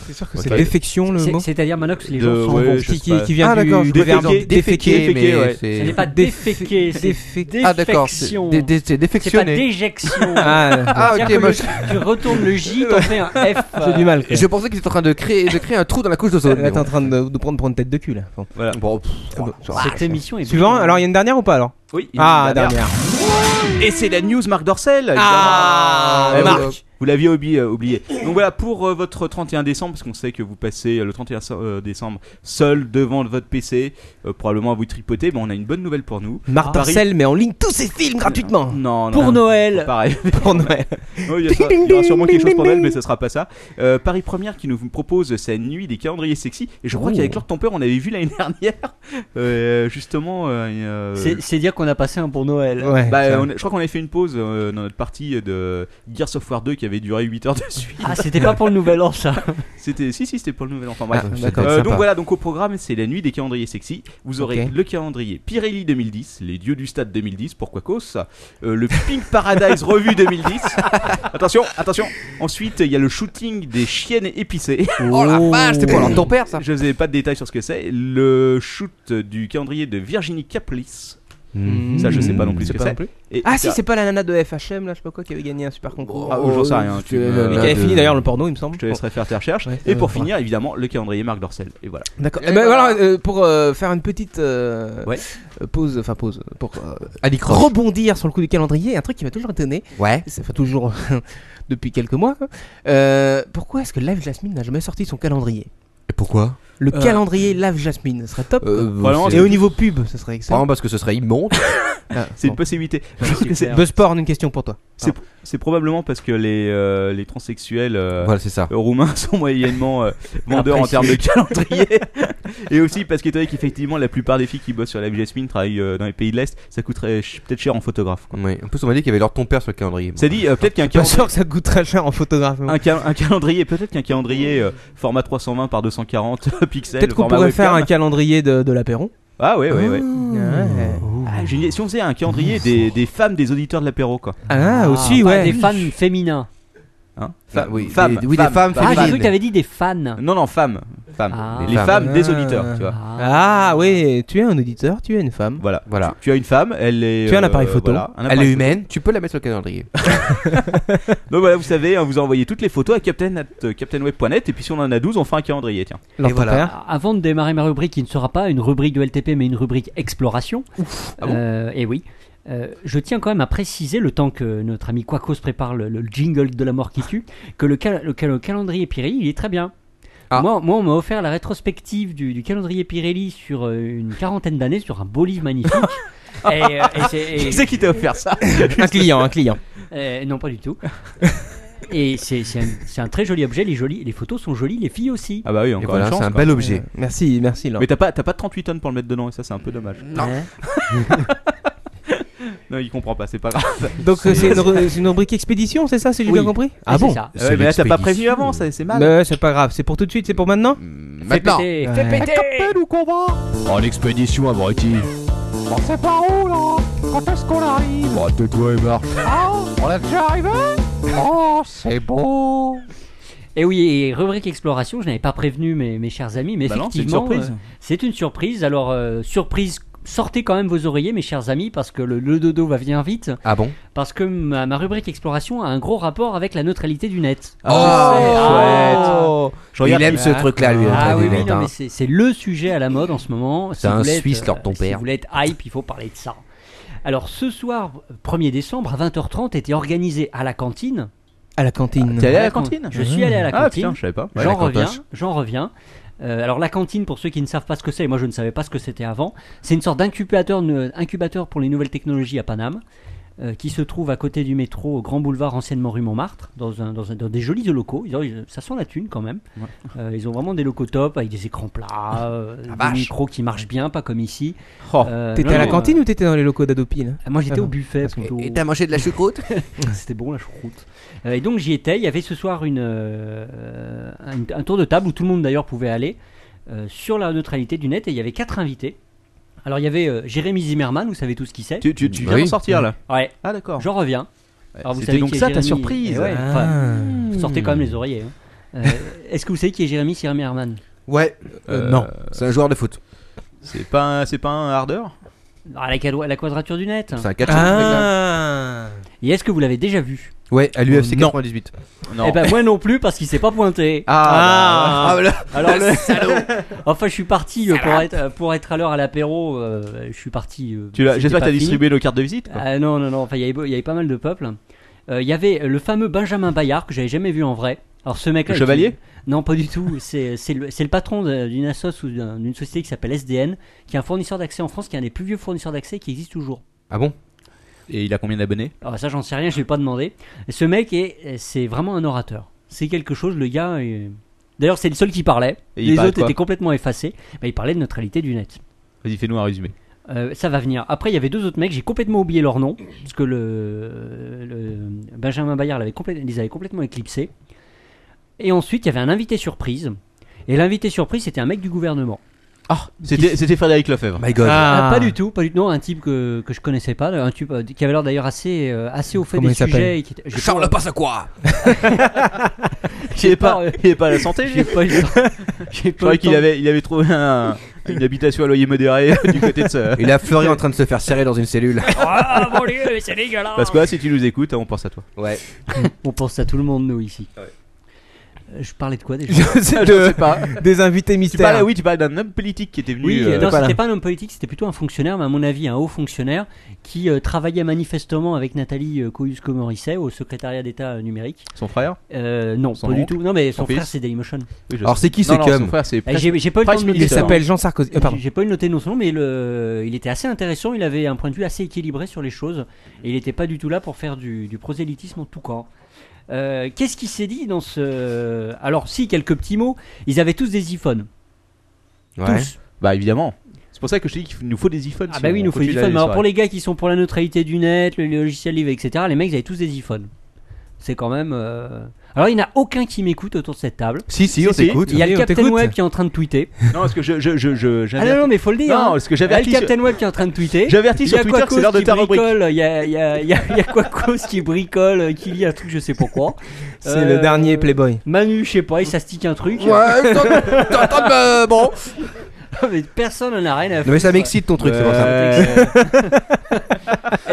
Speaker 6: C'est sûr que
Speaker 3: Ouais,
Speaker 6: c'est
Speaker 3: ça-
Speaker 6: défection le
Speaker 5: C'est-
Speaker 6: mot
Speaker 5: C'est-à-dire maintenant que les gens
Speaker 3: De-
Speaker 5: sont
Speaker 3: ouais,
Speaker 5: bons.
Speaker 3: je-
Speaker 6: qui,
Speaker 3: sais
Speaker 6: qui,
Speaker 3: pas.
Speaker 6: qui vient
Speaker 4: Ah,
Speaker 6: du,
Speaker 4: d'accord, je
Speaker 6: du
Speaker 4: préfère
Speaker 6: verbe
Speaker 3: déféquer,
Speaker 6: déféquer,
Speaker 3: déféquer,
Speaker 6: mais
Speaker 3: ouais.
Speaker 5: Ce
Speaker 4: c'est-
Speaker 5: n'est pas déféqué, c'est défection.
Speaker 4: Ah, d'accord, c'est dé- dé- c'est
Speaker 5: C'est pas
Speaker 4: défectionné.
Speaker 5: déjection.
Speaker 6: Ah,
Speaker 4: Ah, ok,
Speaker 5: C'est-à-dire que
Speaker 4: moi,
Speaker 5: le-
Speaker 4: je-
Speaker 5: Tu retournes le J, t'en fais un F.
Speaker 6: j'ai du mal. quoi.
Speaker 4: je pensais que t'étais en train de créer, de créer un trou dans la couche d'ozone.
Speaker 6: Là,
Speaker 4: mais
Speaker 6: t'es en
Speaker 4: bon.
Speaker 6: train de nous prendre pour une tête de cul là. Bon.
Speaker 3: Voilà.
Speaker 4: Bon, pff,
Speaker 6: Ah, bon.
Speaker 5: Cette émission est
Speaker 6: Suivant,
Speaker 5: brillante.
Speaker 6: alors il y a une dernière ou pas alors
Speaker 3: Oui. il y a une
Speaker 6: Ah, dernière.
Speaker 3: Et c'est la news Marc Dorcel. évidemment.
Speaker 6: Ah,
Speaker 3: Euh,
Speaker 6: Marc.
Speaker 3: vous- Vous l'aviez oublié, euh, oublié. Donc voilà, pour euh, votre 31 décembre, parce qu'on sait que vous passez euh, le 31 so- euh, décembre seul devant votre PC, euh, probablement à vous tripoter, mais on a une bonne nouvelle pour nous.
Speaker 6: Marc
Speaker 3: Paris-
Speaker 6: Dorcel met en ligne tous ses films gratuitement
Speaker 3: Non, non,
Speaker 6: Pour
Speaker 3: non,
Speaker 6: Noël.
Speaker 3: Pareil.
Speaker 6: pour Noël.
Speaker 3: Oui, il, y a ça- il y aura sûrement quelque chose pour Noël, mais ce sera pas ça. Euh, Paris Première qui nous propose sa nuit des calendriers sexy. Et je crois
Speaker 6: Oh.
Speaker 3: qu'avec Lord Tempeur, on avait vu l'année dernière, euh, justement. euh, et, euh,
Speaker 5: C'est c'est dire qu'on a passé un bon Noël.
Speaker 6: Ouais.
Speaker 3: bah,
Speaker 6: Eh, ça.
Speaker 3: on a- je crois qu'on avait fait une pause euh, dans notre partie de Gears of War 2 qui avait duré 8 heures de suite.
Speaker 5: Ah, c'était pas pour le nouvel an ça.
Speaker 3: C'était, si, si, c'était pour le nouvel enfant.
Speaker 4: Ah,
Speaker 3: Bref.
Speaker 4: c'est
Speaker 6: d'accord.
Speaker 3: Euh,
Speaker 4: sympa.
Speaker 3: donc voilà, donc au programme, c'est la nuit des calendriers sexy. Vous aurez
Speaker 6: Ok.
Speaker 3: le calendrier Pirelli 2010, les dieux du stade 2010, pourquoi cause euh, Le Pink Paradise Revue 2010. attention, attention. Ensuite, il y a le shooting des chiennes épicées.
Speaker 4: Oh la vache, c'est pour alors ton père ça
Speaker 3: Je n'ai pas de détails sur ce que c'est. Le shoot du calendrier de Virginie Caplis.
Speaker 4: Hmm.
Speaker 3: Ça, je sais pas non plus ce que c'est. Et-
Speaker 6: Ah si, c'est pas la nana de FHM là, je sais pas quoi, qui avait gagné un super concours.
Speaker 3: Ah, oh, j'en sais rien, tu-
Speaker 4: Euh,
Speaker 3: euh,
Speaker 6: Mais
Speaker 3: là,
Speaker 6: qui avait
Speaker 4: de-
Speaker 6: fini d'ailleurs le porno, il me semble.
Speaker 3: Je te laisserai faire tes recherches.
Speaker 6: Ouais,
Speaker 3: et
Speaker 6: euh,
Speaker 3: pour
Speaker 6: ouais.
Speaker 3: finir, évidemment, le calendrier Marc Dorcel. Et voilà.
Speaker 6: D'accord. Eh ben, voilà, euh, pour euh, faire une petite euh,
Speaker 3: Ouais.
Speaker 6: euh, pause, enfin pause, pour euh,
Speaker 4: Ali Cross.
Speaker 6: rebondir sur le coup du calendrier, un truc qui m'a toujours étonné,
Speaker 4: Ouais.
Speaker 6: ça fait toujours depuis quelques mois, quoi. Euh, pourquoi est-ce que Live Jasmine n'a jamais sorti son calendrier
Speaker 4: Et pourquoi
Speaker 6: Le
Speaker 3: Euh.
Speaker 6: calendrier Lave Jasmine, ce serait top.
Speaker 4: Euh,
Speaker 6: quoi.
Speaker 3: Voilà,
Speaker 6: Et
Speaker 3: c'est-
Speaker 6: au niveau pub, ce serait excellent.
Speaker 4: Vraiment parce que ce serait immonde.
Speaker 6: Ah,
Speaker 3: C'est
Speaker 6: bon.
Speaker 3: une possibilité. Je pense que c'est-
Speaker 6: Buzzporn, une question pour toi.
Speaker 3: C'est c'est probablement parce que les, euh, les transsexuels euh,
Speaker 4: voilà, c'est ça.
Speaker 3: euh, roumains sont moyennement euh, vendeurs en termes de calendrier. Et aussi parce qu'étant donné qu'effectivement la plupart des filles qui bossent sur la Jasmine travaillent euh, dans les pays de l'Est, ça coûterait ch- peut-être cher en photographe. quoi.
Speaker 4: Oui. En plus, on m'a dit qu'il y avait leur ton père sur le calendrier.
Speaker 3: Ça dit, euh, peut-être qu'un
Speaker 6: Ah, Pas
Speaker 3: calendrier,
Speaker 6: sûr que ça te coûte très cher en photographe. mais bon.
Speaker 3: un cal- un calendrier, peut-être qu'un calendrier euh, format 320 par 240 pixels.
Speaker 6: Peut-être qu'on
Speaker 3: format
Speaker 6: pourrait faire un
Speaker 3: webcam.
Speaker 6: calendrier de, de l'apéro.
Speaker 3: Ah ouais, ouais, ouais.
Speaker 6: Ouais.
Speaker 3: Ah, génial. Si on faisait un calendrier des, des femmes des auditeurs de l'apéro, quoi.
Speaker 6: Ah, aussi,
Speaker 5: pas
Speaker 6: ouais.
Speaker 5: Des fans féminins.
Speaker 3: Hein
Speaker 4: Bah,
Speaker 3: Fe-
Speaker 4: oui,
Speaker 3: femmes,
Speaker 4: des- oui, des femmes
Speaker 5: Ah, j'ai
Speaker 4: Féminines.
Speaker 5: cru que t'avais dit des fans.
Speaker 3: Non, non, femmes. femmes.
Speaker 5: Ah.
Speaker 3: Les femmes, des auditeurs, tu vois.
Speaker 6: Ah, oui, tu es un auditeur, tu es une femme.
Speaker 3: Voilà.
Speaker 4: Voilà.
Speaker 3: Tu as une femme, elle est. euh,
Speaker 6: Tu as un appareil photo.
Speaker 3: voilà, un
Speaker 4: Elle
Speaker 3: appareil photo.
Speaker 4: est humaine, tu peux la mettre sur le calendrier.
Speaker 3: Donc voilà, vous savez, hein, vous envoyez toutes les photos à captain at, euh, captainweb.net et puis si on en a 12, on fera un calendrier, tiens.
Speaker 6: Alors,
Speaker 4: Et
Speaker 6: ton
Speaker 4: voilà.
Speaker 6: père.
Speaker 5: Ah, Avant de démarrer ma rubrique, qui ne sera pas une rubrique de LTP, mais une rubrique exploration.
Speaker 3: Ah bon
Speaker 5: et oui. Euh, je tiens quand même à préciser, le temps que notre ami Quacos prépare le, le jingle de la mort qui tue, que le, cal- le cal- le calendrier Pirelli, il est très bien.
Speaker 4: Ah.
Speaker 5: Moi, moi, on m'a offert la rétrospective du, du calendrier Pirelli sur euh, une quarantaine d'années, sur un beau livre magnifique. et, euh, et c'est- et-
Speaker 3: Qui c'est qui t'a offert ça
Speaker 6: Un client, un client.
Speaker 5: euh, non, pas du tout. Et c'est c'est un, c'est un très joli objet, les, jolies- les photos sont jolies, les filles aussi.
Speaker 3: Ah bah oui,
Speaker 4: Et
Speaker 3: encore
Speaker 4: voilà,
Speaker 3: une chance.
Speaker 4: c'est un
Speaker 3: quoi.
Speaker 4: bel objet.
Speaker 6: Merci, merci, Laure.
Speaker 3: Mais t'as pas, t'as pas 38 tonnes pour le mettre dedans et ça, c'est un peu dommage.
Speaker 6: Ouais.
Speaker 3: Non, il comprend pas, c'est pas grave.
Speaker 6: Donc, euh, c'est une, ru- c'est une rubrique expédition, c'est ça, si j'ai
Speaker 5: Oui.
Speaker 6: bien compris
Speaker 5: Et
Speaker 6: Ah
Speaker 5: c'est
Speaker 6: bon
Speaker 5: ça.
Speaker 3: Ouais, mais là, t'as pas prévenu
Speaker 4: l'expédition.
Speaker 3: avant, ça, c'est mal.
Speaker 6: Mais c'est pas grave, c'est pour tout de suite, c'est pour maintenant
Speaker 4: Maintenant,
Speaker 5: Fais péter.
Speaker 6: Ouais.
Speaker 1: En expédition, abruti.
Speaker 9: On sait pas où là Quand est-ce qu'on arrive
Speaker 1: Bah, tais-toi et marche.
Speaker 9: Ah On est déjà arrivé Oh, c'est beau
Speaker 5: Et oui, et rubrique exploration, je n'avais pas prévenu mes, mes chers amis, mais
Speaker 3: Bah non, c'est une
Speaker 5: effectivement,
Speaker 3: surprise.
Speaker 5: euh, c'est une surprise. Alors, euh, surprise, sortez quand même vos oreillers, mes chers amis, parce que le, le dodo va venir vite,
Speaker 4: Ah bon
Speaker 5: parce que ma, ma rubrique exploration a un gros rapport avec la neutralité du net.
Speaker 4: Ah,
Speaker 6: Oh,
Speaker 3: Je regarde-
Speaker 4: Il aime ce truc-là, lui.
Speaker 5: Ah
Speaker 4: la
Speaker 5: oui,
Speaker 4: traînée
Speaker 5: oui,
Speaker 4: nette,
Speaker 5: non, mais
Speaker 4: hein.
Speaker 5: c'est c'est le sujet à la mode en ce moment.
Speaker 4: C'est un
Speaker 5: vous voulez être,
Speaker 4: Suisse, leur ton
Speaker 5: euh, Si
Speaker 4: père.
Speaker 5: vous voulez être hype, il faut parler de ça. Alors ce soir, 1er décembre, à 20h30, était organisé à la cantine.
Speaker 6: À la cantine.
Speaker 3: T'es allé à
Speaker 5: À
Speaker 3: la
Speaker 5: la con-
Speaker 3: cantine
Speaker 5: Je suis allé à la
Speaker 3: Ah
Speaker 5: cantine.
Speaker 3: putain, je savais pas.
Speaker 4: Ouais,
Speaker 5: j'en
Speaker 4: la cantoche.
Speaker 5: reviens, j'en reviens. Euh, alors la cantine, pour ceux qui ne savent pas ce que c'est, et moi je ne savais pas ce que c'était avant, c'est une sorte d'incubateur ne- incubateur pour les nouvelles technologies à Paname, euh, qui se trouve à côté du métro au Grand Boulevard, anciennement rue Montmartre, dans, un, dans, un- dans des jolis locaux. Ils ont- ils- ça sent la thune quand même. Euh, ils ont vraiment des locaux top, avec des écrans plats, euh, des
Speaker 4: vache.
Speaker 5: micros qui marchent bien, pas comme ici.
Speaker 6: Oh,
Speaker 5: Euh,
Speaker 6: T'étais
Speaker 5: non,
Speaker 6: à la
Speaker 5: non,
Speaker 6: cantine ou t'étais dans les locaux d'Adopi là
Speaker 5: euh, Moi j'étais
Speaker 6: Ah
Speaker 5: au
Speaker 6: non,
Speaker 5: buffet plutôt.
Speaker 4: Et t'as mangé de la choucroute
Speaker 5: C'était bon la choucroute. Euh, et donc j'y étais. Il y avait ce soir une, euh, un, un tour de table où tout le monde d'ailleurs pouvait aller euh, sur la neutralité du net et il y avait quatre invités. Alors il y avait euh, Jérémy Zimmerman, vous savez tout ce qui c'est.
Speaker 3: Tu, tu, tu viens
Speaker 4: Oui.
Speaker 3: d'en sortir là
Speaker 5: Ouais,
Speaker 3: Ah d'accord.
Speaker 5: j'en reviens. Alors, vous
Speaker 3: C'était
Speaker 5: savez
Speaker 3: donc
Speaker 5: qui est
Speaker 3: ça ta
Speaker 5: Jérémy
Speaker 3: surprise.
Speaker 5: Eh ouais, enfin,
Speaker 6: Ah.
Speaker 5: Sortez quand même les oreillers. hein. Euh, Est-ce que vous savez qui est Jérémy Zimmerman
Speaker 4: Ouais,
Speaker 3: Euh,
Speaker 6: non.
Speaker 4: c'est un joueur de foot.
Speaker 3: C'est pas, un- c'est pas un hardeur
Speaker 5: Ah, la, cadro- la quadrature du net.
Speaker 4: C'est un 4
Speaker 6: Ah.
Speaker 5: Et est-ce que vous l'avez déjà vu
Speaker 4: Ouais, à l'UFC
Speaker 6: Non.
Speaker 4: 98.
Speaker 3: Non.
Speaker 5: Eh ben moi non plus parce qu'il s'est pas pointé.
Speaker 3: Ah,
Speaker 4: Ah, voilà.
Speaker 5: Alors, le- enfin, je suis parti euh, pour être, euh, pour être à l'heure à l'apéro. euh, je suis parti. euh,
Speaker 3: Tu l'as-
Speaker 5: c'était
Speaker 3: J'espère que
Speaker 5: pas
Speaker 3: t'as
Speaker 5: fini.
Speaker 3: distribué nos cartes de visite. quoi.
Speaker 5: Ah, non, non, non. Enfin, il y avait, il y avait pas mal de peuple. Euh, Il y avait le fameux Benjamin Bayard que j'avais jamais vu en vrai. Alors, ce mec-là.
Speaker 3: Le
Speaker 5: est-
Speaker 3: chevalier
Speaker 5: Non, pas du tout. C'est c'est le, c'est le patron de- d'une assoce ou d'un- d'une société qui s'appelle SDN, qui est un fournisseur d'accès en France, qui est un des plus vieux fournisseurs d'accès qui existe toujours.
Speaker 4: Ah bon
Speaker 3: Et il a combien d'abonnés
Speaker 5: Alors, Ah, ça, j'en sais rien, je lui ai pas demandé. Et ce mec, est- c'est vraiment un orateur. C'est quelque chose, le gars. est- D'ailleurs, c'est le seul qui parlait.
Speaker 3: Et il
Speaker 5: Les
Speaker 3: parlait
Speaker 5: autres
Speaker 3: quoi
Speaker 5: étaient complètement effacés. Mais il parlait de neutralité du net.
Speaker 3: Vas-y, fais-nous un résumé.
Speaker 5: Euh, ça va venir. Après, il y avait deux autres mecs, j'ai complètement oublié leur nom, parce que le, le- Benjamin Bayard l'avait complè- les avait complètement éclipsés. Et ensuite, il y avait un invité surprise. Et l'invité surprise, c'était un mec du gouvernement.
Speaker 3: C'était c'était Frédéric Lefebvre.
Speaker 4: My God.
Speaker 5: Ah, pas du tout, pas du tout. Non, un type que, que je connaissais pas, un type euh, qui avait l'air d'ailleurs assez, euh, assez au fait
Speaker 6: Comment
Speaker 5: des
Speaker 6: il s'appelle
Speaker 5: sujets. et qui était- j'ai
Speaker 4: Charles
Speaker 5: pas-
Speaker 4: passe à quoi
Speaker 3: Il est pas,
Speaker 5: pas, euh,
Speaker 3: il est pas à la santé. lui.
Speaker 5: j'ai pas eu le temps.
Speaker 3: Je
Speaker 5: J'ai
Speaker 3: croyais
Speaker 5: pas eu le
Speaker 3: qu'il
Speaker 5: temps.
Speaker 3: avait, il avait trouvé un- une habitation à loyer modéré euh, du côté de ça.
Speaker 4: Il a fleuri en train de se faire serrer dans une cellule.
Speaker 5: Ah, mon Dieu, mais c'est dégueulasse
Speaker 3: Parce que là, si tu nous écoutes, on pense à toi.
Speaker 4: Ouais.
Speaker 5: On pense à tout le monde, nous, ici. Euh, Je parlais de quoi déjà
Speaker 6: C'est de- Des invités
Speaker 3: Tu parles,
Speaker 6: mystères.
Speaker 3: oui, tu parles d'un homme politique qui était venu.
Speaker 5: Oui,
Speaker 3: euh,
Speaker 5: non,
Speaker 6: voilà.
Speaker 5: c'était pas un homme politique, c'était plutôt un fonctionnaire, mais à mon avis un haut fonctionnaire qui euh, travaillait manifestement avec Nathalie euh, Koyusko-Morisset au secrétariat d'État euh, numérique.
Speaker 2: Son frère
Speaker 5: Euh, non,
Speaker 2: Son
Speaker 5: pas du
Speaker 2: oncle,
Speaker 5: tout. Non, mais son
Speaker 2: son fils.
Speaker 5: frère c'est Dailymotion.
Speaker 2: Oui, je
Speaker 4: Alors,
Speaker 2: sais.
Speaker 4: c'est qui
Speaker 2: Non,
Speaker 4: c'est
Speaker 2: non,
Speaker 4: comme
Speaker 2: son frère, c'est
Speaker 5: Eh,
Speaker 2: presque-
Speaker 5: J'ai j'ai pas eu le temps de
Speaker 2: Price
Speaker 5: le
Speaker 2: Minister.
Speaker 6: Il
Speaker 5: noter.
Speaker 6: s'appelle Jean Sarkozy. Euh, pardon.
Speaker 5: J'ai pas eu noté non, son nom, mais le, il était assez intéressant. Il avait un point de vue assez équilibré sur les choses. Et il n'était pas du tout là pour faire du, du prosélytisme en tout cas. Euh, Qu'est-ce qui s'est dit dans ce. Alors, si, quelques petits mots. Ils avaient tous des iPhones.
Speaker 4: Ouais.
Speaker 5: Tous.
Speaker 3: Bah évidemment. C'est pour ça que je te dis qu'il nous faut des iPhones.
Speaker 5: Ah,
Speaker 3: si
Speaker 5: bah
Speaker 3: on
Speaker 5: oui, il nous faut des
Speaker 3: continue la
Speaker 5: iPhones. Mais alors,
Speaker 3: soirée.
Speaker 5: pour les gars qui sont pour la neutralité du net, le logiciel libre, etc., les mecs, ils avaient tous des iPhones. C'est quand même. euh, Alors, il n'y en a aucun qui m'écoute autour de cette table.
Speaker 4: Si, si, oh, on
Speaker 3: Si, si.
Speaker 4: t'écoute.
Speaker 5: Il y a le
Speaker 6: on
Speaker 5: Captain
Speaker 6: t'écoute.
Speaker 5: Web qui est en train de tweeter.
Speaker 3: Non, parce que je. je, je, je-
Speaker 5: Ah non,
Speaker 3: j'avertis-
Speaker 5: non, mais faut le dire.
Speaker 3: Non,
Speaker 5: hein.
Speaker 3: parce que
Speaker 5: Il y a le
Speaker 3: j'avertis.
Speaker 5: Captain Web qui est en train de tweeter.
Speaker 3: J'avertis
Speaker 5: Il y
Speaker 3: sur
Speaker 5: a
Speaker 3: Twitter,
Speaker 5: Quacos
Speaker 3: c'est l'heure de
Speaker 5: qui
Speaker 3: ta rubrique.
Speaker 5: bricole, Il y a, il y a, il y a, il y a Quacos qui bricole, euh, qui lit un truc, je sais pas quoi.
Speaker 6: C'est
Speaker 5: Euh,
Speaker 6: le dernier Playboy.
Speaker 5: Manu, je sais pas, il s'astique un truc.
Speaker 4: Ouais, t'en- t'en- t'en- bah, bon.
Speaker 5: Mais personne n'en a rien à
Speaker 4: Non,
Speaker 5: faire.
Speaker 4: mais ça m'excite ton truc, c'est pour ça.
Speaker 3: Euh,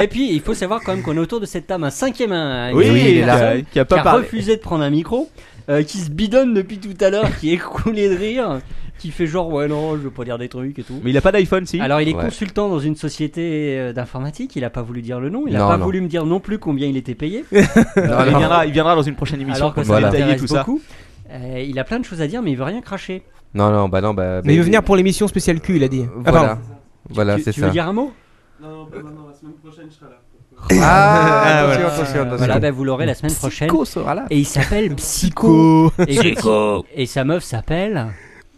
Speaker 5: Et puis, il faut savoir quand même qu'on est autour de cette table un cinquième. Un,
Speaker 3: Oui,
Speaker 5: une
Speaker 4: Oui, il est
Speaker 3: qui
Speaker 4: là.
Speaker 3: a- qui a
Speaker 5: qui
Speaker 3: pas
Speaker 5: a
Speaker 3: parlé.
Speaker 5: refusé de prendre un micro, euh, qui se bidonne depuis tout à l'heure, qui est coulé de rire, qui fait genre, ouais, non, je veux pas dire des trucs et tout.
Speaker 3: Mais il a pas d'iPhone, si
Speaker 5: Alors, il est
Speaker 4: Ouais.
Speaker 5: consultant dans une société euh, d'informatique, il a pas voulu dire le nom, il a
Speaker 4: Non,
Speaker 5: pas
Speaker 4: non.
Speaker 5: voulu me dire non plus combien il était payé.
Speaker 4: Non,
Speaker 3: il,
Speaker 4: non.
Speaker 3: viendra, il viendra dans une prochaine émission
Speaker 5: alors que
Speaker 3: pour
Speaker 5: ça
Speaker 4: Voilà.
Speaker 3: détailler
Speaker 5: l'intéresse
Speaker 3: tout ça.
Speaker 5: beaucoup. Euh, il a plein de choses à dire, mais il veut rien cracher.
Speaker 4: Non, non, bah non, bah.
Speaker 6: Mais il veut venir pour l'émission spéciale Q, il a dit. Ah, pardon.
Speaker 4: Voilà. Voilà,
Speaker 5: tu
Speaker 4: c'est
Speaker 5: tu
Speaker 4: ça.
Speaker 5: veux dire un mot
Speaker 4: Ah, attention, attention, attention.
Speaker 5: Voilà, bah, vous l'aurez la semaine prochaine.
Speaker 6: sera là.
Speaker 5: Et il s'appelle Psycho. Et, et sa meuf s'appelle.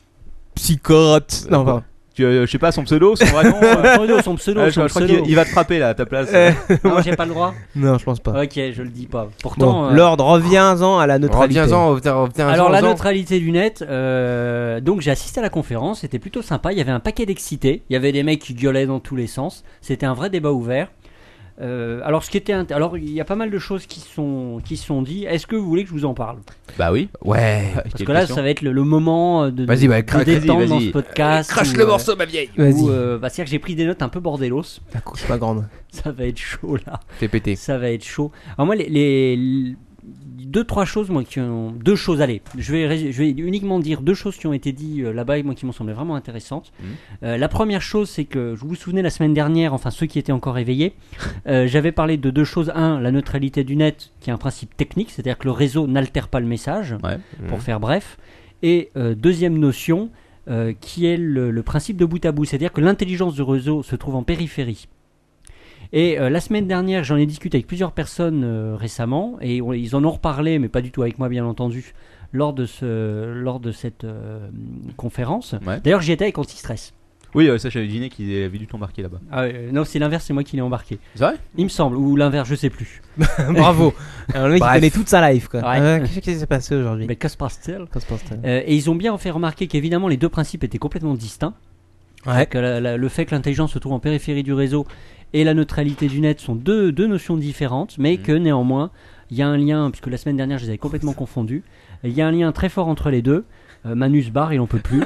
Speaker 6: Psychote. Non, pardon.
Speaker 3: Tu, euh, je sais pas son pseudo, son vrai nom. euh,
Speaker 5: Prenez son pseudo,
Speaker 3: euh, je,
Speaker 5: son
Speaker 3: je crois
Speaker 5: pseudo. Eh.
Speaker 3: qu'il il va te frapper là à ta place.
Speaker 6: Euh,
Speaker 5: Non, j'ai pas le droit.
Speaker 6: Non, je pense pas.
Speaker 5: Ok, je le dis pas. Pourtant.
Speaker 6: Bon,
Speaker 5: euh,
Speaker 6: Lord, reviens-en à la neutralité.
Speaker 4: Reviens-en, reviens-en, reviens-en.
Speaker 5: Alors la neutralité du net, euh, donc j'ai assisté à la conférence, c'était plutôt sympa, il y avait un paquet d'excités, il y avait des mecs qui gueulaient dans tous les sens, c'était un vrai débat ouvert. Euh, alors ce qui était int- alors il y a pas mal de choses qui sont qui se sont dit. Est-ce que vous voulez que je vous en parle
Speaker 3: Bah oui.
Speaker 4: Ouais.
Speaker 5: Parce que là ça va être le, le moment euh, de, de-
Speaker 4: Vas-y, bah,
Speaker 5: de
Speaker 4: craque,
Speaker 5: détendre
Speaker 3: vas-y,
Speaker 5: dans
Speaker 3: vas-y.
Speaker 5: ce podcast.
Speaker 1: Crache
Speaker 5: où,
Speaker 1: le
Speaker 5: euh,
Speaker 1: morceau, ma vieille.
Speaker 6: Vas-y.
Speaker 5: où, euh, bah, c'est-à-dire que j'ai pris des notes un peu bordelos.
Speaker 6: La couche pas grande.
Speaker 5: Ça va être chaud là.
Speaker 4: Fais péter.
Speaker 5: Ça va être chaud. Alors moi, les, les- les- deux trois choses moi qui ont deux choses. Allez, je vais rés- je vais uniquement dire deux choses qui ont été dites euh, là-bas et moi qui m'ont semblé vraiment intéressantes. Euh, la première chose, c'est que je vous souvenez la semaine dernière, enfin ceux qui étaient encore éveillés, euh, j'avais parlé de deux choses. Un, la neutralité du net, qui est un principe technique, c'est-à-dire que le réseau n'altère pas le message,
Speaker 3: Ouais.
Speaker 5: pour faire bref. Et euh, deuxième notion. euh, qui est le, le principe de bout à bout, c'est-à-dire que l'intelligence du réseau se trouve en périphérie. Et euh, la semaine dernière, j'en ai discuté avec plusieurs personnes euh, récemment, et on- ils en ont reparlé, mais pas du tout avec moi, bien entendu, lors de, ce, lors de cette euh, conférence.
Speaker 3: Ouais.
Speaker 5: D'ailleurs, j'y étais avec Antistress.
Speaker 3: Oui, euh, ça j'avais deviné qu'il avait du ton marqué là-bas.
Speaker 5: Ah, euh, non, c'est l'inverse, c'est moi qui l'ai embarqué.
Speaker 3: C'est vrai
Speaker 5: Il me semble, ou l'inverse, je sais plus.
Speaker 6: Bravo. Alors, le mec, il
Speaker 4: Bref.
Speaker 6: connaît toute sa life, quoi.
Speaker 5: Ouais.
Speaker 6: Euh, Qu'est-ce qui s'est passé aujourd'hui
Speaker 5: Mais Kasparstel.
Speaker 6: Qu'en se passe-t-il
Speaker 5: Euh, et ils ont bien fait remarquer qu'évidemment, les deux principes étaient complètement distincts.
Speaker 6: Ouais.
Speaker 5: que la- la- le fait que l'intelligence se trouve en périphérie du réseau et la neutralité du net sont deux, deux notions différentes, mais
Speaker 6: Mm.
Speaker 5: que néanmoins, il y a un lien, puisque la semaine dernière je les avais complètement confondus, il y a un lien très fort entre les deux. Euh, Manus barre, il en peut plus.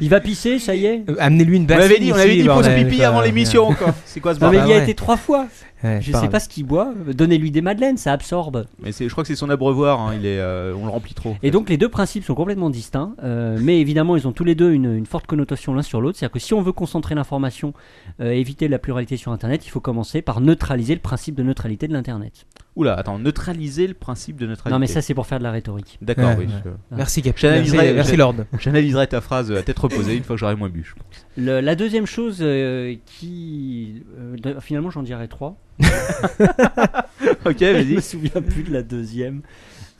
Speaker 5: il va pisser, ça y est.
Speaker 6: Euh, Amenez-lui une
Speaker 3: On
Speaker 5: Bah
Speaker 6: bassine.
Speaker 3: avait dit, on
Speaker 6: ici,
Speaker 3: avait dit pause
Speaker 6: bordel,
Speaker 3: pipi
Speaker 6: quoi.
Speaker 3: avant l'émission quoi. C'est quoi ce
Speaker 5: Non, mais
Speaker 3: bordel
Speaker 5: il y a
Speaker 6: Ah bah ouais.
Speaker 5: été trois fois.
Speaker 6: Ouais,
Speaker 5: Je sais
Speaker 6: parle.
Speaker 5: pas ce qu'il boit. Donnez-lui des madeleines, ça absorbe.
Speaker 3: Mais c'est- je crois que c'est son abreuvoir. hein, Il est, euh, on le remplit trop.
Speaker 5: Et donc les deux principes sont complètement distincts, euh, mais évidemment ils ont tous les deux une, une forte connotation l'un sur l'autre. C'est-à-dire que si on veut concentrer l'information, euh, éviter la pluralité sur Internet, il faut commencer par neutraliser le principe de neutralité de l'Internet.
Speaker 3: Oula, attends, neutraliser le principe de neutralité.
Speaker 5: Non mais ça c'est pour faire de la rhétorique.
Speaker 3: D'accord,
Speaker 6: Ouais,
Speaker 3: oui.
Speaker 6: ouais.
Speaker 3: je-
Speaker 6: Merci, Cap.
Speaker 3: J'analyserai-
Speaker 6: Merci, merci,
Speaker 3: je-
Speaker 6: Lord.
Speaker 3: J'analyserai ta phrase à tête reposée une fois que j'aurai moins bu. je pense.
Speaker 5: Le- la deuxième chose euh, qui... euh, de- finalement j'en dirais trois.
Speaker 3: Ok,
Speaker 5: Je me
Speaker 3: Eh, vas-y.
Speaker 5: souviens plus de la deuxième.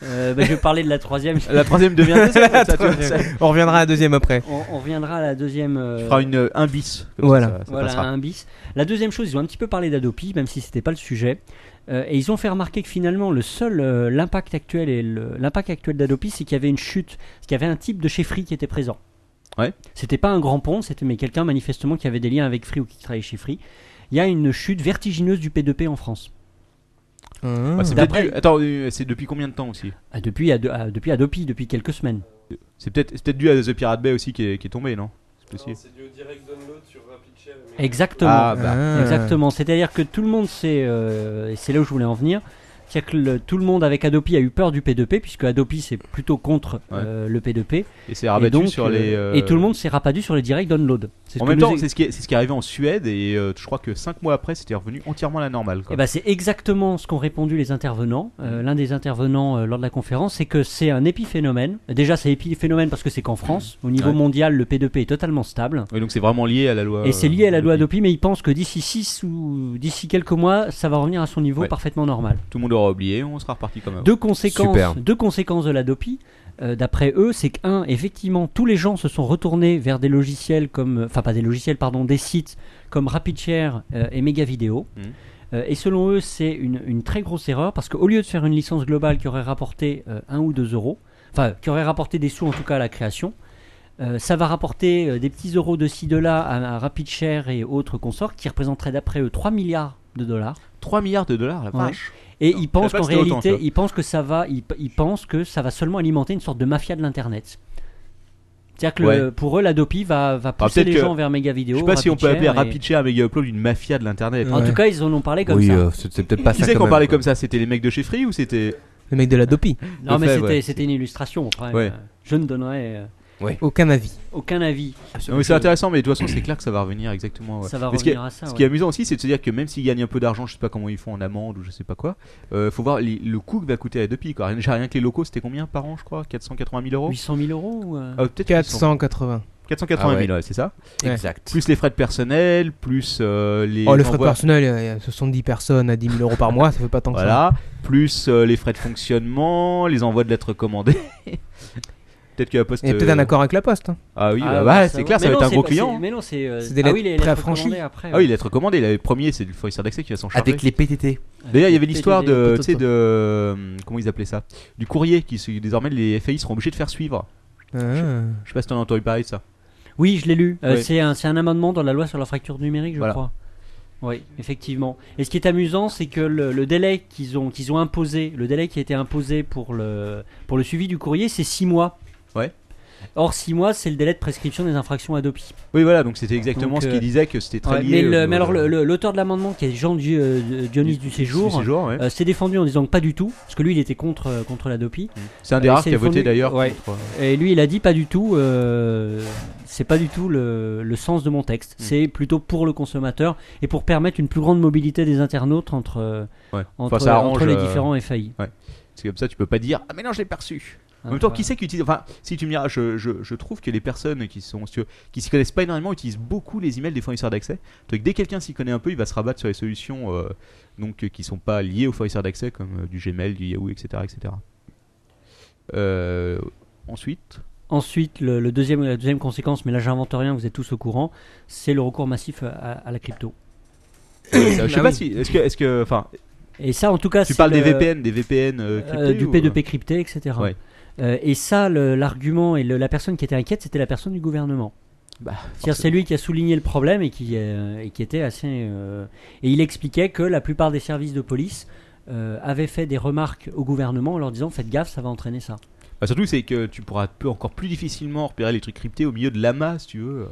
Speaker 5: Euh, bah, je vais parler de la troisième.
Speaker 3: La troisième devient deuxième. comme ça, tu vois, ça-
Speaker 6: On reviendra à la deuxième après.
Speaker 5: On, on reviendra à la deuxième. euh,
Speaker 3: Tu feras une, un bis. comme
Speaker 6: Voilà.
Speaker 3: ça, ça
Speaker 5: Voilà,
Speaker 3: passera.
Speaker 5: un bis. La deuxième chose, ils ont un petit peu parlé d'Adopi, même si c'était pas le sujet. Euh, et ils ont fait remarquer que finalement, le seul euh, l'impact actuel et le- l'impact actuel d'Adopi, c'est qu'il y avait une chute, qu'il y avait un type de chez Free qui était présent.
Speaker 3: Ouais.
Speaker 5: C'était pas un grand pont, c'était mais quelqu'un manifestement qui avait des liens avec Free ou qui travaillait chez Free. Il y a une chute vertigineuse du P2P en France.
Speaker 6: Mmh.
Speaker 3: Bah, c'est
Speaker 5: D'après-
Speaker 3: peut-être dû- Attends, euh, c'est depuis combien de temps aussi
Speaker 5: Ah, depuis, Ado- ah, depuis Adopi, depuis quelques semaines.
Speaker 3: C'est peut-être c'est peut-être dû à The Pirate Bay aussi qui est, qui est tombé, non C'est possible.
Speaker 5: Exactement.
Speaker 3: Ah, bah. Ah,
Speaker 5: Ah, bah.
Speaker 6: Ah,
Speaker 5: Exactement. C'est-à-dire que tout le monde s'est. euh, et c'est là où je voulais en venir. C'est-à-dire que le- tout le monde avec Adopi a eu peur du P2P, puisque Adopi c'est plutôt contre
Speaker 3: Ouais.
Speaker 5: euh, le P2P.
Speaker 3: Et c'est rabattu
Speaker 5: donc,
Speaker 3: sur
Speaker 5: euh,
Speaker 3: les. euh,
Speaker 5: Et tout le monde s'est rabattu sur les direct download. C'est ce
Speaker 3: En
Speaker 5: que
Speaker 3: même
Speaker 5: nous
Speaker 3: temps,
Speaker 5: ex-
Speaker 3: c'est ce, qui est, c'est ce qui est arrivé en Suède et euh, je crois que 5 mois après, c'était revenu entièrement à la normale. quoi.
Speaker 5: Eh ben, c'est exactement ce qu'ont répondu les intervenants. Euh, L'un des intervenants euh, lors de la conférence, c'est que c'est un épiphénomène. Déjà, c'est épiphénomène parce que c'est qu'en France, au niveau
Speaker 3: Ouais.
Speaker 5: mondial, le P2P est totalement stable.
Speaker 3: Oui, donc c'est vraiment lié à la loi.
Speaker 5: Et c'est lié à la
Speaker 3: euh,
Speaker 5: loi Adopi, mais il pense que d'ici 6 ou d'ici quelques mois, ça va revenir à son niveau
Speaker 3: Ouais.
Speaker 5: parfaitement normal.
Speaker 3: Tout le monde aura oublié, on sera reparti comme avant.
Speaker 5: Deux conséquences,
Speaker 4: Super.
Speaker 5: deux conséquences de l'Adopi, euh, d'après eux, c'est que, un, effectivement, tous les gens se sont retournés vers des logiciels comme, euh, enfin pas des logiciels, pardon, des sites comme RapidShare euh, et Megavideo.
Speaker 3: Mhm.
Speaker 5: Euh, et selon eux, c'est une, une très grosse erreur parce qu'au lieu de faire une licence globale qui aurait rapporté euh, un ou deux euros, enfin qui aurait rapporté des sous en tout cas à la création, euh, ça va rapporter euh, des petits euros de ci de là à, à RapidShare et autres consorts qui représenteraient d'après eux 3 milliards de dollars.
Speaker 3: 3 milliards de dollars, la
Speaker 5: Ouais.
Speaker 3: vache.
Speaker 5: Et
Speaker 3: Non,
Speaker 5: ils pensent
Speaker 3: je savais pas
Speaker 5: qu'en
Speaker 3: que c'était autant,
Speaker 5: réalité,
Speaker 3: ça.
Speaker 5: ils pensent que ça va, ils, ils pensent que ça va seulement alimenter une sorte de mafia de l'internet. C'est-à-dire que le- pour eux, l'Adopi va, va pousser
Speaker 3: Ah, peut-être
Speaker 5: les
Speaker 3: que-
Speaker 5: gens vers méga
Speaker 3: Je
Speaker 5: vidéo.
Speaker 3: sais pas si on peut appeler
Speaker 5: RapidShare et-
Speaker 3: RapidShare avec Upload une mafia de l'internet.
Speaker 5: En tout cas, ils en ont parlé comme
Speaker 4: oui,
Speaker 5: ça.
Speaker 4: euh, c'est c'est peut-être pas
Speaker 3: Qui
Speaker 4: ça.
Speaker 3: c'est
Speaker 4: quand
Speaker 3: qu'on
Speaker 4: même,
Speaker 3: parlait
Speaker 4: quoi.
Speaker 3: comme ça C'était les mecs de chez Free ou c'était.
Speaker 6: Le mec de la Dopi.
Speaker 5: non,
Speaker 3: le
Speaker 5: mais
Speaker 3: fait,
Speaker 5: c'était
Speaker 3: ouais.
Speaker 5: c'était une illustration. après,
Speaker 3: Ouais.
Speaker 5: euh, Je ne donnerai euh,
Speaker 6: Aucun avis.
Speaker 5: aucun avis.
Speaker 3: Non, mais c'est intéressant, mais de toute façon, c'est clair que ça va revenir exactement. ouais.
Speaker 5: Ça va
Speaker 3: Mais ce qui est-
Speaker 5: revenir à ça.
Speaker 3: Ce
Speaker 5: ouais.
Speaker 3: qui est amusant aussi, c'est de se dire que même s'ils gagnent un peu d'argent, je sais pas comment ils font en amende ou je sais pas quoi, euh, faut voir les- le coût que va coûter à Adopi. Quoi. Rien, déjà, rien que les locaux, c'était combien par an, je crois 480 000 euros
Speaker 5: 800 000 euros ou, euh,
Speaker 3: Ah, Peut-être 400.
Speaker 6: 480.
Speaker 3: 480 000,
Speaker 4: Ah ouais.
Speaker 3: ouais, c'est ça.
Speaker 6: Ouais.
Speaker 4: Exact.
Speaker 3: Plus les frais de personnel, plus euh, les.
Speaker 6: oh, le frais de
Speaker 3: envois-
Speaker 6: personnel, il y a 70 personnes à 10 000 euros par mois, ça fait pas tant que ça.
Speaker 3: Voilà. Plus euh, les frais de fonctionnement, les envois de lettres commandées. peut-être que la poste.
Speaker 6: Il y a peut-être
Speaker 3: euh,
Speaker 6: un accord avec la poste. hein.
Speaker 3: Ah oui,
Speaker 5: ah,
Speaker 3: bah,
Speaker 5: ouais,
Speaker 3: bah,
Speaker 5: ça
Speaker 3: c'est clair,
Speaker 5: mais
Speaker 3: ça va
Speaker 5: non,
Speaker 3: être un
Speaker 5: c'est
Speaker 3: gros
Speaker 5: pas-
Speaker 3: client. hein.
Speaker 5: c'est- Mais non, c'est. euh,
Speaker 6: C'est des
Speaker 5: ah oui, les
Speaker 6: lettres
Speaker 5: lettres
Speaker 6: préaffranchies.
Speaker 5: commandées après.
Speaker 3: Ah
Speaker 5: ouais.
Speaker 3: oui, lettres commandées, le premier, c'est le fournisseur d'accès qui va s'en charger.
Speaker 4: Avec les PTT.
Speaker 3: D'ailleurs, il y
Speaker 5: Avec
Speaker 3: avait
Speaker 5: les
Speaker 3: l'histoire
Speaker 5: TDD.
Speaker 3: de, tu sais, de, euh, comment ils appelaient ça, du courrier qui se- désormais les FAI seront obligés de faire suivre.
Speaker 6: Ah.
Speaker 3: Je sais pas si t'en as entendu parler de ça.
Speaker 5: Oui, je l'ai lu. Euh,
Speaker 3: Oui.
Speaker 5: C'est un, c'est un amendement dans la loi sur la fracture numérique, je
Speaker 3: Voilà.
Speaker 5: crois. Oui, effectivement. Et ce qui est amusant, c'est que le, le délai qu'ils ont, qu'ils ont imposé, le délai qui a été imposé pour le, pour le suivi du courrier, c'est 6 mois.
Speaker 3: Ouais.
Speaker 5: Or, 6 mois, c'est le délai de prescription des infractions Adopi.
Speaker 3: Oui, voilà, donc c'était exactement
Speaker 5: Donc,
Speaker 3: ce qu'ils
Speaker 5: euh,
Speaker 3: disaient que c'était très
Speaker 5: Ouais,
Speaker 3: lié.
Speaker 5: mais, le-
Speaker 3: euh,
Speaker 5: mais alors,
Speaker 3: au-
Speaker 5: le- le- l'auteur de l'amendement, qui est Jean Dieu, euh, Dionis du, Séjour,
Speaker 3: ouais.
Speaker 5: euh, s'est défendu en disant que pas du tout, parce que lui, il était contre, euh, contre l'Adopi.
Speaker 3: C'est un des
Speaker 5: euh,
Speaker 3: rares
Speaker 5: c'est
Speaker 3: qui a
Speaker 5: le
Speaker 3: voté
Speaker 5: fondu-
Speaker 3: d'ailleurs.
Speaker 5: ouais.
Speaker 3: contre, euh,
Speaker 5: Et lui, il a dit pas du tout. euh, c'est pas du tout le, le sens de mon texte.
Speaker 3: Mm.
Speaker 5: C'est plutôt pour le consommateur et pour permettre une plus grande mobilité des internautes entre euh,
Speaker 3: ouais.
Speaker 5: entre,
Speaker 3: Enfin, ça arrange.
Speaker 5: entre les
Speaker 3: euh,
Speaker 5: différents FAI.
Speaker 3: C'est comme ça, tu peux pas dire Ah, mais non, je l'ai perçu. En
Speaker 5: Hein,
Speaker 3: même temps,
Speaker 5: voilà.
Speaker 3: qui c'est qui utilise. Enfin, si tu me diras, je, je, je trouve que les personnes qui sont sur- qui s'y connaissent pas énormément utilisent beaucoup les emails des fournisseurs d'accès. Donc, dès que quelqu'un s'y connaît un peu, il va se rabattre sur les solutions euh, donc, euh, qui sont pas liées aux fournisseurs d'accès, comme euh, du Gmail, du Yahoo, etc. etc. Euh, ensuite,
Speaker 5: Ensuite, le, le deuxième la deuxième conséquence, mais là j'invente rien, vous êtes tous au courant, c'est le recours massif à, à la crypto.
Speaker 3: euh, je sais
Speaker 5: Bah
Speaker 6: Ah
Speaker 3: pas
Speaker 6: oui.
Speaker 3: si. Est-ce que. Est-ce que enfin,
Speaker 5: Et ça, en tout cas,
Speaker 3: tu
Speaker 5: c'est
Speaker 3: parles des
Speaker 5: Ah, le-
Speaker 3: VPN, des VPN euh,
Speaker 5: euh,
Speaker 3: cryptés
Speaker 5: du
Speaker 3: ou-
Speaker 5: P2P crypté, etc.
Speaker 3: Ouais.
Speaker 5: Euh, et ça, le- l'argument et le- la personne qui était inquiète, c'était la personne du gouvernement.
Speaker 3: Bah,
Speaker 5: C'est-à-dire, C'est lui qui a souligné le problème et qui, euh, et qui était assez. euh, et il expliquait que la plupart des services de police euh, avaient fait des remarques au gouvernement en leur disant faites gaffe, ça va entraîner ça.
Speaker 3: Bah, surtout, c'est que tu pourras peu- encore plus difficilement repérer les trucs cryptés au milieu de l'amas, si tu veux, euh,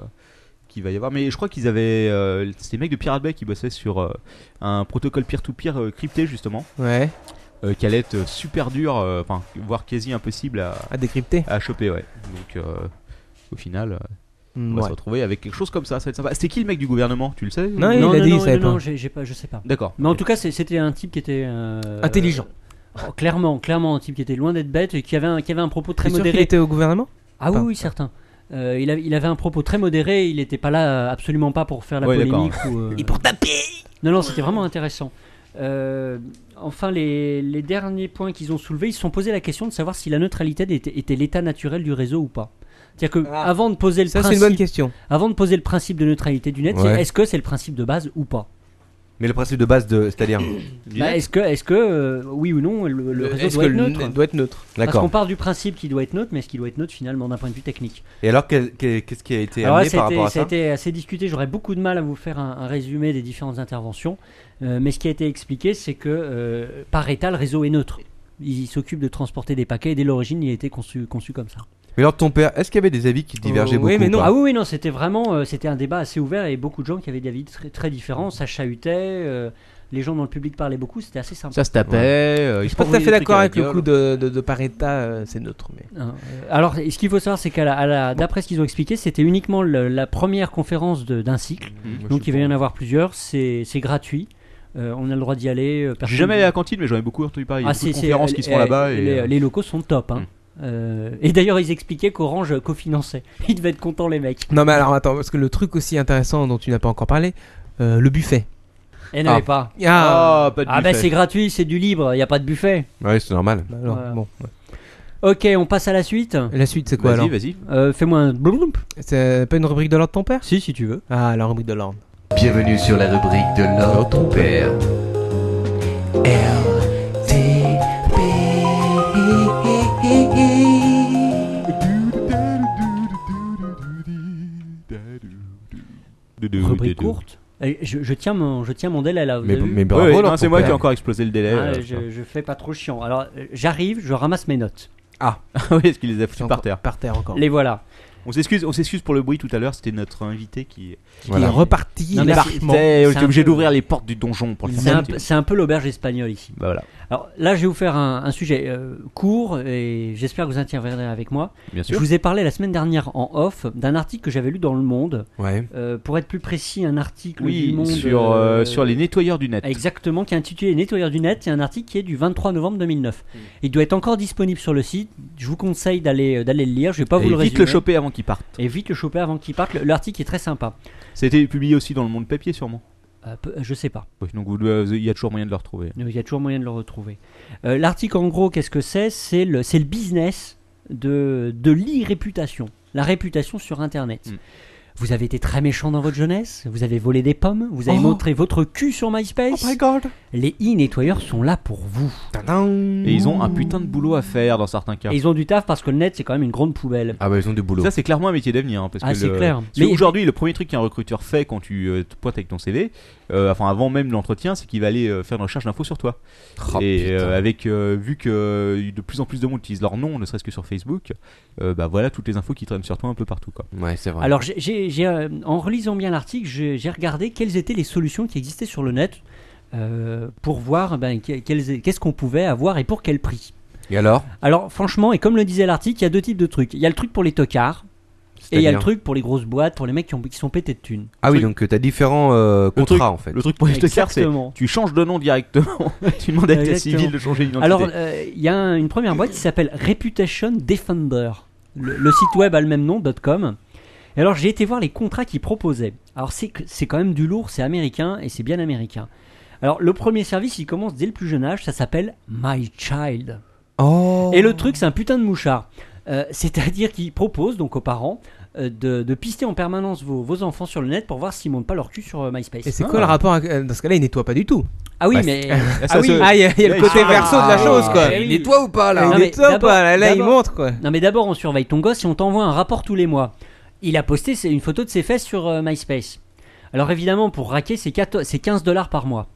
Speaker 3: qu'il va y avoir. Mais je crois qu'ils avaient. euh, C'était les mecs de Pirate Bay qui bossaient sur euh, un protocole peer-to-peer euh, crypté, justement,
Speaker 6: Ouais,
Speaker 3: euh, qui allait être euh, super dur, euh, enfin, voire quasi impossible à,
Speaker 6: à décrypter.
Speaker 3: à choper, ouais. Donc, euh, au final, euh, on
Speaker 6: Mm,
Speaker 3: va
Speaker 6: ouais.
Speaker 3: se retrouver avec quelque chose comme ça, ça va être sympa. C'était qui le mec du gouvernement Tu le sais
Speaker 6: Non, il a dit, il savait
Speaker 5: non,
Speaker 6: pas.
Speaker 5: j'ai- j'ai pas- je sais pas.
Speaker 3: D'accord.
Speaker 5: Mais en tout cas, c'est- c'était un type qui était. euh,
Speaker 6: Intelligent.
Speaker 5: euh, clairement, clairement, un type qui était loin d'être bête et qui avait un, qui avait un propos très
Speaker 6: T'es sûr qu'il
Speaker 5: modéré.
Speaker 6: était au gouvernement
Speaker 5: Ah oui,
Speaker 6: Pas-
Speaker 5: oui, certain. Euh, il, avait, il avait un propos très modéré, il n'était pas là euh, absolument pas pour faire la
Speaker 3: Ouais, d'accord.
Speaker 5: polémique. Ou, euh, Non, non, c'était vraiment intéressant. Euh, enfin, les, les derniers points qu'ils ont soulevés, ils se sont posé la question de savoir si la neutralité était, était l'état naturel du réseau ou pas. C'est-à-dire que
Speaker 6: Ah.
Speaker 5: avant de poser le
Speaker 6: Ça, c'est une bonne
Speaker 5: principe,
Speaker 6: question.
Speaker 5: avant de poser le principe de neutralité du net, c'est
Speaker 4: Ouais.
Speaker 5: est-ce que c'est le principe de base ou pas
Speaker 4: Mais le principe de base, de... c'est-à-dire.
Speaker 5: Bah, Est-ce que, est-ce que, euh, oui ou non, le, le réseau
Speaker 6: Euh, Est-ce
Speaker 5: doit
Speaker 6: que
Speaker 5: être
Speaker 6: le
Speaker 5: neutre
Speaker 6: net doit être neutre
Speaker 5: Parce qu'on
Speaker 4: D'accord.
Speaker 5: part du principe qu'il doit être neutre, mais est-ce qu'il doit être neutre finalement d'un point de vue technique
Speaker 4: Et alors, quel- quel- qu'est-ce qui a été
Speaker 5: Alors là,
Speaker 4: amené
Speaker 5: ça
Speaker 4: par
Speaker 5: a été-
Speaker 4: rapport à
Speaker 5: ça a
Speaker 4: ça
Speaker 5: été assez discuté. J'aurais beaucoup de mal à vous faire un, un résumé des différentes interventions. Euh, mais ce qui a été expliqué, c'est que euh, par état, le réseau est neutre. Il s'occupe de transporter des paquets et dès l'origine, il a été conçu, conçu comme ça.
Speaker 4: Mais alors, ton père, est-ce qu'il y avait des avis qui divergeaient
Speaker 6: Oh, oui,
Speaker 4: beaucoup
Speaker 6: mais
Speaker 4: ou
Speaker 6: non.
Speaker 4: pas
Speaker 5: Ah oui, oui, non, c'était vraiment euh, c'était un débat assez ouvert et beaucoup de gens qui avaient des avis très, très différents. Ça chahutait. euh, les gens dans le public parlaient beaucoup, c'était assez sympa.
Speaker 6: Ça se tapait. euh,
Speaker 5: Ils
Speaker 6: je suis
Speaker 5: se
Speaker 6: pas tout à
Speaker 5: renvoyaient
Speaker 6: fait
Speaker 5: des
Speaker 6: d'accord avec
Speaker 5: trucs à
Speaker 6: le
Speaker 5: la
Speaker 6: coup de, de, de Paretta, euh, c'est neutre. Mais...
Speaker 5: Hein. Alors, ce qu'il faut savoir, c'est qu'à la, à la- d'après ce qu'ils ont expliqué, c'était uniquement le- la première conférence de- d'un cycle. Donc, il va y en avoir plusieurs. C'est c'est gratuit. Euh, on a le droit d'y aller. euh,
Speaker 3: J'ai
Speaker 5: personne-
Speaker 3: jamais allé à la cantine, mais j'en ai beaucoup entendu parler. Il y a
Speaker 5: Ah,
Speaker 3: beaucoup de
Speaker 5: c'est- c'est-
Speaker 3: conférences qui se font
Speaker 5: euh,
Speaker 3: là-bas. et,
Speaker 5: Les,
Speaker 3: euh,
Speaker 5: les locaux sont top. hein. Euh, et d'ailleurs, ils expliquaient qu'Orange cofinançait. Ils devaient être contents, les mecs.
Speaker 6: Non, mais alors attends, parce que le truc aussi intéressant dont tu n'as pas encore parlé, euh, le buffet.
Speaker 5: Et n'avaient
Speaker 6: Ah.
Speaker 5: pas.
Speaker 3: Ah, pas de
Speaker 5: Ah,
Speaker 3: buffet.
Speaker 5: ben c'est gratuit, c'est du libre, il n'y a pas de buffet.
Speaker 4: Ouais, c'est normal.
Speaker 6: Bah, alors,
Speaker 5: Ouais.
Speaker 6: bon, ouais.
Speaker 5: Ok, on passe à la suite.
Speaker 6: Et La suite, c'est quoi
Speaker 3: Vas-y,
Speaker 6: alors
Speaker 3: vas-y.
Speaker 5: Euh, Fais-moi un bloum.
Speaker 6: C'est pas une rubrique de l'ordre de ton père
Speaker 5: Si, si tu veux.
Speaker 6: Ah, la rubrique de l'ordre.
Speaker 2: Bienvenue sur la rubrique de l'ordre ton père.
Speaker 5: Rubrique courte. Eh, Je, je tiens mon, je tiens mon délai là. vous
Speaker 4: Mais,
Speaker 5: avez vu
Speaker 4: mais
Speaker 3: Ouais,
Speaker 4: bravo,
Speaker 3: ouais,
Speaker 4: alors,
Speaker 3: non, c'est
Speaker 4: ton
Speaker 3: moi
Speaker 4: père.
Speaker 3: qui ai encore explosé le délai.
Speaker 5: Ah,
Speaker 3: euh,
Speaker 5: je, je fais pas trop chiant. Alors, euh, j'arrive, je ramasse mes notes.
Speaker 3: Ah oui, est-ce qu'il les a foutus par terre
Speaker 6: Par terre encore.
Speaker 5: Les voilà.
Speaker 3: On s'excuse, on s'excuse pour le bruit tout à l'heure. C'était notre invité qui
Speaker 6: Il est
Speaker 4: Voilà.
Speaker 6: reparti.
Speaker 5: Non,
Speaker 3: Il
Speaker 5: mais
Speaker 6: là.
Speaker 5: c'est-
Speaker 3: partait.
Speaker 5: c'est
Speaker 3: On était
Speaker 5: un
Speaker 3: obligé
Speaker 5: peu-
Speaker 3: d'ouvrir les portes du donjon pour le
Speaker 5: C'est
Speaker 3: faire.
Speaker 5: un, peu- c'est un peu l'auberge espagnole ici.
Speaker 3: Bah voilà,
Speaker 5: Alors là, je vais vous faire un, un sujet euh, court et j'espère que vous interviendrez avec moi.
Speaker 3: bien
Speaker 5: Je
Speaker 3: sûr.
Speaker 5: vous ai parlé la semaine dernière en off d'un article que j'avais lu dans Le Monde.
Speaker 4: Ouais.
Speaker 5: Euh, pour être plus précis, un article du
Speaker 3: Oui,
Speaker 5: Monde
Speaker 3: sur,
Speaker 5: euh,
Speaker 3: euh, sur les nettoyeurs du net.
Speaker 5: Exactement, qui est intitulé Nettoyeur du net, et un article qui est du 23 novembre 2009.
Speaker 3: Hmm.
Speaker 5: Il doit être encore disponible sur le site. Je vous conseille d'aller euh, d'aller le lire. Je vais pas
Speaker 3: Et
Speaker 5: vous le
Speaker 3: vite
Speaker 5: résumer.
Speaker 3: le choper avant qu'il parte.
Speaker 5: Et vite le choper avant qu'il parte. Le- L'article est très sympa.
Speaker 3: C'était publié aussi dans le monde papier, sûrement.
Speaker 5: Euh, peu- je sais pas.
Speaker 3: Oui, donc vous devez- il y a toujours moyen de le retrouver.
Speaker 5: Il y a toujours moyen de le retrouver. Euh, L'article, en gros, qu'est-ce que c'est C'est le, c'est le business de, de l'irréputation. La réputation sur Internet.
Speaker 3: Mm.
Speaker 5: Vous avez été très méchant dans votre jeunesse, vous avez volé des pommes, vous avez montré votre cul sur MySpace.
Speaker 6: God.
Speaker 5: Les e-nettoyeurs sont là pour vous.
Speaker 3: Et ils ont un putain de boulot à faire dans certains cas.
Speaker 5: Mmh. Et ils ont du taf parce que le net, c'est quand même une grande poubelle.
Speaker 4: Ah bah ils ont du boulot.
Speaker 3: Ça, c'est clairement un métier d'avenir. hein, parce
Speaker 5: Ah,
Speaker 3: que
Speaker 5: c'est
Speaker 3: le-
Speaker 5: clair.
Speaker 3: parce
Speaker 5: Mais-
Speaker 3: que aujourd'hui, le premier truc qu'un recruteur fait quand tu euh, te pointes avec ton CV, euh, enfin avant même l'entretien, c'est qu'il va aller euh, faire une recherche d'infos sur toi.
Speaker 4: Oh,
Speaker 3: et
Speaker 4: putain.
Speaker 3: euh, avec euh, vu que euh, de plus en plus de monde utilise leur nom, ne serait-ce que sur Facebook, euh, bah voilà toutes les infos qui traînent sur toi un peu partout. Quoi.
Speaker 4: Ouais, c'est vrai.
Speaker 5: Alors, j'ai- j'ai- j'ai, euh, en relisant bien l'article, j'ai j'ai regardé quelles étaient les solutions qui existaient sur le net euh, pour voir ben, que- quelles- qu'est-ce qu'on pouvait avoir et pour quel prix.
Speaker 4: Et alors
Speaker 5: Alors, franchement, et comme le disait l'article, il y a deux types de trucs. Il y a le truc pour les tocards et il y a le truc pour les grosses boîtes, pour les mecs qui, ont- qui sont pétés de thunes.
Speaker 4: Ah oui,
Speaker 3: truc-
Speaker 4: donc euh, t'as différents euh,
Speaker 3: Le truc-
Speaker 4: contrats en fait.
Speaker 3: Le truc pour les tocards, c'est
Speaker 5: Exactement.
Speaker 3: tu changes de nom directement, tu demandes à ta
Speaker 5: Exactement.
Speaker 3: civile de changer d'identité.
Speaker 5: Alors, euh, il y a un- une première boîte qui s'appelle Reputation Defender. Le, le site web a le même nom, .com. Et alors, j'ai été voir les contrats qu'ils proposaient. Alors, c'est que- c'est quand même du lourd, c'est américain et c'est bien américain. Alors, le premier service, il commence dès le plus jeune âge, ça s'appelle My Child.
Speaker 4: Oh
Speaker 5: Et le truc, c'est un putain de mouchard. Euh, C'est-à-dire qu'ils proposent donc aux parents euh, de, de pister en permanence vos, vos enfants sur le net pour voir s'ils montent pas leur cul sur euh, MySpace.
Speaker 6: Et c'est quoi le rapport avec- euh, Dans ce cas-là, il nettoie pas du tout.
Speaker 5: Ah oui,
Speaker 4: Bah,
Speaker 5: mais.
Speaker 3: Là, ça,
Speaker 6: Ah oui,
Speaker 3: ça-
Speaker 6: il y a, il y a le
Speaker 3: là,
Speaker 6: côté
Speaker 3: ils-
Speaker 6: verso de la chose quoi.
Speaker 5: Ah,
Speaker 6: Il
Speaker 5: oui.
Speaker 4: Et toi ou pas là
Speaker 5: Non,
Speaker 6: nettoie
Speaker 5: mais
Speaker 6: ou pas Là, là, il
Speaker 5: d'abord-
Speaker 6: montre quoi.
Speaker 5: Non mais d'abord on surveille ton gosse et on t'envoie un rapport tous les mois. Il a posté c'est une photo de ses fesses sur euh, MySpace. Alors évidemment pour raquer c'est 14 c'est 15 dollars par mois.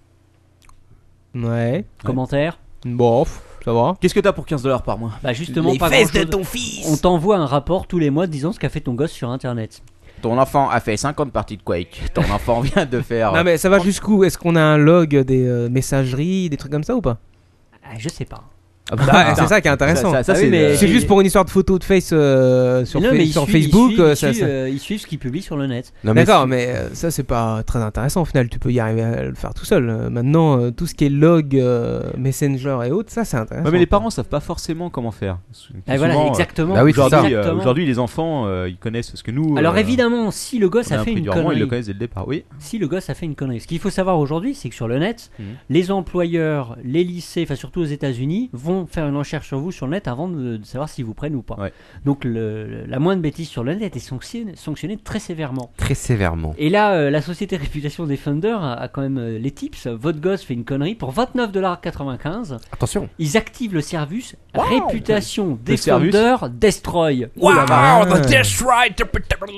Speaker 6: Ouais.
Speaker 5: Commentaire
Speaker 6: Bon, pff, ça va.
Speaker 3: Qu'est-ce que t'as pour 15 dollars par mois
Speaker 5: Bah justement pas grand-chose. On t'envoie un rapport tous les mois disant ce qu'a fait ton gosse sur internet.
Speaker 2: Ton enfant a fait 50 parties de Quake. Ton enfant vient de
Speaker 3: Ah
Speaker 2: faire. euh,
Speaker 6: Non mais ça va jusqu'où Est-ce qu'on a un log des euh, messageries, des trucs comme ça ou pas
Speaker 5: Ah, je sais pas.
Speaker 4: Bah,
Speaker 6: Ah, C'est ça qui est intéressant.
Speaker 3: Ça, ça,
Speaker 5: Ah oui,
Speaker 3: c'est
Speaker 5: mais-
Speaker 6: C'est
Speaker 5: Et-
Speaker 6: juste pour une histoire de photos de face euh, sur,
Speaker 5: Mais non,
Speaker 6: fa-
Speaker 5: mais ils
Speaker 6: sur
Speaker 5: suivent- ils
Speaker 6: Facebook.
Speaker 5: suivent-
Speaker 6: euh,
Speaker 5: ils
Speaker 6: ça-
Speaker 5: suivent,
Speaker 6: ça-
Speaker 5: euh, ils suivent ce qu'ils publient sur le net.
Speaker 4: Non, mais
Speaker 6: D'accord, mais euh, ça c'est pas très intéressant au final. Tu peux y arriver à le faire tout seul. Euh, Maintenant, euh, tout ce qui est log, euh, messenger et autres, ça c'est intéressant.
Speaker 3: Ouais, mais les parents savent pas forcément comment faire.
Speaker 5: Ah, voilà
Speaker 3: Souvent, euh,
Speaker 5: exactement.
Speaker 4: bah oui, c'est ça.
Speaker 3: Aujourd'hui, euh,
Speaker 5: Exactement.
Speaker 3: aujourd'hui, les enfants, euh, ils connaissent ce que nous.
Speaker 5: Alors
Speaker 3: euh,
Speaker 5: évidemment si le gosse
Speaker 3: on a
Speaker 5: a fait
Speaker 3: appris
Speaker 5: une
Speaker 3: durement, Ils le
Speaker 5: connerie.
Speaker 3: connaissent dès le départ. Oui.
Speaker 5: si le gosse a fait une connerie. Ce qu'il faut savoir aujourd'hui, c'est que sur le net,
Speaker 3: Mhm.
Speaker 5: les employeurs, les lycées, enfin surtout aux États-Unis, vont faire une recherche sur vous sur le net avant de, de savoir s'ils vous prennent ou pas.
Speaker 3: Ouais.
Speaker 5: Donc le- la moindre bêtise sur le net est sanctionnée, sanctionnée très sévèrement.
Speaker 4: très sévèrement.
Speaker 5: Et là, euh, la société Réputation Defender a, a quand même euh, les tips. Votre gosse fait une connerie pour 29,95$.
Speaker 4: Attention.
Speaker 5: Ils activent le service Réputation
Speaker 3: Le service.
Speaker 5: Defender Destroy.
Speaker 6: Ah,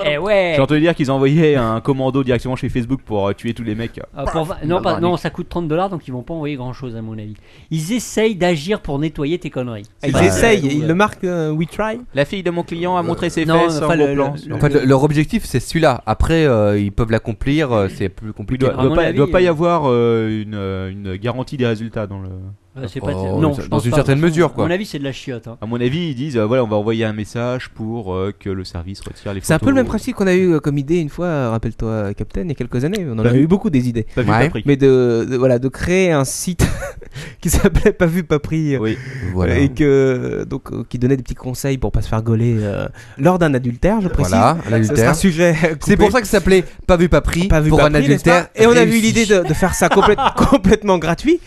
Speaker 5: Eh ouais.
Speaker 3: J'ai entendu dire qu'ils envoyaient un commando directement chez Facebook pour euh, tuer tous les mecs.
Speaker 5: Euh, pour vingt- non, pas- non, ça coûte 30 dollars, donc ils vont pas envoyer grand chose à mon avis. Ils essayent d'agir pour nettoyer tes conneries.
Speaker 6: Ils
Speaker 5: Parce que,
Speaker 6: essayent,
Speaker 5: euh,
Speaker 6: ils le marquent euh, We Try.
Speaker 10: La fille de mon client
Speaker 3: Euh,
Speaker 10: a montré ses
Speaker 5: Non,
Speaker 10: fesses
Speaker 5: enfin,
Speaker 10: en gros
Speaker 5: le-
Speaker 10: plan.
Speaker 5: le-
Speaker 10: sur-
Speaker 4: En fait, le- leur objectif c'est celui-là. Après, euh, ils peuvent l'accomplir, euh, c'est plus
Speaker 3: Il
Speaker 4: compliqué.
Speaker 3: doit,
Speaker 5: À
Speaker 3: doit
Speaker 5: mon
Speaker 3: pas,
Speaker 5: avis,
Speaker 3: doit pas y
Speaker 5: euh,
Speaker 3: avoir euh, une, euh, une garantie des résultats dans le.
Speaker 5: euh, c'est pas-
Speaker 4: Oh,
Speaker 5: non,
Speaker 4: dans
Speaker 5: je pense
Speaker 4: une
Speaker 5: pas.
Speaker 4: certaine mesure,
Speaker 5: À
Speaker 4: quoi.
Speaker 5: mon avis, c'est de la chiotte. hein.
Speaker 3: À mon avis, ils disent euh, voilà, on va envoyer un message pour euh, que le service retire les photos.
Speaker 6: C'est un peu le même principe qu'on a eu euh, comme idée une fois, euh, rappelle-toi, euh, Captain, il y a quelques années. On en a
Speaker 3: Bah,
Speaker 6: eu beaucoup des idées.
Speaker 3: Pas vu,
Speaker 4: Ouais.
Speaker 3: pas pris.
Speaker 6: Mais de, de- voilà, de créer un site qui s'appelait Pas vu, pas pris. euh,
Speaker 3: Oui.
Speaker 4: Voilà.
Speaker 6: Et que donc euh, qui donnait des petits conseils pour pas se faire gauler euh, lors d'un adultère, je précise.
Speaker 4: Voilà, un
Speaker 6: Ce sera un
Speaker 4: adultère.
Speaker 6: sujet.
Speaker 4: C'est pour ça que ça s'appelait Pas vu, pas pris
Speaker 6: pas vu
Speaker 4: pour
Speaker 6: pas
Speaker 4: un
Speaker 6: pris, n'est-ce
Speaker 4: adultère.
Speaker 6: pas Et on a eu
Speaker 4: réussi.
Speaker 6: l'idée de, de faire ça complète- complètement gratuit.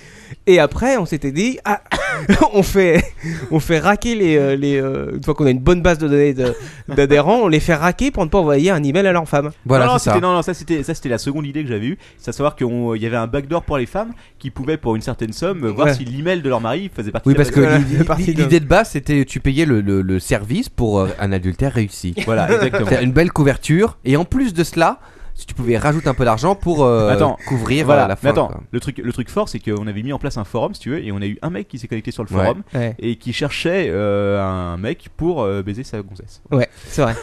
Speaker 6: Et après, on s'était dit, ah, on fait, on fait raquer les, euh, les euh, une fois qu'on a une bonne base de données de- d'adhérents, on les fait raquer pour ne pas envoyer un email à leur femme.
Speaker 4: Voilà,
Speaker 3: non, non,
Speaker 4: c'est ça.
Speaker 3: c'était- non, non, ça c'était ça c'était la seconde idée que j'avais eue, c'est à savoir qu'il y avait un backdoor pour les femmes qui pouvaient pour une certaine somme euh, voir
Speaker 6: Ouais.
Speaker 3: si l'email de leur mari faisait partie.
Speaker 4: Oui,
Speaker 3: de la
Speaker 4: parce que
Speaker 3: base-
Speaker 4: l'i-
Speaker 6: partie
Speaker 4: l'i-
Speaker 6: de-
Speaker 4: l'idée de base c'était tu payais le, le- le service pour euh, un adultère réussi.
Speaker 3: voilà, exactement.
Speaker 4: Faire une belle couverture et en plus de cela, si tu pouvais rajouter un peu d'argent pour euh,
Speaker 3: Attends,
Speaker 4: couvrir
Speaker 3: voilà.
Speaker 4: euh, la fin.
Speaker 3: Mais attends,
Speaker 4: quoi.
Speaker 3: le truc, le truc fort, c'est qu'on avait mis en place un forum, si tu veux, et on a eu un mec qui s'est connecté sur le forum
Speaker 6: Ouais,
Speaker 3: et qui cherchait euh, un mec pour euh, baiser sa gonzesse.
Speaker 6: ouais, c'est vrai.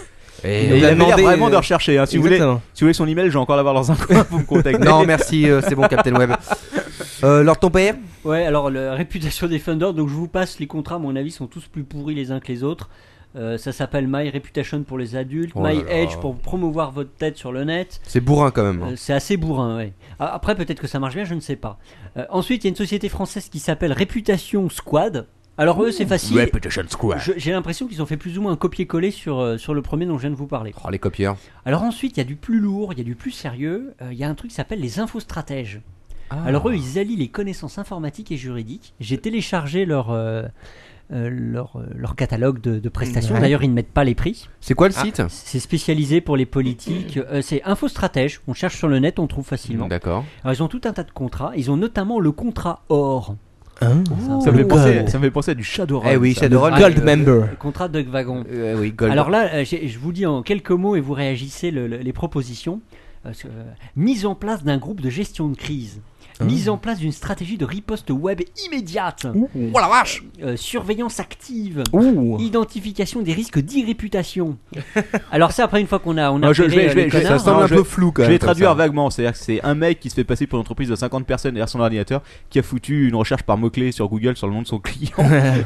Speaker 4: Et-
Speaker 6: Il
Speaker 3: il
Speaker 6: a
Speaker 3: avait
Speaker 6: demandé,
Speaker 3: vraiment
Speaker 6: euh,
Speaker 3: de rechercher. hein. Si, vous voulez, si
Speaker 6: Exactement.
Speaker 3: vous voulez son email, je vais encore l'avoir dans un coin pour me contacter.
Speaker 4: non, merci, euh, c'est bon, Captain Web. Euh, Lord ton père
Speaker 5: Ouais, alors la réputation des funders, donc je vous passe les contrats, à mon avis, sont tous plus pourris les uns que les autres. Euh, ça s'appelle My Reputation pour les adultes,
Speaker 4: Oh là
Speaker 5: My
Speaker 4: là.
Speaker 5: Edge pour promouvoir votre tête sur le net.
Speaker 4: C'est bourrin quand même. hein.
Speaker 5: Euh, C'est assez bourrin, ouais. A- Après, peut-être que ça marche bien, je ne sais pas. Euh, ensuite, il y a une société française qui s'appelle Réputation Squad. Alors, eux, c'est facile.
Speaker 4: Reputation Square.
Speaker 5: Je- J'ai l'impression qu'ils ont fait plus ou moins un copier-coller sur, euh, sur le premier dont je viens de vous parler.
Speaker 4: Oh, les copieurs.
Speaker 5: Alors ensuite, il y a du plus lourd, il y a du plus sérieux. euh, Il y a un truc qui s'appelle les infostratèges.
Speaker 4: Ah.
Speaker 5: Alors eux, ils allient les connaissances informatiques et juridiques. J'ai téléchargé leur, euh, euh, leur, euh, leur catalogue de, de prestations.
Speaker 6: Ouais.
Speaker 5: D'ailleurs, ils ne mettent pas les prix.
Speaker 4: C'est quoi le
Speaker 3: Ah.
Speaker 4: site
Speaker 5: C'est spécialisé pour les politiques. Euh, c'est infostratège. On cherche sur le net, on trouve facilement.
Speaker 4: Hmm, D'accord.
Speaker 5: Alors ils ont tout un tas de contrats. Ils ont notamment le contrat or.
Speaker 6: Hein
Speaker 3: Ça me, fait
Speaker 6: Le
Speaker 3: penser,
Speaker 6: gold.
Speaker 3: ça me fait penser à du Shadowrun.
Speaker 4: Oh. Eh oui,
Speaker 3: ça.
Speaker 5: Ah,
Speaker 4: Shadowrun.
Speaker 6: Gold
Speaker 4: euh,
Speaker 6: member.
Speaker 5: Le contrat Doug Wagon.
Speaker 4: euh, oui, Gold.
Speaker 5: Alors là, euh, j'ai- je vous dis en quelques mots et vous réagissez le- le- les propositions. Euh, ce- euh, mise en place d'un groupe de gestion de crise.
Speaker 3: Ah.
Speaker 5: Mise en place d'une stratégie de riposte web immédiate.
Speaker 6: Oh la vache
Speaker 5: Euh, surveillance active.
Speaker 6: Ouh.
Speaker 5: Identification des risques d'irréputation. Alors ça, après une fois qu'on a, on a
Speaker 3: Non, je- je
Speaker 5: repéré,
Speaker 3: vais-
Speaker 5: euh,
Speaker 3: je vais-
Speaker 5: les
Speaker 3: je vais-
Speaker 5: connards,
Speaker 3: ça semble
Speaker 5: hein,
Speaker 3: un
Speaker 4: un
Speaker 3: je-
Speaker 4: peu flou
Speaker 3: Je
Speaker 4: quand même.
Speaker 3: vais
Speaker 4: comme
Speaker 3: traduire
Speaker 4: ça.
Speaker 3: vaguement, c'est-à-dire que c'est un mec qui se fait passer pour une entreprise de 50 personnes derrière son ordinateur, qui a foutu une recherche par mots-clés sur Google sur le nom de son client,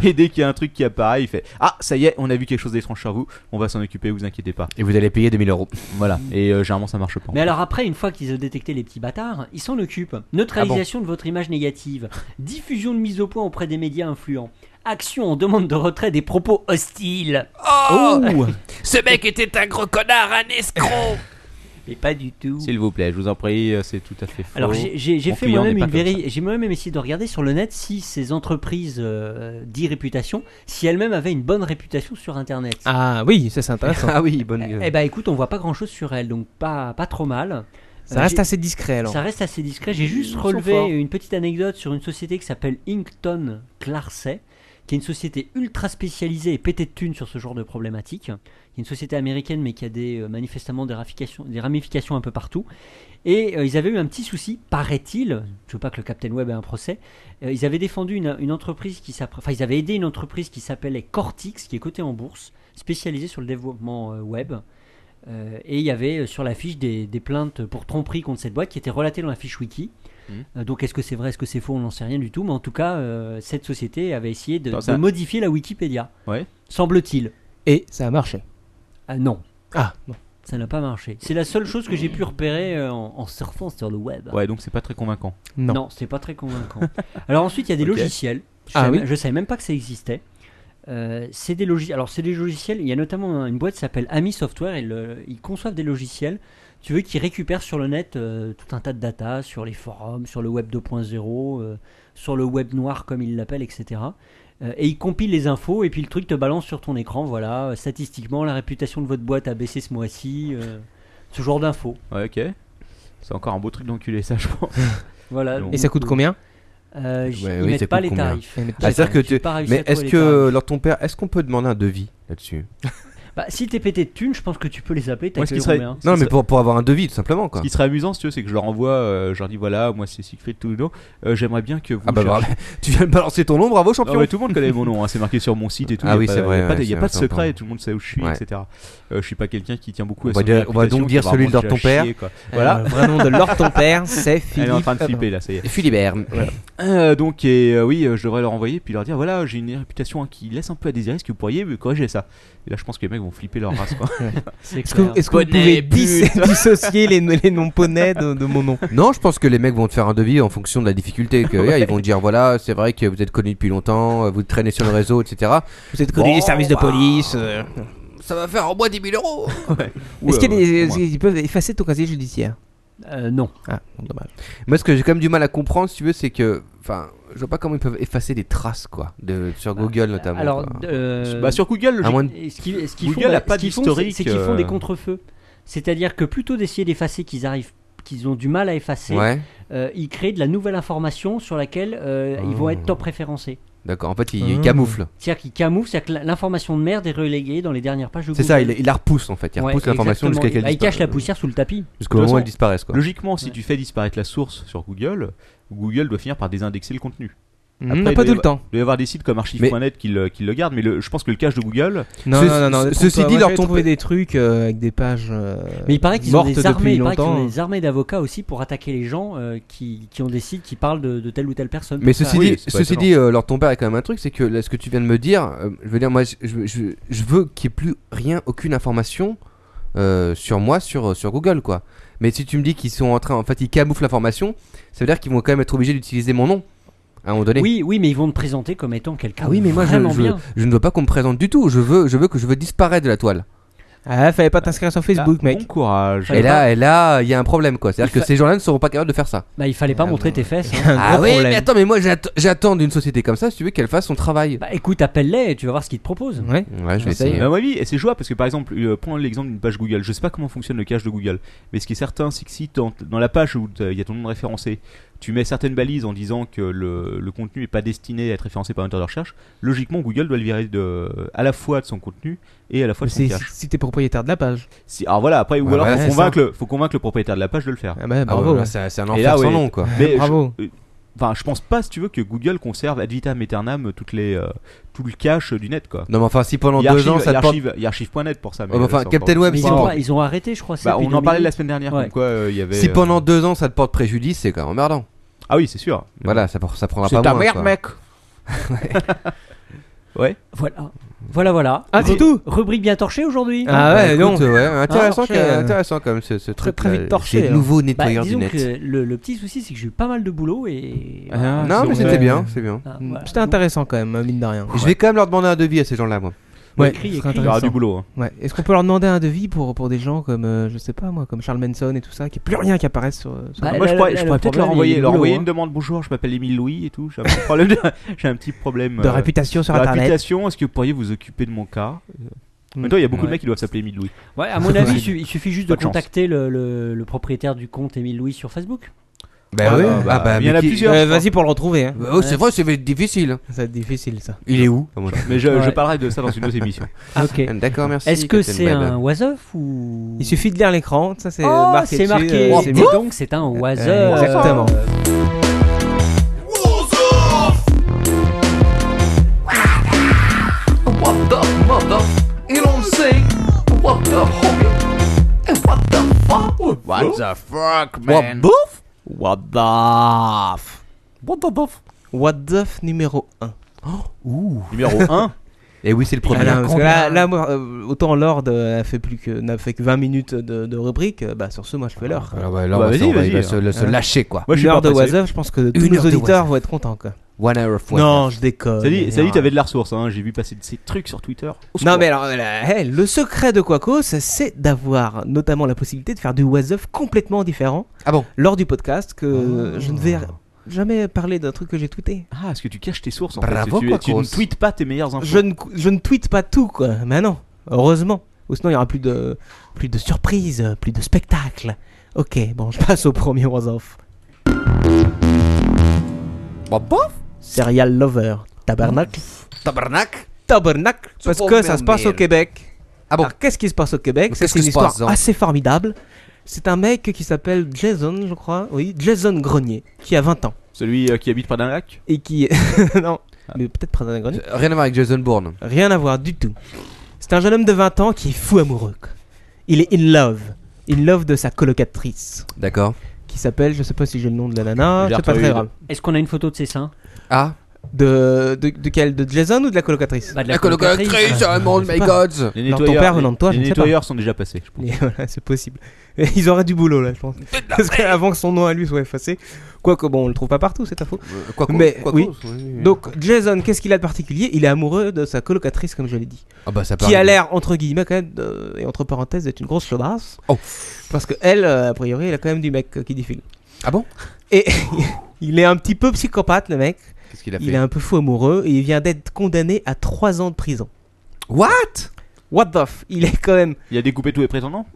Speaker 3: et dès qu'il y a un truc qui apparaît, il fait Ah, ça y est, on a vu quelque chose d'étrange sur vous, on va s'en occuper, vous inquiétez pas.
Speaker 4: Et vous allez payer 2000 euros.
Speaker 3: Voilà, et euh, généralement ça marche pas.
Speaker 5: Mais alors après, une fois qu'ils ont détecté les petits bâtards, ils s'en occupent.
Speaker 3: Ah
Speaker 5: Neutralisation de votre image négative, diffusion de mise au point auprès des médias influents, action en demande de retrait des propos hostiles.
Speaker 6: Oh
Speaker 9: Ce mec était un gros connard, un escroc
Speaker 5: Mais pas du tout.
Speaker 3: S'il vous plaît, je vous en prie, euh, c'est tout à fait faux.
Speaker 5: Alors j'ai- j'ai j'ai
Speaker 3: Mon
Speaker 5: fait
Speaker 3: client
Speaker 5: moi-même
Speaker 3: n'est pas
Speaker 5: une
Speaker 3: comme
Speaker 5: véri- j'ai moi-même essayé de regarder sur le net si ces entreprises euh, d'irréputation, si elles-mêmes avaient une bonne réputation sur Internet.
Speaker 6: Ah oui, ça c'est intéressant.
Speaker 4: Ah oui, bonne.
Speaker 5: Eh bah écoute, on voit pas grand-chose sur elles, donc pas pas trop mal.
Speaker 6: Ça
Speaker 5: Euh,
Speaker 6: reste
Speaker 5: j'ai-
Speaker 6: assez discret alors.
Speaker 5: Ça reste assez discret. J'ai juste
Speaker 6: hein. sont
Speaker 5: relevé
Speaker 6: forts.
Speaker 5: une petite anecdote sur une société qui s'appelle Inkton Clarset, qui est une société ultra spécialisée et pétée de thunes sur ce genre de problématique. Il y a une société américaine, mais qui a des, euh, manifestement des ramifications, des ramifications un peu partout. Et euh, ils avaient eu un petit souci, paraît-il. Je veux pas que le Captain Web ait un procès. Euh, ils avaient défendu une, une entreprise qui s'appre- enfin, ils avaient aidé une entreprise qui s'appelait Cortix, qui est cotée en bourse, spécialisée sur le développement euh, web. Euh, et il y avait euh, sur la fiche des, des plaintes pour tromperie contre cette boîte qui étaient relatées dans la fiche wiki.
Speaker 3: Mmh.
Speaker 5: Euh, donc est-ce que c'est vrai, est-ce que c'est faux, on n'en sait rien du tout. Mais en tout cas, euh, cette société avait essayé de,
Speaker 3: Attends,
Speaker 5: de
Speaker 3: ça-
Speaker 5: modifier la Wikipédia.
Speaker 3: Ouais.
Speaker 5: Semble-t-il.
Speaker 6: Et ça a marché.
Speaker 5: Ah non,
Speaker 6: Ah bon.
Speaker 5: ça n'a pas marché. C'est la seule chose que j'ai pu repérer euh, en, en surfant sur le web.
Speaker 3: Ouais, donc c'est pas très convaincant.
Speaker 6: Non.
Speaker 5: Non, c'est pas très convaincant. Alors ensuite, il y a des
Speaker 3: Ok.
Speaker 5: logiciels. Je,
Speaker 6: Ah
Speaker 5: savais,
Speaker 6: oui.
Speaker 5: je savais même pas que ça existait. Euh, c'est des logiciels. Alors c'est des logiciels. Il y a notamment une boîte qui s'appelle Ami Software. et le- ils conçoivent des logiciels. Tu veux qu'ils récupèrent sur le net euh, tout un tas de data sur les forums, sur le web 2.0, euh, sur le web noir comme ils l'appellent, etc. Euh, et ils compilent les infos et puis le truc te balance sur ton écran. Voilà, euh, statistiquement, la réputation de votre boîte a baissé ce mois-ci. euh, ce genre d'infos.
Speaker 3: Ouais, ok. C'est encore un beau truc d'enculé, ça, je pense.
Speaker 5: Voilà.
Speaker 3: Et
Speaker 6: Et ça coûte combien
Speaker 5: Euh, j-
Speaker 4: Ouais,
Speaker 5: ils
Speaker 4: oui, ça
Speaker 5: mettent pas
Speaker 4: coûte
Speaker 5: les
Speaker 4: combien
Speaker 5: tarifs.
Speaker 6: Et-
Speaker 4: Ah, c'est-à-dire que
Speaker 5: J'ai
Speaker 4: tu...
Speaker 5: pas réussi à
Speaker 4: Mais est-ce
Speaker 5: trouver les
Speaker 4: que, Lord ton père, est-ce qu'on peut demander un devis là-dessus
Speaker 5: Bah, si t'es pété de thunes, je pense que tu peux les appeler. T'as
Speaker 3: Moi, ce
Speaker 5: que hein.
Speaker 3: qui serait-
Speaker 5: combien
Speaker 4: Non, mais
Speaker 3: serait-
Speaker 4: pour, pour avoir un devis, tout simplement,
Speaker 3: Ce
Speaker 4: quoi.
Speaker 3: qui serait amusant, si tu veux, c'est que je leur envoie, euh, je leur dis voilà, moi c'est Siegfried Toulouno, euh, j'aimerais bien que vous.
Speaker 4: Ah bah,
Speaker 3: cherchiez-
Speaker 4: bravo. tu viens de balancer ton nom, bravo,
Speaker 3: Non,
Speaker 4: champion.
Speaker 3: mais tout le monde connaît mon nom, hein, c'est marqué sur mon site et tout. y
Speaker 4: Ah
Speaker 3: a
Speaker 4: oui,
Speaker 3: pas-
Speaker 4: c'est vrai,
Speaker 3: y a pas de-
Speaker 4: ouais,
Speaker 3: y a
Speaker 4: c'est
Speaker 3: pas de
Speaker 4: important.
Speaker 3: secret, tout le monde sait où je suis,
Speaker 4: Ouais.
Speaker 3: etc. Euh, je suis pas quelqu'un qui tient beaucoup
Speaker 4: On
Speaker 3: à
Speaker 4: va
Speaker 3: son
Speaker 4: dire- on va
Speaker 3: réputation,
Speaker 4: donc
Speaker 3: qui
Speaker 4: dire
Speaker 3: va
Speaker 4: celui de
Speaker 3: avoir
Speaker 4: ton
Speaker 3: déjà
Speaker 4: père. Ah,
Speaker 3: chié, quoi.
Speaker 6: Voilà.
Speaker 3: Voilà.
Speaker 6: le vrai nom Euh, de Lord ton père, c'est
Speaker 3: Elle
Speaker 6: Philippe.
Speaker 3: est en train de flipper là, ça y est.
Speaker 4: Philibert.
Speaker 3: Euh, donc, et euh, oui, euh, je devrais leur envoyer puis leur dire voilà, j'ai une réputation hein, qui laisse un peu à désirer, est-ce que vous pourriez me corriger ça Et là, je pense que les mecs vont flipper leur race. Quoi.
Speaker 5: C'est
Speaker 6: Est-ce que,
Speaker 5: clair.
Speaker 6: est-ce que vous pouvez dis- dissocier les, les noms poney de, de mon nom
Speaker 4: Non, je pense que les mecs vont te faire un devis en fonction de la difficulté. Que, Ils vont te dire voilà, c'est vrai que vous êtes connu depuis longtemps, euh, vous traînez sur le réseau, etc.
Speaker 6: Vous êtes connu des services
Speaker 3: bah.
Speaker 6: de police. euh.
Speaker 4: Ça va faire en moins 10 000 euros.
Speaker 3: Ou,
Speaker 6: Est-ce
Speaker 3: euh,
Speaker 6: qu'ils
Speaker 3: au moins.
Speaker 6: peuvent effacer ton casier judiciaire
Speaker 5: Euh, Non.
Speaker 6: Ah, dommage.
Speaker 4: Moi, ce que j'ai quand même du mal à comprendre, si tu veux, c'est que. Enfin, je vois pas comment ils peuvent effacer des traces, quoi. De, sur Google, notamment.
Speaker 5: Alors,
Speaker 4: quoi.
Speaker 5: euh,
Speaker 3: Bah, sur Google,
Speaker 4: à
Speaker 3: je-
Speaker 4: moins de-
Speaker 5: Et ce qu'ils ce qu'ils font,
Speaker 3: Google a
Speaker 5: bah,
Speaker 3: pas
Speaker 5: ce qu'ils font, c'est
Speaker 3: d'historique,
Speaker 5: c'est qu'ils font des
Speaker 3: euh.
Speaker 5: contrefeux. C'est-à-dire que plutôt d'essayer d'effacer qu'ils arrivent qu'ils ont du mal à effacer,
Speaker 4: Ouais,
Speaker 5: euh, ils créent de la nouvelle information sur laquelle euh, ils vont
Speaker 4: Oh.
Speaker 5: être top référencés.
Speaker 4: d'accord. En fait, ils, ils
Speaker 6: Hmm.
Speaker 4: camouflent.
Speaker 5: C'est-à-dire qu'ils camouflent, c'est-à-dire que l'information de merde est reléguée dans les dernières pages de
Speaker 4: C'est
Speaker 5: Google.
Speaker 4: ça, ils ils la repoussent, en fait. Ils
Speaker 5: Ouais,
Speaker 4: repoussent l'information
Speaker 5: exactement.
Speaker 4: jusqu'à qu'elle
Speaker 5: Bah, Ils cachent la
Speaker 4: disparaisse.
Speaker 5: poussière sous le tapis.
Speaker 4: Jusqu'au
Speaker 3: De
Speaker 4: moment où
Speaker 3: toute
Speaker 4: elle disparaisse, quoi.
Speaker 3: logiquement, si
Speaker 5: Ouais.
Speaker 3: tu fais disparaître la source sur Google, Google doit finir par désindexer le contenu.
Speaker 6: Hmm,
Speaker 3: Après,
Speaker 6: pas
Speaker 3: il doit y
Speaker 6: tout le
Speaker 3: avoir-
Speaker 6: temps.
Speaker 3: Il doit y avoir des sites comme archive.net qui, le, qui le gardent, mais le- je pense que le cache de Google.
Speaker 6: Non,
Speaker 4: Ce-
Speaker 6: non, non, non.
Speaker 4: ce-
Speaker 6: détrompe-toi.
Speaker 4: ceci dit,
Speaker 6: Moi,
Speaker 4: leur
Speaker 6: j'avais
Speaker 4: ton-
Speaker 6: trouvé des trucs euh, avec des pages. euh,
Speaker 5: Mais il paraît qu'ils ont
Speaker 6: mortes
Speaker 5: des armées,
Speaker 6: depuis
Speaker 5: il paraît qu'ils ont
Speaker 6: longtemps. hein.
Speaker 5: des armées d'avocats aussi pour attaquer les gens euh, qui, qui ont des sites qui parlent de, de telle ou telle personne.
Speaker 4: Mais
Speaker 5: Tout ça.
Speaker 4: ceci
Speaker 3: Oui,
Speaker 4: dit,
Speaker 3: c'est pas
Speaker 4: ceci
Speaker 3: étonnant.
Speaker 4: dit euh, leur ton père est quand même un truc, c'est que là, ce que tu viens de me dire, euh, je veux dire, moi, je, je- je- je veux qu'il n'y ait plus rien, aucune information euh, sur moi, sur, sur Google, quoi. Mais si tu me dis qu'ils sont en train, en fait, ils camouflent l'information, ça veut dire qu'ils vont quand même être obligés d'utiliser mon nom à un moment donné.
Speaker 5: Oui, oui, mais ils vont te présenter comme étant quelqu'un.
Speaker 4: Ah oui, mais moi, je,
Speaker 5: vraiment
Speaker 4: je-
Speaker 5: bien.
Speaker 4: je ne veux pas qu'on me présente du tout. Je veux, je veux que je veux disparaître de la toile.
Speaker 6: Ah, fallait pas t'inscrire sur Facebook,
Speaker 3: Ah,
Speaker 6: mec.
Speaker 3: Bon courage.
Speaker 5: Ouais.
Speaker 4: Et là, et là, il y a un problème, quoi. C'est-à-dire
Speaker 5: Il
Speaker 4: que
Speaker 5: fa-
Speaker 4: ces gens-là ne seront pas capables de faire ça.
Speaker 5: Bah, il fallait pas montrer tes fesses. hein.
Speaker 4: Ah
Speaker 6: gros
Speaker 4: oui,
Speaker 6: problème.
Speaker 4: mais attends, mais moi, j'att- j'attends d'une société comme ça, si tu veux, qu'elle fasse son travail.
Speaker 5: Bah, écoute, appelle-les et tu vas voir ce qu'ils te proposent.
Speaker 6: Ouais.
Speaker 4: Ouais, je vais
Speaker 6: Essaye.
Speaker 4: essayer.
Speaker 3: À mon avis, et c'est jouable parce que par exemple, euh, prends l'exemple d'une page Google. Je sais pas comment fonctionne le cache de Google, mais ce qui est certain, c'est que si dans, dans la page où t'as- il y a ton nom référencé, tu mets certaines balises en disant que le, le contenu n'est pas destiné à être référencé par un moteur de recherche, logiquement Google doit le virer de, à la fois de son contenu et à la fois de son
Speaker 6: C'est
Speaker 3: cache.
Speaker 6: si t'es propriétaire de la page.
Speaker 3: Si- alors voilà, après, ou
Speaker 4: Ouais,
Speaker 3: alors
Speaker 4: ouais,
Speaker 3: faut,
Speaker 6: c'est
Speaker 3: convaincre le, faut convaincre le propriétaire de la page de le faire.
Speaker 6: Ah bah
Speaker 4: Ah ouais,
Speaker 6: bravo.
Speaker 4: là, c'est c'est un
Speaker 3: Et
Speaker 4: enfer
Speaker 3: là,
Speaker 4: sans
Speaker 3: ouais.
Speaker 4: nom, quoi.
Speaker 3: Mais je-
Speaker 6: Bravo.
Speaker 3: Enfin, je pense pas, si tu veux, que Google conserve ad vitam aeternam toutes les, euh, tout le cache du net, quoi.
Speaker 4: Non, mais enfin, si pendant
Speaker 3: Il y a
Speaker 4: deux ans
Speaker 3: archive- il y
Speaker 4: ça
Speaker 3: a
Speaker 4: te porte.
Speaker 3: archive- il y a archive.net pour ça. mais,
Speaker 4: Ouais, mais
Speaker 3: euh,
Speaker 4: enfin,
Speaker 3: c'est
Speaker 4: Captain
Speaker 3: encore-
Speaker 4: Web,
Speaker 5: Mais ils,
Speaker 4: c'est
Speaker 5: ont,
Speaker 4: encore-
Speaker 5: pas- ils ont arrêté, je crois.
Speaker 3: Bah, on en parlait la
Speaker 5: là.
Speaker 3: semaine dernière,
Speaker 5: Ouais.
Speaker 3: comme quoi euh, il y avait.
Speaker 4: Si
Speaker 3: euh,
Speaker 4: pendant deux ans ça te porte préjudice, c'est quand même emmerdant.
Speaker 3: Ah oui, c'est sûr.
Speaker 4: Voilà, ça, pour- ça prendra
Speaker 6: C'est
Speaker 4: pas
Speaker 6: ta
Speaker 4: moins,
Speaker 6: merde,
Speaker 4: quoi.
Speaker 6: mec.
Speaker 5: Voilà, voilà, voilà.
Speaker 6: Ah, c'est tout
Speaker 5: Rubrique bien torchée aujourd'hui.
Speaker 6: Ah ouais,
Speaker 4: écoute,
Speaker 6: non.
Speaker 4: euh, ouais, intéressant,
Speaker 6: Ah,
Speaker 4: quand-
Speaker 6: euh,
Speaker 4: intéressant quand même ce, ce
Speaker 6: très,
Speaker 4: truc.
Speaker 6: très
Speaker 4: là,
Speaker 6: vite torché,
Speaker 4: ces
Speaker 6: hein.
Speaker 4: nouveaux
Speaker 5: Bah,
Speaker 4: nettoyeurs du
Speaker 5: disons
Speaker 4: net.
Speaker 5: que le, le petit souci, c'est que j'ai eu pas mal de boulot et.
Speaker 3: Ah,
Speaker 5: voilà.
Speaker 4: Non,
Speaker 3: si
Speaker 4: mais
Speaker 3: on
Speaker 4: c'était
Speaker 3: fait-
Speaker 4: bien, c'est bien.
Speaker 5: Ah,
Speaker 6: Mm,
Speaker 5: voilà.
Speaker 6: C'était
Speaker 5: Donc,
Speaker 6: intéressant quand même, mine de rien.
Speaker 4: Je vais quand même leur demander un devis à ces gens-là, moi.
Speaker 6: Ouais,
Speaker 5: écrit,
Speaker 6: ce serait
Speaker 5: écrit.
Speaker 3: Il y aura
Speaker 6: intéressant.
Speaker 3: du boulot. hein.
Speaker 6: Ouais. Est-ce qu'on peut leur demander un devis pour, pour des gens comme, euh, je sais pas moi, comme Charles Manson et tout ça, qui n'y a plus rien qui apparaisse sur. euh, sur
Speaker 5: Bah,
Speaker 6: le-
Speaker 3: Moi,
Speaker 5: là,
Speaker 3: je pourrais,
Speaker 5: là,
Speaker 3: je
Speaker 5: le
Speaker 3: pourrais peut-être
Speaker 5: problème,
Speaker 3: leur
Speaker 5: il y a
Speaker 3: envoyer,
Speaker 5: du
Speaker 3: leur
Speaker 5: boulot,
Speaker 3: envoyer
Speaker 5: hein.
Speaker 3: une demande bonjour, je m'appelle Émile Louis et tout. J'ai un petit problème de, j'ai un petit problème
Speaker 6: de
Speaker 3: euh,
Speaker 6: réputation sur
Speaker 3: de
Speaker 6: internet.
Speaker 3: réputation. Est-ce que vous pourriez vous occuper de mon cas
Speaker 6: Mm.
Speaker 3: Mais toi, il y a beaucoup
Speaker 6: Ouais.
Speaker 3: de mecs qui doivent s'appeler Émile Louis.
Speaker 5: Ouais, à mon avis, il su- il suffit juste de
Speaker 3: Pas de chance.
Speaker 5: contacter le, le- le propriétaire du compte Émile Louis sur Facebook.
Speaker 4: Bah oui,
Speaker 3: bah,
Speaker 4: ah bah,
Speaker 3: il y en a
Speaker 4: mais qui-
Speaker 3: plusieurs.
Speaker 6: Euh,
Speaker 3: je crois.
Speaker 6: Vas-y pour le retrouver. Hein.
Speaker 4: Bah, oh, c'est vrai, c'est difficile.
Speaker 6: Ça va être difficile ça.
Speaker 4: Il est où
Speaker 3: Mais je, je
Speaker 5: Ouais.
Speaker 3: parlerai de ça dans une autre émission.
Speaker 5: ok.
Speaker 4: D'accord, merci.
Speaker 5: Est-ce que
Speaker 4: Captain
Speaker 5: c'est
Speaker 4: Web.
Speaker 5: un was-of ou.
Speaker 6: Il suffit de lire l'écran, ça c'est
Speaker 5: Oh,
Speaker 6: marqué.
Speaker 5: c'est
Speaker 6: dessus,
Speaker 5: marqué.
Speaker 6: euh,
Speaker 5: Et
Speaker 6: c'est mis.
Speaker 5: donc, c'est un was-of.
Speaker 6: Exactement.
Speaker 2: What the mother? You don't say what the hobby? And what the fuck? What the fuck, man?
Speaker 6: bof What the f What the bof What the f numéro 1.
Speaker 3: Numéro 1.
Speaker 4: Et oui, c'est le premier.
Speaker 6: Ah non, parce que là,
Speaker 4: hein
Speaker 6: là, moi, euh, autant Lord euh, a fait plus que n'a fait que 20 minutes de, de rubrique, euh, bah sur ce moi je fais l'heure.
Speaker 4: Alors, bah, là, on
Speaker 3: Bah,
Speaker 4: va
Speaker 3: vas-y,
Speaker 4: se- on va
Speaker 3: vas-y,
Speaker 4: il va se le- se
Speaker 6: hein.
Speaker 4: lâcher, quoi.
Speaker 3: Moi, je suis
Speaker 6: une heure
Speaker 3: pas
Speaker 6: de
Speaker 3: pressé.
Speaker 6: was-up, je pense que tous
Speaker 4: Une
Speaker 6: nos
Speaker 4: heure de
Speaker 6: auditeurs
Speaker 4: was-up.
Speaker 6: vont être contents quoi.
Speaker 4: One hour of one.
Speaker 6: non, je déconne.
Speaker 3: Ça dit, ça dit,
Speaker 6: Non.
Speaker 3: t'avais de la ressource. Hein. J'ai vu passer de ces trucs sur Twitter. Au
Speaker 6: Non
Speaker 3: secours.
Speaker 6: mais alors, là, hey, Eh, le secret de Quacos, c'est d'avoir notamment la possibilité de faire du was-up complètement différent
Speaker 4: Ah bon
Speaker 6: lors du podcast que
Speaker 4: Oh.
Speaker 6: je ne vais jamais parler d'un truc que j'ai tweeté.
Speaker 3: Ah, est-ce que tu caches tes sources en fait
Speaker 4: Bravo,
Speaker 3: Tu- Tu,
Speaker 4: Quacos.
Speaker 3: ne tweets pas tes meilleures infos.
Speaker 6: Je ne, cou- je ne tweete pas tout quoi, mais non, heureusement. Ou sinon il y aura plus de, plus de surprises, plus de spectacles. Ok, bon, je passe au premier was-off.
Speaker 4: Bah, bof
Speaker 6: Serial Lover, tabernacle.
Speaker 4: Tabarnak
Speaker 6: Tabernacle, parce que ça se passe au Québec.
Speaker 4: Ah Ah bon
Speaker 6: Alors, qu'est-ce qui se passe au Québec
Speaker 4: Donc,
Speaker 6: Ça,
Speaker 4: qu'est-ce
Speaker 6: C'est une
Speaker 4: qui se passe,
Speaker 6: histoire
Speaker 4: hein
Speaker 6: assez formidable. C'est un mec qui s'appelle Jason, je crois. Oui, Jason Grenier, qui a 20 ans.
Speaker 3: Celui euh, qui habite près d'un lac
Speaker 6: Et qui. non,
Speaker 4: Ah.
Speaker 6: mais peut-être pas un grenier.
Speaker 4: Rien à voir avec Jason Bourne.
Speaker 6: Rien à voir du tout. C'est un jeune homme de 20 ans qui est fou amoureux. quoi. Il est in love. In love de sa colocatrice.
Speaker 4: D'accord.
Speaker 6: Qui s'appelle, je sais pas si j'ai le nom de la nana,
Speaker 3: J'ai
Speaker 6: c'est pas
Speaker 3: retrouvé
Speaker 6: très
Speaker 3: le-
Speaker 6: grave.
Speaker 5: Est-ce qu'on a une photo de ses seins
Speaker 4: Ah,
Speaker 6: De, de, de quel De Jason ou de la Ah, colocatrice
Speaker 5: Bah, de
Speaker 4: la colocatrice,
Speaker 5: colocatrice.
Speaker 4: oh my god
Speaker 3: Les
Speaker 6: Non, ton
Speaker 3: nettoyeurs,
Speaker 6: père ou non, de toi,
Speaker 3: les
Speaker 6: je ne sais pas.
Speaker 3: nettoyeurs sont déjà passés. je pense.
Speaker 6: Et voilà, c'est possible. Et ils auraient du boulot là, je pense. Parce qu'avant que son nom à lui soit effacé. Quoique, bon, on le trouve pas partout, c'est info.
Speaker 4: Euh, Quoi qu'on-
Speaker 6: Mais
Speaker 4: quoi
Speaker 6: oui.
Speaker 4: qu'on-
Speaker 6: Donc, Jason, qu'est-ce qu'il a de particulier Il est amoureux de sa colocatrice, comme je l'ai dit.
Speaker 4: Ah bah, ça
Speaker 6: Qui
Speaker 4: parle-
Speaker 6: a l'air, entre guillemets, quand même, de- et entre parenthèses, d'être une grosse chaudasse.
Speaker 4: Oh.
Speaker 6: Parce que elle, euh, a priori, elle a quand même du mec euh, qui défile.
Speaker 4: Ah bon
Speaker 6: Et il est un petit peu psychopathe, le mec.
Speaker 4: Qu'est-ce qu'il a fait
Speaker 6: Il est un peu fou amoureux et il vient d'être condamné à 3 ans de prison.
Speaker 4: What
Speaker 6: What the f Il est quand même.
Speaker 3: Il a découpé tous les prétendants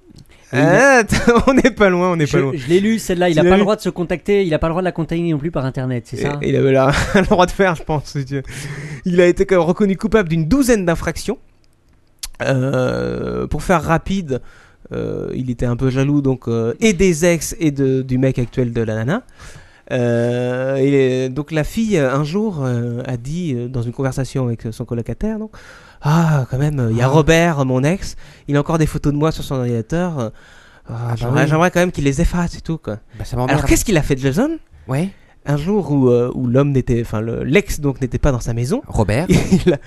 Speaker 6: Ah, attends, on n'est pas loin, on n'est pas loin.
Speaker 5: Je, je l'ai lu, celle-là. Il
Speaker 6: Tu
Speaker 5: a
Speaker 6: l'as
Speaker 5: pas
Speaker 6: lu
Speaker 5: le droit de se contacter. Il a pas le droit de la contacter non plus par internet, c'est ça hein.
Speaker 6: Et- Il avait la- le droit de faire, je pense. si tu veux. Il a été quand même reconnu coupable d'une douzaine d'infractions. Euh, pour faire rapide, euh, il était un peu jaloux donc euh, et des ex et de- du mec actuel de la nana. Euh, il est- donc la fille euh, un jour euh, a dit euh, dans une conversation avec euh, son colocataire donc ah quand même euh, il y a Robert euh, mon ex il a encore des photos de moi sur son ordinateur euh, ah, j'aimerais j'aimerais quand même qu'il les efface et tout quoi
Speaker 4: Bah, ça
Speaker 6: alors qu'est-ce qu'il a fait Jason
Speaker 4: Ouais.
Speaker 6: un jour où, euh, où l'homme n'était, enfin le- l'ex donc n'était pas dans sa maison,
Speaker 4: Robert.
Speaker 6: il a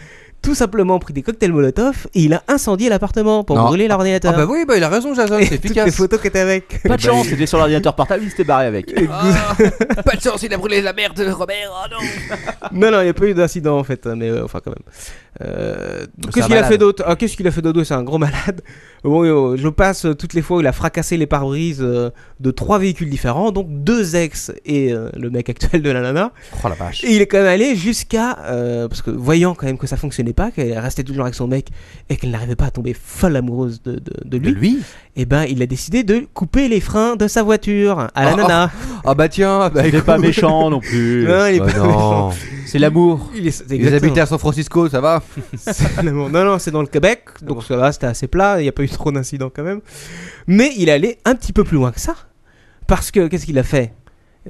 Speaker 6: tout simplement pris des cocktails Molotov et il a incendié l'appartement pour
Speaker 4: Non.
Speaker 6: brûler l'ordinateur.
Speaker 4: Ah bah oui, bah il a raison Jason,
Speaker 6: Et
Speaker 4: c'est
Speaker 6: toutes les
Speaker 4: efficace.
Speaker 6: photos qui étaient avec.
Speaker 3: Pas de chance, c'était sur l'ordinateur portable, Eh ben, il s'était barré avec.
Speaker 4: Pas de chance, il a brûlé la merde de Robert. Oh non.
Speaker 6: non non, il n'y a pas eu d'incident en fait, hein, mais euh, enfin quand même. Euh,
Speaker 4: C'est
Speaker 6: qu'est-ce
Speaker 4: un
Speaker 6: qu'il a
Speaker 4: malade.
Speaker 6: fait d'autre Ah, Qu'est-ce qu'il a fait d'autre C'est un gros malade. Bon, euh, je passe euh, toutes les fois où il a fracassé les pare-brises euh, de trois véhicules différents, donc deux ex et euh, le mec actuel de la nana.
Speaker 4: Oh la vache.
Speaker 6: Et il est quand même allé jusqu'à. euh, parce que voyant quand même que ça fonctionnait pas, qu'elle restait toujours avec son mec et qu'elle n'arrivait pas à tomber folle amoureuse de, de- de lui,
Speaker 4: lui
Speaker 6: et ben il a décidé de couper les freins de sa voiture à la
Speaker 4: Oh,
Speaker 6: nana.
Speaker 4: Ah bah tiens, bah
Speaker 3: Il est
Speaker 4: écoute.
Speaker 3: pas méchant non plus.
Speaker 6: Non, il est
Speaker 4: Bah
Speaker 6: pas méchant.
Speaker 4: non.
Speaker 3: C'est l'amour.
Speaker 6: Il est, c'est
Speaker 4: Ils
Speaker 6: exactement-
Speaker 4: habitent à San Francisco, ça va
Speaker 6: c'est l'amour. Non, non, c'est dans le Québec,
Speaker 4: Ah
Speaker 6: donc ça va, c'était assez plat, il n'y a pas eu trop d'incidents quand même. Mais il est allé un petit peu plus loin que ça, parce que qu'est-ce qu'il a fait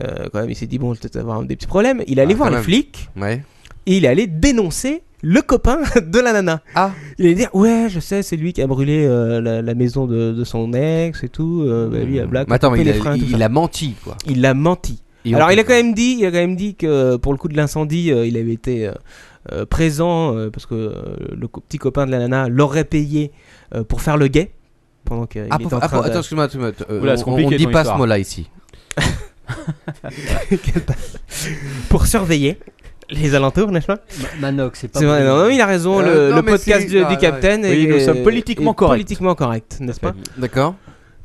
Speaker 6: Euh, Quand même, il s'est dit, bon, je vais peut-être avoir des petits problèmes. Il est allé
Speaker 4: Ah,
Speaker 6: voir
Speaker 4: quand
Speaker 6: les
Speaker 4: même.
Speaker 6: flics
Speaker 4: Ouais.
Speaker 6: et il est allé dénoncer le copain de la nana.
Speaker 4: Ah,
Speaker 6: Il allait dire ouais je sais c'est lui qui a brûlé euh, la, la maison de, de son ex et tout euh, bah, lui il a black
Speaker 4: Hmm. mais attends, mais
Speaker 6: coupé
Speaker 4: il
Speaker 6: les
Speaker 4: a,
Speaker 6: freins, tout
Speaker 4: il,
Speaker 6: ça.
Speaker 4: il a menti quoi.
Speaker 6: Il a menti
Speaker 4: Et on
Speaker 6: alors
Speaker 4: peut-
Speaker 6: il a quand même dit il a quand même dit que pour le coup de l'incendie euh, il avait été euh, euh, présent euh, parce que euh, le co- petit copain de la nana l'aurait payé euh, pour faire le guet pendant qu'il
Speaker 4: Ah,
Speaker 6: était
Speaker 4: pour-
Speaker 6: en
Speaker 4: ah,
Speaker 6: train
Speaker 4: pour-
Speaker 6: de-
Speaker 4: attends, excuse-moi, excuse-moi, attends, euh,
Speaker 3: Oula, c'est
Speaker 4: on, on
Speaker 3: compliqué,
Speaker 4: dit
Speaker 3: ton
Speaker 4: pas ce
Speaker 3: histoire.
Speaker 4: mot-là ici.
Speaker 6: pour surveiller les alentours n'est-ce pas
Speaker 5: Ma- Manox, c'est pas.
Speaker 6: c'est vrai
Speaker 5: possible.
Speaker 6: non, non, il a raison
Speaker 4: Euh,
Speaker 6: le,
Speaker 4: non,
Speaker 6: le
Speaker 4: mais
Speaker 6: podcast
Speaker 4: si,
Speaker 6: du,
Speaker 4: ah,
Speaker 6: du
Speaker 4: ouais.
Speaker 6: Capitaine
Speaker 3: Oui, nous
Speaker 6: est-
Speaker 3: sommes politiquement
Speaker 6: est
Speaker 3: corrects.
Speaker 6: politiquement correct n'est-ce pas
Speaker 4: D'accord.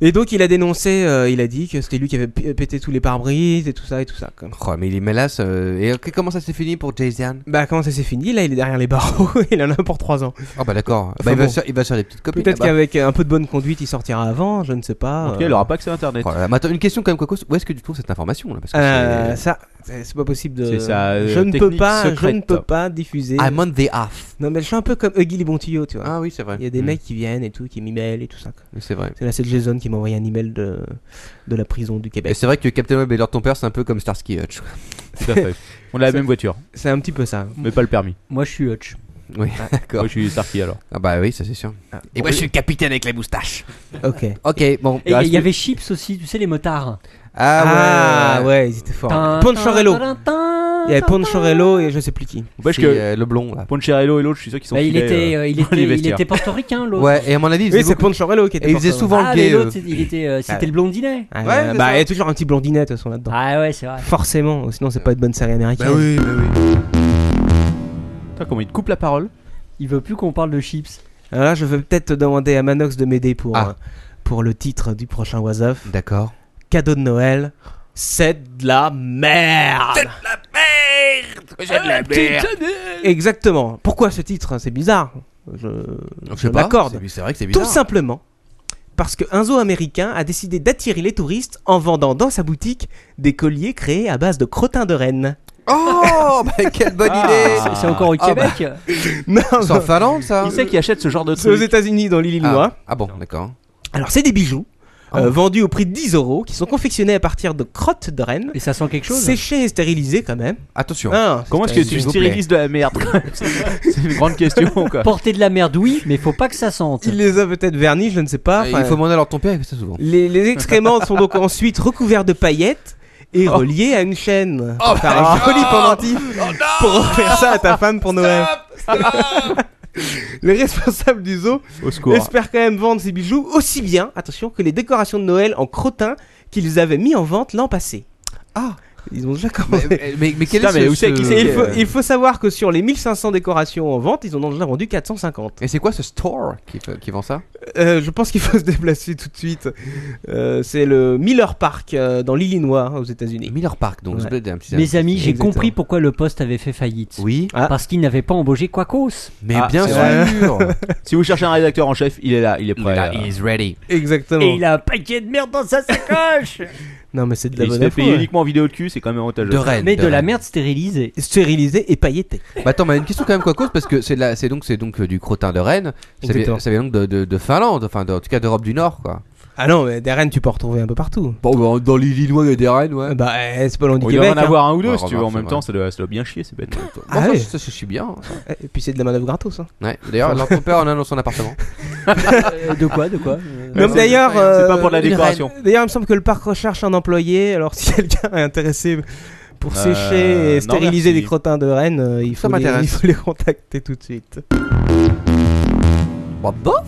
Speaker 6: Et donc il a dénoncé, euh, il a dit que c'était lui qui avait p- pété tous les pare-brises et tout ça et tout ça. quoi.
Speaker 4: Oh, mais il est mélasse. euh, et ok, comment ça s'est fini pour Jason
Speaker 6: Bah comment ça s'est fini Là il est derrière les barreaux, il en a pour 3 ans.
Speaker 4: Oh bah d'accord.
Speaker 6: Enfin,
Speaker 4: bah, il, va
Speaker 6: bon.
Speaker 4: sur, il va sur les petites copines.
Speaker 6: Peut-être
Speaker 4: là-bas.
Speaker 6: qu'avec un peu de bonne conduite il sortira avant, je ne sais
Speaker 3: En
Speaker 6: pas.
Speaker 3: tout cas,
Speaker 6: euh.
Speaker 3: il aura pas accès à internet.
Speaker 4: Oh là là, mais attends, une question quand même, Coco. Où est-ce que tu trouves cette information là Parce que
Speaker 6: Euh,
Speaker 4: c'est-
Speaker 6: ça, c'est c'est pas possible de...
Speaker 3: C'est sa, euh,
Speaker 6: je ne peux
Speaker 3: technique
Speaker 6: pas, je
Speaker 3: secrète.
Speaker 6: ne
Speaker 4: hein.
Speaker 6: peux pas diffuser.
Speaker 4: I'm on the half.
Speaker 6: Non mais je suis un peu comme Huggy les Bontillot, tu vois.
Speaker 4: Ah oui, c'est vrai.
Speaker 6: il y a des
Speaker 4: Mm.
Speaker 6: mecs qui viennent et tout, qui m'emailent et tout ça. quoi.
Speaker 4: C'est vrai.
Speaker 6: C'est là c'est Jason qui m'a envoyé un email de, de la prison du
Speaker 4: Et
Speaker 6: Québec.
Speaker 4: c'est vrai que Captain Web et leur ton père, c'est un peu comme Starsky et Hutch.
Speaker 3: Tout à fait. On a la même voiture,
Speaker 6: C'est un petit peu ça.
Speaker 3: mais pas le permis.
Speaker 5: Moi, je suis Hutch.
Speaker 4: Oui,
Speaker 3: Moi,
Speaker 4: d'accord.
Speaker 3: je suis Starkey alors.
Speaker 4: Ah bah oui, ça c'est sûr. Et moi, je suis capitaine avec les moustaches.
Speaker 6: Ok.
Speaker 4: Ok, bon.
Speaker 5: Et il
Speaker 3: reste-
Speaker 5: y avait Chips aussi, tu sais, les motards.
Speaker 4: Ah,
Speaker 6: Ah
Speaker 4: ouais.
Speaker 6: ouais, ils étaient forts.
Speaker 5: Tin,
Speaker 6: Ponchorello.
Speaker 5: tin, tin,
Speaker 6: Il y avait
Speaker 5: tin,
Speaker 6: Ponchorello et je sais plus qui.
Speaker 3: N'empêche
Speaker 4: C'est,
Speaker 3: que
Speaker 4: euh, le blond
Speaker 6: Ah.
Speaker 4: là.
Speaker 3: Poncherello et l'autre, je suis sûr qu'ils sont
Speaker 5: Bah, il,
Speaker 3: filés,
Speaker 5: était,
Speaker 3: euh,
Speaker 5: euh, il,
Speaker 3: dans
Speaker 5: était,
Speaker 3: les
Speaker 5: il
Speaker 3: vestiaires.
Speaker 5: était portoricain, l'autre.
Speaker 4: Ouais, et à mon avis, ils
Speaker 6: Oui,
Speaker 4: faisaient
Speaker 6: c'est
Speaker 4: beaucoup-
Speaker 6: Ponchorello qui était
Speaker 4: Et ils
Speaker 6: porteur
Speaker 4: faisaient
Speaker 6: de-
Speaker 4: souvent
Speaker 5: ah,
Speaker 4: le
Speaker 5: mais
Speaker 4: gay.
Speaker 5: l'autre,
Speaker 4: euh.
Speaker 5: c'est- il était, euh, c'était le blondinet.
Speaker 6: Ah,
Speaker 4: Ouais,
Speaker 6: bah,
Speaker 4: c'est
Speaker 6: bah,
Speaker 4: ça.
Speaker 6: il y a toujours un petit blondinet de toute façon là-dedans.
Speaker 5: Ah ouais, c'est vrai.
Speaker 6: Forcément, sinon c'est pas une bonne série américaine.
Speaker 4: Bah oui, bah oui.
Speaker 3: Putain, comment il te coupe la parole
Speaker 5: Il veut plus qu'on parle de Chips.
Speaker 6: Alors là, je vais peut-être te demander à Manox de m'aider pour,
Speaker 4: Ah.
Speaker 6: euh, pour le titre du prochain Was Off.
Speaker 4: D'accord.
Speaker 6: Cadeau de Noël, c'est de la merde
Speaker 4: Ah,
Speaker 6: Exactement. Pourquoi ce titre C'est bizarre.
Speaker 4: Je
Speaker 6: Je, je
Speaker 4: sais pas.
Speaker 6: l'accorde.
Speaker 4: C'est c'est vrai que c'est
Speaker 6: Tout
Speaker 4: bizarre.
Speaker 6: simplement parce qu'un zoo américain a décidé d'attirer les touristes en vendant dans sa boutique des colliers créés à base de crottins de rennes.
Speaker 4: Oh, bah, quelle bonne
Speaker 8: C'est- C'est encore au
Speaker 4: Ah,
Speaker 8: Québec.
Speaker 6: Non,
Speaker 4: idée C'est en Finlande, ça
Speaker 3: Qui c'est qui achète ce genre de
Speaker 6: Ah. c'est aux
Speaker 3: truc
Speaker 6: États-Unis, dans l'Illinois.
Speaker 4: Ah. Ah bon, d'accord.
Speaker 6: Alors, c'est des bijoux.
Speaker 4: Ah.
Speaker 6: euh, vendus au prix de 10 euros, qui sont confectionnés à partir de crottes de rennes,
Speaker 5: Et ça sent quelque chose hein.
Speaker 6: séchées et stérilisées quand même.
Speaker 4: Attention.
Speaker 6: Ah,
Speaker 3: Comment est-ce que
Speaker 4: S'il
Speaker 3: tu
Speaker 4: vous
Speaker 3: stérilises de la merde quand même C'est une grande question quoi.
Speaker 5: Porter de la merde, oui, mais faut pas que ça sente.
Speaker 6: il les a peut-être vernis, je ne sais pas.
Speaker 4: Euh,
Speaker 6: enfin,
Speaker 4: Il faut demander à leur ton père, il fait ça souvent.
Speaker 6: Les, les excréments sont donc ensuite recouverts de paillettes et reliés à une chaîne. Oh, un joli pendentif pour offrir ça à ta femme pour Noël. Les responsables du zoo
Speaker 3: Au secours.
Speaker 6: espèrent quand même vendre ces bijoux aussi bien, attention, que les décorations de Noël en crottin qu'ils avaient mis en vente l'an passé.
Speaker 4: Ah.
Speaker 6: Ils ont déjà
Speaker 4: Mais,
Speaker 6: commencé.
Speaker 4: mais, mais, quel
Speaker 3: Putain,
Speaker 4: est ce-
Speaker 3: mais où c'est
Speaker 4: ce-
Speaker 3: qui
Speaker 6: Et
Speaker 3: c'est
Speaker 6: il,
Speaker 3: ok,
Speaker 6: faut,
Speaker 3: euh.
Speaker 6: il faut savoir que sur les 1500 décorations en vente, ils en ont déjà vendu 450.
Speaker 4: Et c'est quoi ce store qui, fait- qui vend ça
Speaker 6: Euh, je pense qu'il faut se déplacer tout de suite. Euh, C'est le Miller Park euh, dans l'Illinois, aux États-Unis.
Speaker 4: Miller Park, donc.
Speaker 6: Ouais.
Speaker 4: ça doit être un petit-
Speaker 5: Mes amis, j'ai
Speaker 4: Exactement.
Speaker 5: compris pourquoi le poste avait fait faillite.
Speaker 4: Oui,
Speaker 6: Ah.
Speaker 5: Parce qu'il n'avait pas embauché Quacos.
Speaker 4: mais
Speaker 3: Ah,
Speaker 4: bien
Speaker 3: c'est
Speaker 4: sûr.
Speaker 3: Si vous cherchez un rédacteur en chef, il est là, il est prêt. euh,
Speaker 4: is ready. Oh.
Speaker 6: Exactement.
Speaker 5: Et il a un paquet de merde dans sa sacoche
Speaker 6: Non, mais c'est de
Speaker 3: et
Speaker 6: la
Speaker 3: il se
Speaker 6: bonne
Speaker 3: fait
Speaker 6: info.
Speaker 3: payer
Speaker 6: ouais.
Speaker 3: uniquement en vidéo de cul, c'est quand même avantageux.
Speaker 4: De Rennes.
Speaker 5: Mais de la
Speaker 4: Rennes.
Speaker 5: merde stérilisée.
Speaker 6: Stérilisé et pailleté.
Speaker 4: Bah attends, mais une question quand même quoi cause parce que c'est de la- c'est donc c'est donc euh, du crottin de Rennes. Ça vient,
Speaker 6: Exactement.
Speaker 4: ça vient donc de, de, de Finlande, enfin de- en tout cas d'Europe du Nord quoi.
Speaker 6: Ah non, mais des rennes, tu peux en retrouver un peu partout.
Speaker 4: Bon, bah, dans l'Illinois il y a des rennes,
Speaker 6: Euh,
Speaker 4: ouais.
Speaker 6: Bah, euh, c'est pas loin du
Speaker 3: Il doit
Speaker 6: Québec. hein.
Speaker 3: en avoir un ou deux
Speaker 4: Ouais,
Speaker 3: si tu veux. En
Speaker 4: remarque,
Speaker 3: même
Speaker 4: c'est
Speaker 3: temps,
Speaker 4: vrai.
Speaker 3: ça doit, ça doit bien chier, c'est bête.
Speaker 4: Ah,
Speaker 6: ouais.
Speaker 4: ça, ça, je suis bien. ça.
Speaker 6: hein. Et puis c'est de la manœuvre gratos. Hein.
Speaker 4: Ouais. D'ailleurs, leur ton père en a dans son appartement.
Speaker 5: Euh, de quoi De quoi Euh,
Speaker 6: Non, mais d'ailleurs.
Speaker 3: C'est
Speaker 6: euh,
Speaker 3: pas pour de la
Speaker 6: une
Speaker 3: décoration.
Speaker 6: reine- D'ailleurs, il me semble que le parc recherche un employé. Alors, si quelqu'un est intéressé pour
Speaker 3: Euh,
Speaker 6: sécher et
Speaker 3: non,
Speaker 6: stériliser
Speaker 3: merci.
Speaker 6: des crottins de rennes, euh, il,
Speaker 4: Ça
Speaker 6: faut les,
Speaker 4: m'intéresse.
Speaker 6: il faut les contacter tout de suite.
Speaker 4: Bah bof.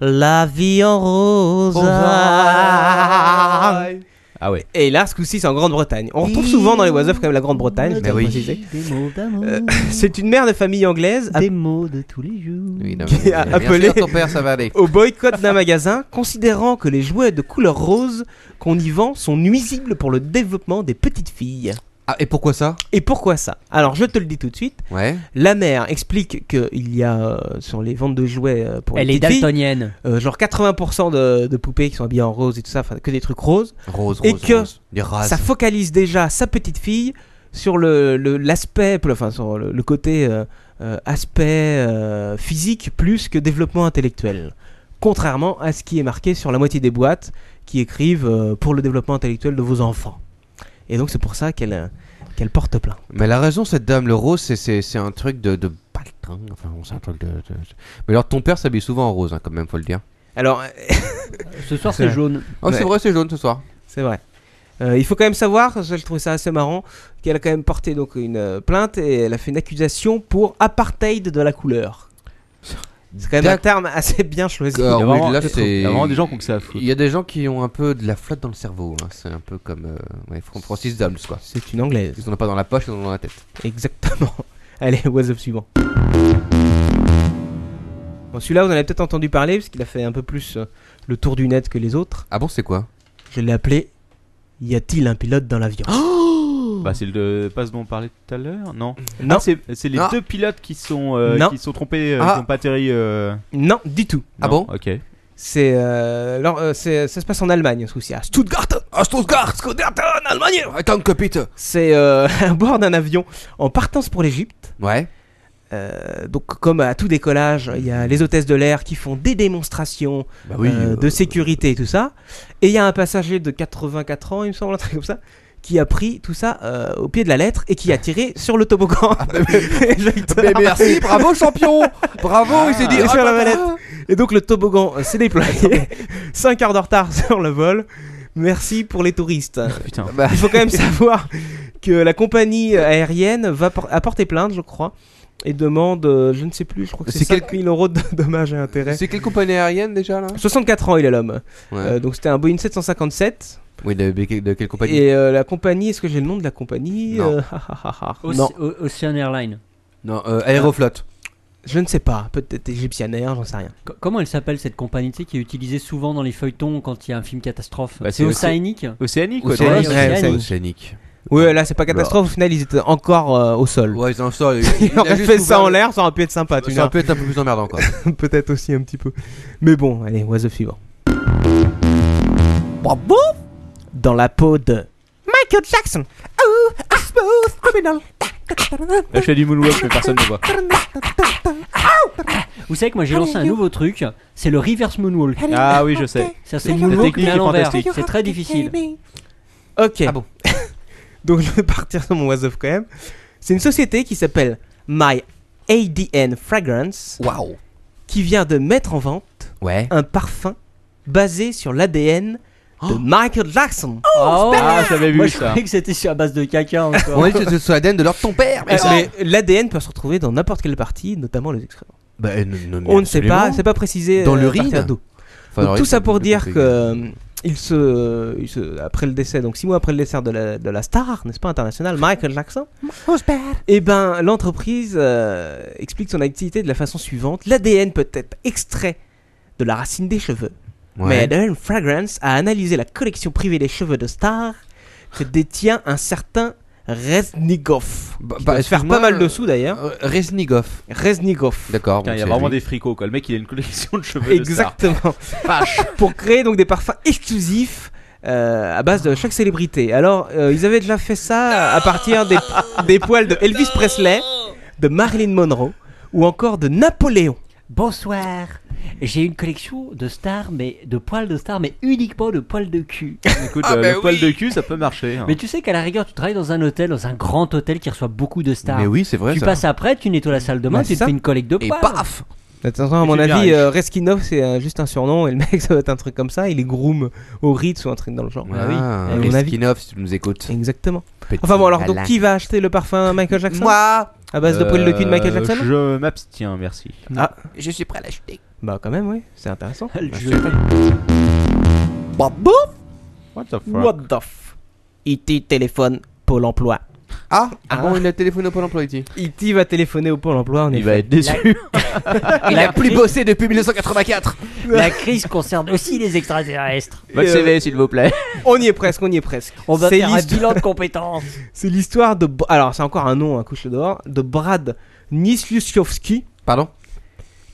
Speaker 6: La vie en rose.
Speaker 3: Ah ouais.
Speaker 6: Et là, ce coup-ci, c'est en Grande-Bretagne. On retrouve souvent dans les was-of quand même la Grande-Bretagne. je tiens à
Speaker 4: oui. Euh,
Speaker 6: le préciser.
Speaker 5: Des mots d'amour,
Speaker 6: C'est une mère de famille anglaise a-
Speaker 5: des mots de tous les jours.
Speaker 4: ah. Oui, non,
Speaker 6: Qui a
Speaker 4: mais- euh, mais bien
Speaker 6: appelé-
Speaker 4: sûr, ton père, ça va aller.
Speaker 6: au boycott d'un magasin, considérant que les jouets de couleur rose qu'on y vend sont nuisibles pour le développement des petites filles.
Speaker 4: Ah, et pourquoi ça
Speaker 6: Et pourquoi ça Alors je te le dis tout de suite,
Speaker 4: Ouais.
Speaker 6: la mère explique qu'il y a euh, sur les ventes de jouets euh, pour
Speaker 5: Elle
Speaker 6: les
Speaker 5: est
Speaker 6: petites filles,
Speaker 5: daltonienne.
Speaker 6: euh, genre 80% de, de poupées qui sont habillées en rose et tout ça, enfin que des trucs roses,
Speaker 4: Rose, rose.
Speaker 6: Et que
Speaker 4: rose. Des rases.
Speaker 6: ça focalise déjà sa petite fille sur le le- l'aspect, enfin sur le, le côté euh, euh, aspect euh, physique plus que développement intellectuel. Contrairement à ce qui est marqué sur la moitié des boîtes qui écrivent euh, pour le développement intellectuel de vos enfants. Et donc c'est pour ça qu'elle euh, qu'elle porte plainte.
Speaker 4: Mais elle a raison, cette dame, le rose, c'est- c'est c'est un truc de. de... baltringue, Enfin, bon, c'est un truc de, de- de- Mais alors, ton père s'habille souvent en rose, hein, quand même, faut le dire.
Speaker 6: Alors
Speaker 5: Ce soir,
Speaker 6: C'est
Speaker 5: c'est
Speaker 6: vrai.
Speaker 5: jaune.
Speaker 4: Oh,
Speaker 6: Ouais.
Speaker 4: c'est vrai, c'est jaune ce soir.
Speaker 6: C'est vrai. Euh, il faut quand même savoir, ça, je trouvais ça assez marrant, qu'elle a quand même porté donc une euh, plainte et elle a fait une accusation pour apartheid de la couleur. C'est quand même un
Speaker 4: D'accord.
Speaker 6: terme assez bien choisi.
Speaker 3: il y a
Speaker 4: Alors, oui,
Speaker 3: vraiment,
Speaker 4: là,
Speaker 3: il y a
Speaker 4: c'est-
Speaker 3: vraiment des gens qui ont que ça à foutre.
Speaker 4: Il y a des gens qui ont un peu de la flotte dans le cerveau. hein. C'est un peu comme euh, ouais, Fran- Francis Dames, quoi.
Speaker 6: C'est une anglaise.
Speaker 4: Ils en ont pas dans la poche, ils en ont dans la tête.
Speaker 6: Exactement. Allez, what's up suivant. Bon, Celui-là, vous en avez peut-être entendu parler, parce qu'il a fait un peu plus euh, le tour du net que les autres.
Speaker 4: Ah bon, c'est quoi
Speaker 6: Je l'ai appelé Y a-t-il un pilote dans l'avion
Speaker 4: Oh
Speaker 3: Bah, c'est le passe dont on parlait tout à l'heure, non
Speaker 6: Non,
Speaker 3: Ah, c'est c'est les
Speaker 4: Non.
Speaker 3: deux pilotes qui sont euh,
Speaker 6: Non.
Speaker 3: qui sont trompés, euh,
Speaker 4: Ah.
Speaker 3: qui n'ont pas atterri. euh,
Speaker 6: non, du tout.
Speaker 4: Ah
Speaker 3: non,
Speaker 4: bon
Speaker 3: Ok.
Speaker 6: C'est, euh, alors, euh, c'est- ça se passe en Allemagne, ce coup-ci, à Stuttgart.
Speaker 4: Ah, Stuttgart
Speaker 6: en Allemagne
Speaker 4: Attends, copite
Speaker 6: C'est euh, à bord d'un avion en partance pour l'Égypte.
Speaker 4: Ouais.
Speaker 6: Euh, donc, comme à tout décollage, il y a les hôtesses de l'air qui font des démonstrations
Speaker 4: Bah
Speaker 6: euh, de sécurité et tout ça. Et il y a un passager de 84 ans, il me semble, un truc comme ça, qui a pris tout ça euh, au pied de la lettre et qui a tiré sur le toboggan. Et je-
Speaker 4: Mais merci, bravo champion Bravo, il s'est dit.
Speaker 6: Et
Speaker 4: ah,
Speaker 6: sur la
Speaker 4: bah,
Speaker 6: mallette.
Speaker 4: bah.
Speaker 6: et donc, le toboggan euh, s'est déployé. 5 heures de retard sur le vol. Merci pour les touristes.
Speaker 3: Putain.
Speaker 4: Bah,
Speaker 6: Il faut quand même savoir que la compagnie euh, aérienne va por- a porté plainte, je crois, et demande, euh, je ne sais plus, je crois que c'est
Speaker 4: C'est quel-
Speaker 6: 5 000 euros de dommages et intérêts.
Speaker 4: C'est quelle compagnie aérienne déjà là
Speaker 6: 64 ans, il est l'homme.
Speaker 4: Ouais.
Speaker 6: Euh, donc c'était un Boeing 757.
Speaker 4: Oui, de, de- de quelle compagnie
Speaker 6: Et euh, la compagnie, est-ce que j'ai le nom de la compagnie
Speaker 4: Non.
Speaker 6: Euh, ha, ha, ha, ha.
Speaker 5: Oce-
Speaker 6: Non,
Speaker 5: O- Ocean Airlines.
Speaker 4: Non, euh, Aeroflot.
Speaker 6: je ne sais pas. Peut-être égyptienne Air, j'en sais rien.
Speaker 5: Co- Comment elle s'appelle cette compagnie tu sais, qui est utilisée souvent dans les feuilletons quand il y a un film catastrophe
Speaker 3: Bah, c'est
Speaker 5: C'est Océanique
Speaker 3: Océanique, quoi.
Speaker 4: Océanique.
Speaker 5: Ouais, Océanique.
Speaker 4: Ouais, Océanique.
Speaker 6: Oui, là, c'est pas catastrophe. Au final, ils étaient encore euh, au sol.
Speaker 4: Bah. Ouais, ils en sortent.
Speaker 6: Ils auraient fait ça en l'air, ça aurait pu être sympa. tu me
Speaker 4: Ça peut être un peu plus emmerdant quoi.
Speaker 6: diras. Peut-être aussi un petit peu. Mais bon, allez, what's the suivant. Dans la peau de Michael Jackson. Oh, I smell
Speaker 9: smooth criminal.
Speaker 3: Là, je fais du moonwalk, mais personne ne voit.
Speaker 5: Vous savez que moi j'ai lancé un nouveau truc, c'est le reverse moonwalk.
Speaker 3: Ah oui, je sais.
Speaker 5: Ça c'est
Speaker 3: La
Speaker 5: moonwalk
Speaker 3: technique
Speaker 5: mais à
Speaker 3: est
Speaker 5: l'envers.
Speaker 3: fantastique.
Speaker 5: C'est très difficile.
Speaker 6: Ok.
Speaker 4: Ah
Speaker 6: Donc je vais partir sur mon was of quand même. C'est une société qui s'appelle My ADN Fragrance
Speaker 4: Waouh.
Speaker 6: qui vient de mettre en vente
Speaker 4: Ouais.
Speaker 6: un parfum basé sur l'ADN
Speaker 4: Oh.
Speaker 6: de Michael Jackson.
Speaker 3: Ah, j'avais
Speaker 5: Oh, Moi
Speaker 3: vu
Speaker 5: je
Speaker 3: ça.
Speaker 5: croyais que c'était sur la base de caca encore.
Speaker 4: On est sur sur l'ADN de leur ton père.
Speaker 6: Euh, mais l'ADN peut se retrouver dans n'importe quelle partie, notamment les excréments.
Speaker 4: Bah, non, non, mais
Speaker 6: On ne sait
Speaker 4: absolument.
Speaker 6: pas, c'est pas précisé.
Speaker 4: Dans
Speaker 6: euh,
Speaker 4: l'urine
Speaker 6: partir d'où.
Speaker 4: Enfin,
Speaker 6: Donc,
Speaker 4: alors,
Speaker 6: tout
Speaker 4: il
Speaker 6: ça
Speaker 4: faut
Speaker 6: pour
Speaker 4: le
Speaker 6: dire
Speaker 4: compter.
Speaker 6: que euh, il se, euh, il se- après le décès, donc six mois après le décès de la, de la star, n'est-ce pas internationale, Michael Jackson. Et ben l'entreprise euh, explique son activité de la façon suivante l'ADN peut être extrait de la racine des cheveux,
Speaker 4: Ouais.
Speaker 6: mais ADN Fragrance a analysé la collection privée des cheveux de star que détient un certain Reznikov.
Speaker 4: Bah,
Speaker 6: Qui
Speaker 4: bah,
Speaker 6: doit se faire
Speaker 4: excuse-moi,
Speaker 6: pas mal de
Speaker 4: euh,
Speaker 6: sous d'ailleurs.
Speaker 4: Euh, Reznikov.
Speaker 6: Reznikov.
Speaker 4: D'accord.
Speaker 3: Putain,
Speaker 4: bon,
Speaker 3: il y a
Speaker 4: c'est
Speaker 3: vraiment
Speaker 4: lui.
Speaker 3: des fricots, quoi. Le mec, il a une collection de cheveux.
Speaker 6: Exactement. Pour créer donc des parfums exclusifs euh, à base de chaque célébrité. Alors, euh, ils avaient déjà fait ça à partir des, des poils de Elvis Presley,
Speaker 4: Oh,
Speaker 6: de Marilyn Monroe ou encore de Napoléon.
Speaker 5: Bonsoir. J'ai une collection de stars, mais de poils de stars, mais uniquement de poils de cul.
Speaker 3: De Écoute, euh, le poil de cul, ça peut marcher. hein.
Speaker 5: Mais tu sais qu'à la rigueur, tu travailles dans un hôtel, dans un grand hôtel qui reçoit beaucoup de stars.
Speaker 4: Mais oui, c'est vrai.
Speaker 5: tu
Speaker 4: ça.
Speaker 5: passes après, tu nettoies la salle de bain,
Speaker 6: Bah,
Speaker 5: tu
Speaker 6: c'est
Speaker 5: te
Speaker 6: ça.
Speaker 5: fais une collecte de
Speaker 4: Et
Speaker 5: poils.
Speaker 4: paf.
Speaker 6: Attention, à mon
Speaker 3: C'est bien
Speaker 6: avis,
Speaker 3: riche.
Speaker 6: euh, Reskinov, c'est euh, juste un surnom et le mec, ça doit être un truc comme ça. Il est groom au Ritz ou un truc dans le genre.
Speaker 4: Ah,
Speaker 6: Eh, À mon avis.
Speaker 4: Reznikov, si tu nous écoutes.
Speaker 6: Exactement. Enfin bon, alors, donc qui va acheter le parfum Michael Jackson
Speaker 4: Moi,
Speaker 6: À base de poils de cul de Michael
Speaker 3: Euh,
Speaker 6: Jackson
Speaker 3: Je m'abstiens, merci.
Speaker 4: je suis prêt à l'acheter.
Speaker 6: Bah, quand même, oui, c'est intéressant.
Speaker 5: Le jeu.
Speaker 3: What the fuck
Speaker 6: What the f IT téléphone Pôle emploi.
Speaker 4: Ah, bon, il a téléphoné pour l'emploi ici.
Speaker 6: IT va téléphoner au Pôle emploi, on est
Speaker 3: Il va être déçu.
Speaker 4: Il
Speaker 5: La
Speaker 4: a plus
Speaker 5: crise-
Speaker 4: bossé depuis 1984.
Speaker 5: La crise concerne aussi les extraterrestres.
Speaker 3: Votre CV, s'il vous plaît.
Speaker 6: On y est presque, on y est presque.
Speaker 5: On va
Speaker 6: C'est
Speaker 5: faire un
Speaker 6: l'histo-
Speaker 5: bilan de compétences.
Speaker 6: C'est l'histoire de. Alors, c'est encore un nom, un couche le dehors. De Brad Nislusiowski,
Speaker 4: Pardon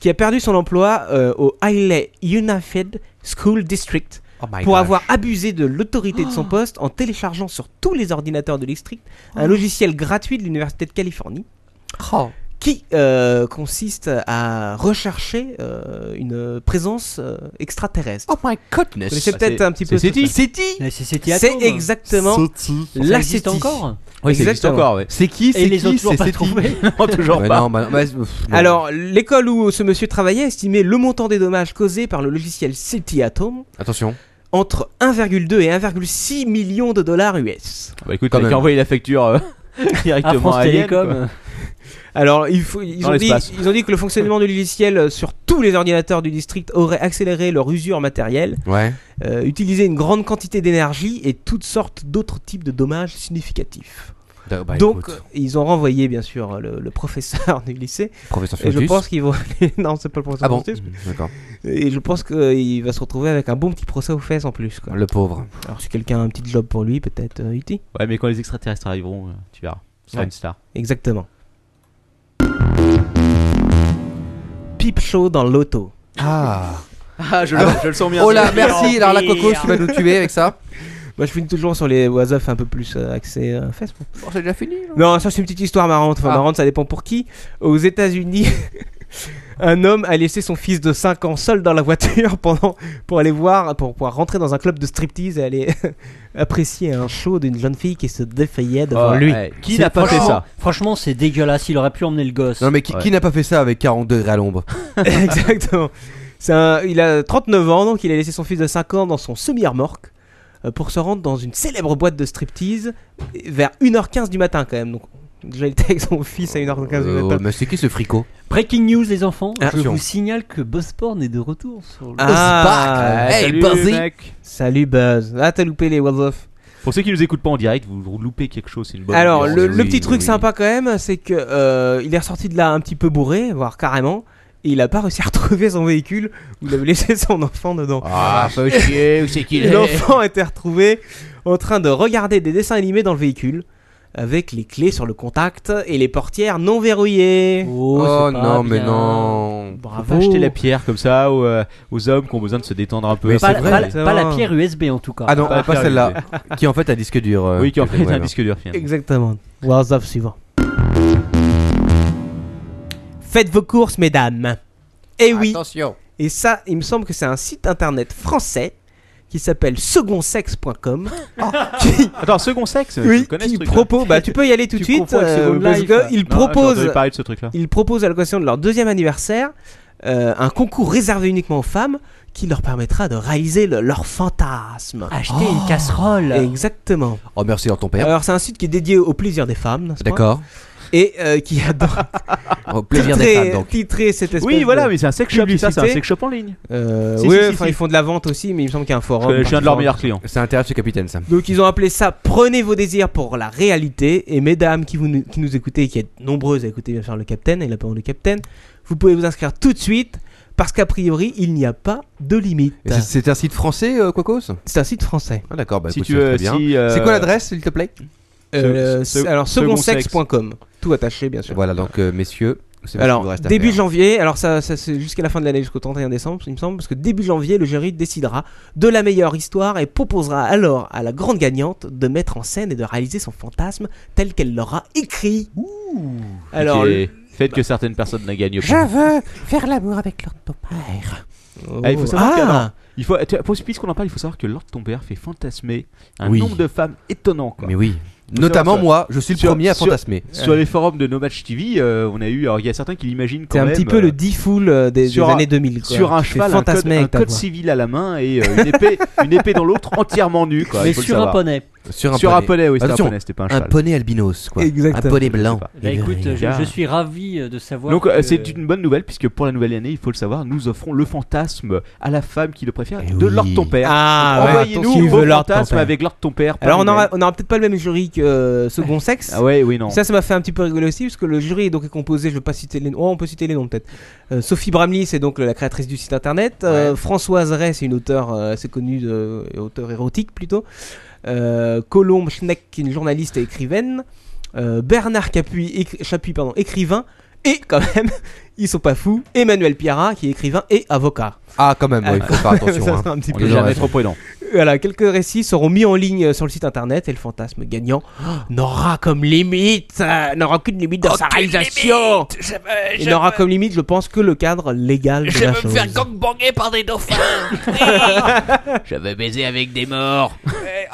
Speaker 6: qui a perdu son emploi euh, au Islay Unified School District
Speaker 4: Oh my
Speaker 6: pour
Speaker 4: gosh.
Speaker 6: avoir abusé de l'autorité de son poste en téléchargeant sur tous les ordinateurs de district un logiciel gratuit de l'Université de Californie.
Speaker 4: Oh.
Speaker 6: qui euh, consiste à rechercher euh, une présence euh, extraterrestre.
Speaker 4: Oh my
Speaker 6: Vous
Speaker 4: goodness.
Speaker 6: connaissez peut-être
Speaker 3: c'est-
Speaker 6: un petit peu.
Speaker 3: c'est
Speaker 6: ce-
Speaker 5: Mais C'est Eh
Speaker 6: C'est exactement
Speaker 5: Ça
Speaker 6: la
Speaker 5: existe
Speaker 6: CETI.
Speaker 5: encore
Speaker 3: Oui, ça existe
Speaker 6: Exactement.
Speaker 3: encore, ouais.
Speaker 4: C'est qui
Speaker 5: Et les
Speaker 4: qui,
Speaker 5: autres l'ont
Speaker 4: c'est-
Speaker 5: pas Ah,
Speaker 4: c'est
Speaker 5: trouvé.
Speaker 3: Non, toujours
Speaker 4: Mais
Speaker 3: pas.
Speaker 4: non, bah, non, bah, pff, non.
Speaker 6: Alors, l'école où ce monsieur travaillait estimait le montant des dommages causés par le logiciel CETI Atom
Speaker 4: attention.
Speaker 6: entre 1,2 et 1,6 millions de dollars US.
Speaker 3: Bah écoute,
Speaker 4: Quand
Speaker 3: t'as
Speaker 4: même.
Speaker 3: qu'à envoyer la facture euh,
Speaker 5: À
Speaker 3: directement
Speaker 5: France
Speaker 3: à Alien, quoi.
Speaker 5: Télécom.
Speaker 6: Alors, il faut- ils,
Speaker 3: Dans
Speaker 6: ont dit,
Speaker 3: l'espace.
Speaker 6: ils ont dit que le fonctionnement du logiciel euh, sur tous les ordinateurs du district aurait accéléré leur usure matérielle,
Speaker 4: Ouais.
Speaker 6: euh, utilisé une grande quantité d'énergie et toutes sortes d'autres types de dommages significatifs.
Speaker 4: Da- bah,
Speaker 6: Donc,
Speaker 4: écoute,
Speaker 6: ils ont renvoyé, bien sûr, le, le professeur du lycée.
Speaker 4: professeur
Speaker 6: Et euh, je
Speaker 4: Fiotus.
Speaker 6: pense qu'ils vont. non, c'est pas le professeur
Speaker 4: Ah bon
Speaker 6: Faustus.
Speaker 4: D'accord.
Speaker 6: Et je pense qu'il va se retrouver avec un bon petit procès aux fesses en plus. Quoi.
Speaker 4: Le pauvre.
Speaker 6: Alors, si quelqu'un a un petit job pour lui, peut-être euh, E.T.
Speaker 3: Ouais, mais quand les extraterrestres arriveront, euh, tu verras. Ce sera
Speaker 6: Ouais.
Speaker 3: une star.
Speaker 6: Exactement. Pipe show dans l'auto.
Speaker 4: Ah.
Speaker 3: Ah, je,
Speaker 4: le-
Speaker 3: sens bien.
Speaker 4: Oh là, merci. Alors la coco, tu vas nous tuer avec ça.
Speaker 6: Moi, je finis toujours sur les oiseaux un peu plus euh, axés euh, fesses.
Speaker 4: Oh, c'est déjà fini.
Speaker 6: Non, ça, c'est une petite histoire marrante. Enfin,
Speaker 4: Ah.
Speaker 6: marrante, ça dépend pour qui. Aux États-Unis. Un homme a laissé son fils de 5 ans seul dans la voiture pendant, pour aller voir, pour pouvoir rentrer dans un club de striptease et aller apprécier un show d'une jeune fille qui se défayait
Speaker 3: Oh.
Speaker 6: devant lui.
Speaker 3: Qui n'a pas fait ça
Speaker 5: Franchement, c'est dégueulasse. Il aurait pu emmener le gosse.
Speaker 4: Non mais qui,
Speaker 3: Ouais.
Speaker 4: qui n'a pas fait ça avec 40 degrés à l'ombre
Speaker 6: Exactement. C'est un- il a 39 ans, donc il a laissé son fils de 5 ans dans son semi-remorque euh, pour se rendre dans une célèbre boîte de striptease vers 1h15 du matin quand même. Donc, déjà, il était avec son fils à 1h15 du
Speaker 4: Euh,
Speaker 6: matin.
Speaker 4: Mais c'est qui ce fricot
Speaker 5: Breaking news, les enfants.
Speaker 3: Ah,
Speaker 5: Je
Speaker 4: Attention.
Speaker 5: vous signale que Buzzporn est de retour
Speaker 4: oh,
Speaker 5: sur le.
Speaker 6: Ah,
Speaker 4: Osbach. Hey,
Speaker 3: Salut,
Speaker 4: Buzzy.
Speaker 3: mec.
Speaker 6: Salut Buzz. Ah, t'as loupé les World of.
Speaker 3: Pour ceux qui nous écoutent pas en direct, vous vous loupez quelque chose, c'est une bonne
Speaker 6: Alors,
Speaker 3: ambiance.
Speaker 6: le,
Speaker 4: oui,
Speaker 6: le petit truc
Speaker 4: oui.
Speaker 6: sympa quand même, c'est que euh, il est ressorti de là un petit peu bourré, voire carrément. Et il a pas réussi à retrouver son véhicule où il avait laissé son enfant dedans.
Speaker 4: Ah, fais chier, où c'est qu'il
Speaker 6: L'enfant était retrouvé en train de regarder des dessins animés dans le véhicule. avec les clés sur le contact et les portières non verrouillées.
Speaker 4: Oh,
Speaker 6: c'est pas
Speaker 4: non, mais
Speaker 6: bien.
Speaker 4: non.
Speaker 3: On
Speaker 6: Bravo.
Speaker 3: va acheter la pierre comme ça aux, euh, aux hommes qui ont besoin de se détendre un peu.
Speaker 4: Mais
Speaker 5: Pas,
Speaker 4: c'est
Speaker 5: pas-
Speaker 4: vrai.
Speaker 5: pas la pierre USB en tout cas.
Speaker 4: Ah non,
Speaker 3: Pas
Speaker 4: pas,
Speaker 3: faire
Speaker 4: celle-là. qui en fait a disque dur. euh,
Speaker 3: Oui, qui en
Speaker 4: que-
Speaker 3: fait
Speaker 4: ouais,
Speaker 3: un
Speaker 4: non.
Speaker 3: disque dur finalement.
Speaker 6: Exactement. WhatsApp suivant. Faites vos courses, mesdames. Eh oui.
Speaker 4: Attention.
Speaker 6: Et ça, il me semble que c'est un site internet français qui s'appelle secondsexe.com. qui,
Speaker 3: Attends, second sexe
Speaker 6: oui,
Speaker 3: tu connais
Speaker 6: qui
Speaker 3: ce truc
Speaker 6: propose. Bah, tu peux y aller tout de
Speaker 3: Tu
Speaker 6: suite. euh,
Speaker 3: confonds avec Second
Speaker 6: parce
Speaker 3: Life.
Speaker 6: que il propose.
Speaker 3: parler de ce truc là.
Speaker 6: Ils proposent à l'occasion de leur deuxième anniversaire euh, un concours réservé uniquement aux femmes qui leur permettra de réaliser le- leur fantasme.
Speaker 4: Ah,
Speaker 5: Acheter une
Speaker 3: Oh.
Speaker 5: casserole.
Speaker 6: Exactement.
Speaker 4: Oh, merci dans ton père.
Speaker 6: Alors c'est un site qui est dédié au plaisir des femmes, n'est-ce Ah, pas
Speaker 4: D'accord.
Speaker 6: Et euh, qui adore
Speaker 4: Au plaisir
Speaker 6: titrer,
Speaker 4: des femmes, donc.
Speaker 6: titrer cette espèce
Speaker 3: Oui, voilà,
Speaker 6: de-
Speaker 3: mais c'est un sex shop, ça, c'est un
Speaker 6: publicité.
Speaker 3: sex shop en ligne.
Speaker 6: Euh,
Speaker 3: Si,
Speaker 6: oui,
Speaker 3: si, si,
Speaker 6: enfin
Speaker 3: si.
Speaker 6: ils font de la vente aussi, mais il me semble qu'il y a un forum.
Speaker 3: Je suis un de leurs
Speaker 6: particulier.
Speaker 3: meilleurs clients.
Speaker 4: C'est intéressant, ce capitaine, ça.
Speaker 6: Donc ils ont appelé ça Prenez vos désirs pour la réalité. Et mesdames qui, vous, qui nous écoutez, qui êtes nombreuses à écouter bien sûr le Capitaine et la parole du Capitaine, vous pouvez vous inscrire tout de suite parce qu'a priori il n'y a pas de limite.
Speaker 4: Et c'est- C'est un site français, euh, Quacos
Speaker 6: C'est un site français.
Speaker 4: Ah, d'accord, bah
Speaker 3: Si
Speaker 4: écoute,
Speaker 3: tu
Speaker 4: ça,
Speaker 3: veux,
Speaker 4: c'est bien.
Speaker 3: si, euh,
Speaker 4: C'est quoi l'adresse, s'il te plaît
Speaker 6: Euh,
Speaker 3: se-
Speaker 6: c'est- alors
Speaker 3: second
Speaker 6: secondsexe.com. Tout attaché bien sûr.
Speaker 4: Voilà, donc, euh, messieurs, c'est
Speaker 6: Alors,
Speaker 4: reste à
Speaker 6: début
Speaker 4: faire.
Speaker 6: janvier, alors ça, ça, c'est jusqu'à la fin de l'année, jusqu'au 31 décembre, il me semble, parce que début janvier, le jury décidera de la meilleure histoire et proposera alors à la grande gagnante de mettre en scène et de réaliser son fantasme tel qu'elle l'aura écrit. alors,
Speaker 3: Ok. Faites que certaines personnes ne gagnent
Speaker 9: Je
Speaker 3: pas.
Speaker 9: veux faire l'amour avec leur ton père.
Speaker 6: Oh.
Speaker 3: Ah, il faut savoir que-
Speaker 6: Ah,
Speaker 3: Il faut, tu- faut- puisqu'on en parle, il faut savoir que Lord ton père fait fantasmer un
Speaker 4: Oui.
Speaker 3: nombre de femmes étonnant. Quoi.
Speaker 4: Mais oui.
Speaker 3: Faut
Speaker 4: Notamment
Speaker 3: savoir,
Speaker 4: moi, je suis le
Speaker 3: Sur-
Speaker 4: premier à
Speaker 3: sur-
Speaker 4: fantasmer.
Speaker 3: Sur les forums de No Match TV, euh, on a eu. Alors, il y a certains qui l'imaginent quand
Speaker 6: t'es un
Speaker 3: même,
Speaker 6: petit peu
Speaker 3: euh,
Speaker 6: le D-Fool euh, des, des
Speaker 3: sur un-
Speaker 6: années 2000. quoi.
Speaker 3: sur un
Speaker 6: Tu fais
Speaker 3: cheval, un code,
Speaker 6: fantasmer
Speaker 3: un
Speaker 6: avec ta
Speaker 3: code
Speaker 6: voix.
Speaker 3: civil à la main et euh, une épée, une épée dans l'autre, entièrement nue. Quoi,
Speaker 5: mais
Speaker 3: il faut le
Speaker 5: sur un
Speaker 3: savoir.
Speaker 5: poney. Bah,
Speaker 4: Sur un
Speaker 3: Sur un
Speaker 4: poney.
Speaker 3: poney, oui, c'était un
Speaker 4: Attention,
Speaker 3: poney, c'était pas un
Speaker 4: Un
Speaker 3: cheval.
Speaker 4: poney albinos, quoi.
Speaker 6: Exactement.
Speaker 4: Un poney
Speaker 3: Je sais
Speaker 4: blanc.
Speaker 3: pas.
Speaker 5: Bah,
Speaker 6: Eh,
Speaker 5: écoute, je,
Speaker 3: gars.
Speaker 5: je suis ravi euh, de savoir.
Speaker 3: Donc
Speaker 5: que-
Speaker 3: euh, c'est une bonne nouvelle puisque pour la nouvelle année, il faut le savoir, nous offrons le fantasme à la femme qui le préfère
Speaker 4: Eh
Speaker 3: de
Speaker 4: oui.
Speaker 3: Lord ton père.
Speaker 6: Ah, ouais,
Speaker 3: Envoyez-nous
Speaker 6: qui
Speaker 3: vos
Speaker 6: veut leur
Speaker 3: fantasmes
Speaker 6: tempère.
Speaker 3: avec Lord ton père. par
Speaker 6: Alors, on aura,
Speaker 3: email.
Speaker 6: on aura peut-être pas le même jury que euh, Second Sexe.
Speaker 3: Ah ouais, oui non.
Speaker 6: Ça, ça m'a fait un petit peu rigoler aussi, parce que le jury est donc composé, je vais pas citer les noms, oh, on peut citer les noms peut-être. Euh, Sophie Bramley, c'est donc la créatrice du site internet. Euh, Françoise Ray, c'est une auteure euh, assez connue, de, et auteure érotique plutôt. Euh, Colombe Schneck, qui est une journaliste et écrivaine. Euh, Bernard Capuy, écri- Chapuis, pardon, écrivain. Et quand même, ils sont pas fous, Emmanuel Piara, qui est écrivain et avocat.
Speaker 4: Ah, quand même, ouais, il faut faire attention.
Speaker 6: Ça
Speaker 4: hein.
Speaker 6: sera un petit
Speaker 4: On
Speaker 6: peu
Speaker 4: les
Speaker 3: Jamais
Speaker 4: aurait-
Speaker 3: trop prudent.
Speaker 6: Voilà, quelques récits seront mis en ligne euh, sur le site internet et le fantasme gagnant n'aura comme limite, euh, n'aura aucune limite dans sa réalisation. Il n'aura comme limite, je pense, que le cadre légal de la chose.
Speaker 9: gangbanger par des dauphins.
Speaker 2: Je veux baiser avec des morts.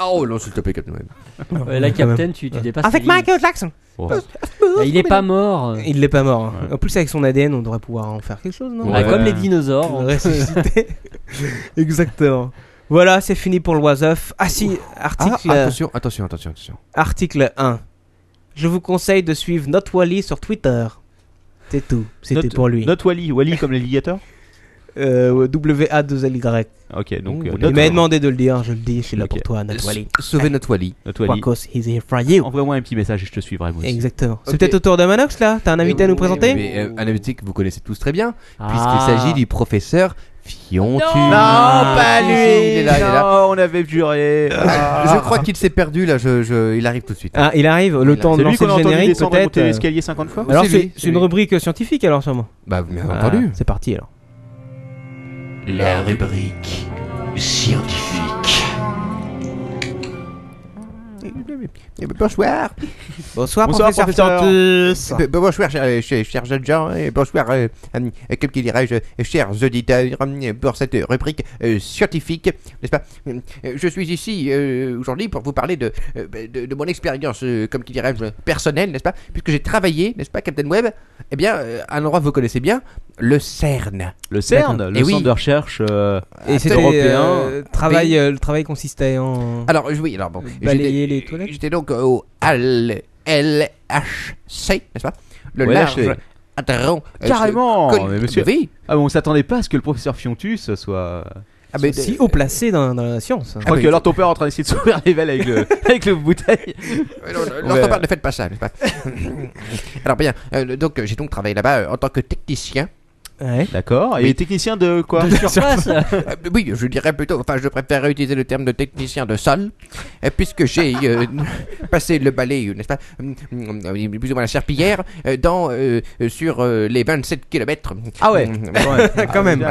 Speaker 4: Oh non, s'il te plaît, Captain Web.
Speaker 3: Ah,
Speaker 5: euh, la capitaine, tu, tu dépasses.
Speaker 6: Ah, Avec
Speaker 5: les lignes.
Speaker 6: Michael Jackson.
Speaker 3: Oh.
Speaker 5: Ah, Il est pas mort. euh.
Speaker 6: Il n'est pas mort. hein. En plus, avec son ADN, on devrait pouvoir en faire quelque chose, non
Speaker 5: Ah,
Speaker 3: Ouais.
Speaker 5: Comme les dinosaures. on-
Speaker 6: Ressusciter. Exactement. Voilà, c'est fini pour le Oiseuf. Ah si, euh,
Speaker 4: Ah,
Speaker 6: article, euh,
Speaker 4: attention, attention, attention, attention.
Speaker 6: article 1. Je vous conseille de suivre Not Wally sur Twitter. C'est tout. C'était
Speaker 3: Note-
Speaker 6: pour lui.
Speaker 3: Note Wally, Wally comme l'alligator.
Speaker 6: Euh, W-A-2-L-Y.
Speaker 3: Ok, donc euh,
Speaker 6: Il
Speaker 3: note-
Speaker 6: m'a demandé de le dire, je le dis, je suis là
Speaker 3: Ok.
Speaker 6: pour toi, Natwali.
Speaker 4: Sauvez notre Wally.
Speaker 3: note Wally.
Speaker 6: Quacos, he's here for you.
Speaker 3: Envoie-moi un petit message et je te suivrai moi aussi.
Speaker 6: Exactement. C'est
Speaker 4: Ok.
Speaker 6: peut-être au tour de Manox là T'as un invité à nous présenter
Speaker 4: Mais, euh, un invité que vous connaissez tous très bien, puisqu'il
Speaker 5: Ah.
Speaker 4: s'agit du professeur Fiontu. Ah,
Speaker 3: Non, pas
Speaker 4: Si,
Speaker 3: lui.
Speaker 4: si, il est là, il est là.
Speaker 3: Non, on avait juré.
Speaker 4: Je crois qu'il s'est perdu là, je, je- il arrive tout de suite.
Speaker 6: Ah, il arrive, le
Speaker 4: Il
Speaker 6: temps de
Speaker 3: C'est lui
Speaker 6: lancer
Speaker 3: qu'on a
Speaker 6: le
Speaker 3: entendu
Speaker 6: générique
Speaker 3: descendre et
Speaker 6: peut-être. euh,
Speaker 3: monter l'escalier 50 fois.
Speaker 6: Alors
Speaker 4: C'est
Speaker 6: c'est
Speaker 4: lui,
Speaker 6: c'est une
Speaker 3: lui.
Speaker 6: rubrique euh, scientifique alors sûrement.
Speaker 4: Bah, bien entendu.
Speaker 6: Ah, C'est parti alors.
Speaker 1: La rubrique scientifique.
Speaker 4: Bonsoir.
Speaker 6: Bonsoir,
Speaker 3: Bonsoir,
Speaker 6: professeur.
Speaker 3: professeur.
Speaker 6: Fiontus.
Speaker 4: B- b- Bonsoir, chers euh, chers- chers jeunes gens, et bonsoir, euh, amis, euh, comme qu'il dirais-je, euh, chers auditeurs, euh, pour cette rubrique euh, scientifique, n'est-ce pas Euh, Je suis ici euh, aujourd'hui pour vous parler de, euh, de, de mon expérience, euh, comme qu'il dirais-je, personnelle, n'est-ce pas Puisque j'ai travaillé, n'est-ce pas, Captain Webb Eh bien, euh, un endroit que vous connaissez bien, le CERN.
Speaker 3: Le CERN,
Speaker 4: D'accord.
Speaker 3: le
Speaker 4: Eh oui.
Speaker 3: centre de recherche. euh,
Speaker 6: Et c'était
Speaker 3: européen. Ah,
Speaker 6: euh, travail, euh, le travail consistait en
Speaker 4: Alors, je- oui, alors bon.
Speaker 6: balayer
Speaker 4: j'étais-
Speaker 6: les toilettes.
Speaker 4: J'étais donc au Al- LHC, n'est-ce pas Le
Speaker 3: Ouais,
Speaker 4: large
Speaker 3: LHC.
Speaker 4: interrond. euh,
Speaker 3: Carrément,
Speaker 4: col-
Speaker 3: mais monsieur-
Speaker 4: de vie.
Speaker 3: Ah, mais on s'attendait pas à ce que le professeur Fiontus soit.
Speaker 4: Ah, mais-
Speaker 6: Si haut placé dans, dans la science.
Speaker 3: Je crois
Speaker 4: oui,
Speaker 3: que
Speaker 4: c'est-
Speaker 3: alors ton père est en train d'essayer de s'ouvrir les valves avec le, avec le bouteille.
Speaker 4: Euh, non, non, Lorsqu'on
Speaker 3: Ouais.
Speaker 4: parle, ne faites pas ça, n'est-ce pas Alors bien, euh, donc euh, j'ai donc travaillé là-bas euh, en tant que technicien.
Speaker 3: Ah.
Speaker 6: Ouais.
Speaker 3: D'accord. Et technicien de quoi
Speaker 5: de surface.
Speaker 4: Euh, oui, je dirais plutôt, enfin, je préfère utiliser le terme de technicien de salle, euh, puisque j'ai euh, passé le balai, n'est-ce pas, hum, hum, hum, plus ou moins la serpillière, euh, dans, euh, euh, sur euh, les Hum, 27 km.
Speaker 6: Ah ouais.
Speaker 3: Ah,
Speaker 6: Quand même.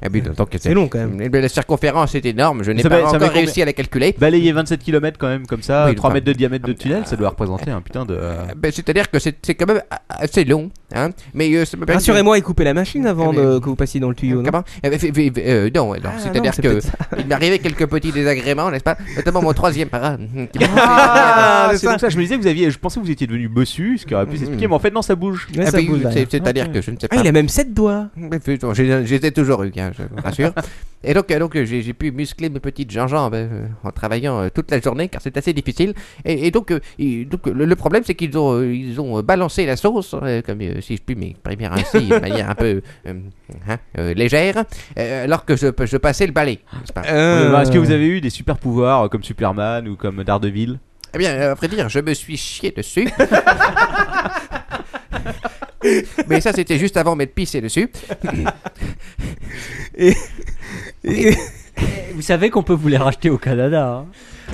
Speaker 4: C'est
Speaker 6: C'est long, quand même.
Speaker 4: La circonférence est énorme, je n'ai
Speaker 3: Ça
Speaker 4: pas
Speaker 3: fait- ça fait
Speaker 4: encore
Speaker 3: combien
Speaker 4: réussi à la calculer.
Speaker 3: Balayer 27 km quand même, comme ça,
Speaker 4: Oui,
Speaker 3: 3
Speaker 4: enfin,
Speaker 3: mètres de diamètre de tunnel,
Speaker 4: euh,
Speaker 3: ça doit représenter un putain de. euh,
Speaker 4: Ben, C'est-à-dire que c'est c'est quand même a- assez long, hein, mais euh, ça me permet-
Speaker 6: Rassurez-moi, il coupait la machine avant
Speaker 3: Ah,
Speaker 4: Mais-
Speaker 6: de- que vous passiez dans le tuyau. non
Speaker 4: Comment Euh, f- f- f- euh, Non, alors,
Speaker 6: Ah,
Speaker 4: c'est-à-dire
Speaker 6: non, c'est
Speaker 4: que
Speaker 6: peut-être ça.
Speaker 4: il m'est arrivé quelques petits désagréments, n'est-ce pas Notamment mon troisième parrain. hmm, qui m'a-
Speaker 3: Ah,
Speaker 6: c'est
Speaker 3: c'est
Speaker 6: ça.
Speaker 3: donc ça. Je me disais, que vous aviez, je pensais que vous étiez devenu bossu, ce qui aurait pu s'expliquer, mais en fait non, ça bouge.
Speaker 6: Ouais,
Speaker 4: Ah,
Speaker 6: ça
Speaker 4: oui,
Speaker 6: bouge, là.
Speaker 4: c'est- C'est-à-dire que je ne sais
Speaker 6: Ah,
Speaker 4: pas.
Speaker 6: il a même 7 doigts.
Speaker 4: Mais putain, j'ai- je les ai toujours eu, hein, je vous rassure. Et donc, euh, donc euh, j'ai j'ai pu muscler mes petites ginjambes euh, en travaillant euh, toute la journée, car c'est assez difficile. Et, et donc, euh, et donc, euh, le, le problème, c'est qu'ils ont, euh, ils ont euh, balancé la sauce, euh, comme euh, si je puis m'exprimer ainsi, de manière un peu euh, hein, euh, légère, euh, alors que je, je passais le balai. n'est-ce pas
Speaker 6: Euh,
Speaker 3: Est-ce que vous avez eu des super pouvoirs euh, comme Superman ou comme Daredevil
Speaker 4: Eh bien, euh, à vrai dire, je me suis chié dessus. Mais ça, c'était juste avant m'être pissé dessus.
Speaker 6: Et-
Speaker 5: Vous savez qu'on peut vous les racheter au Canada. hein.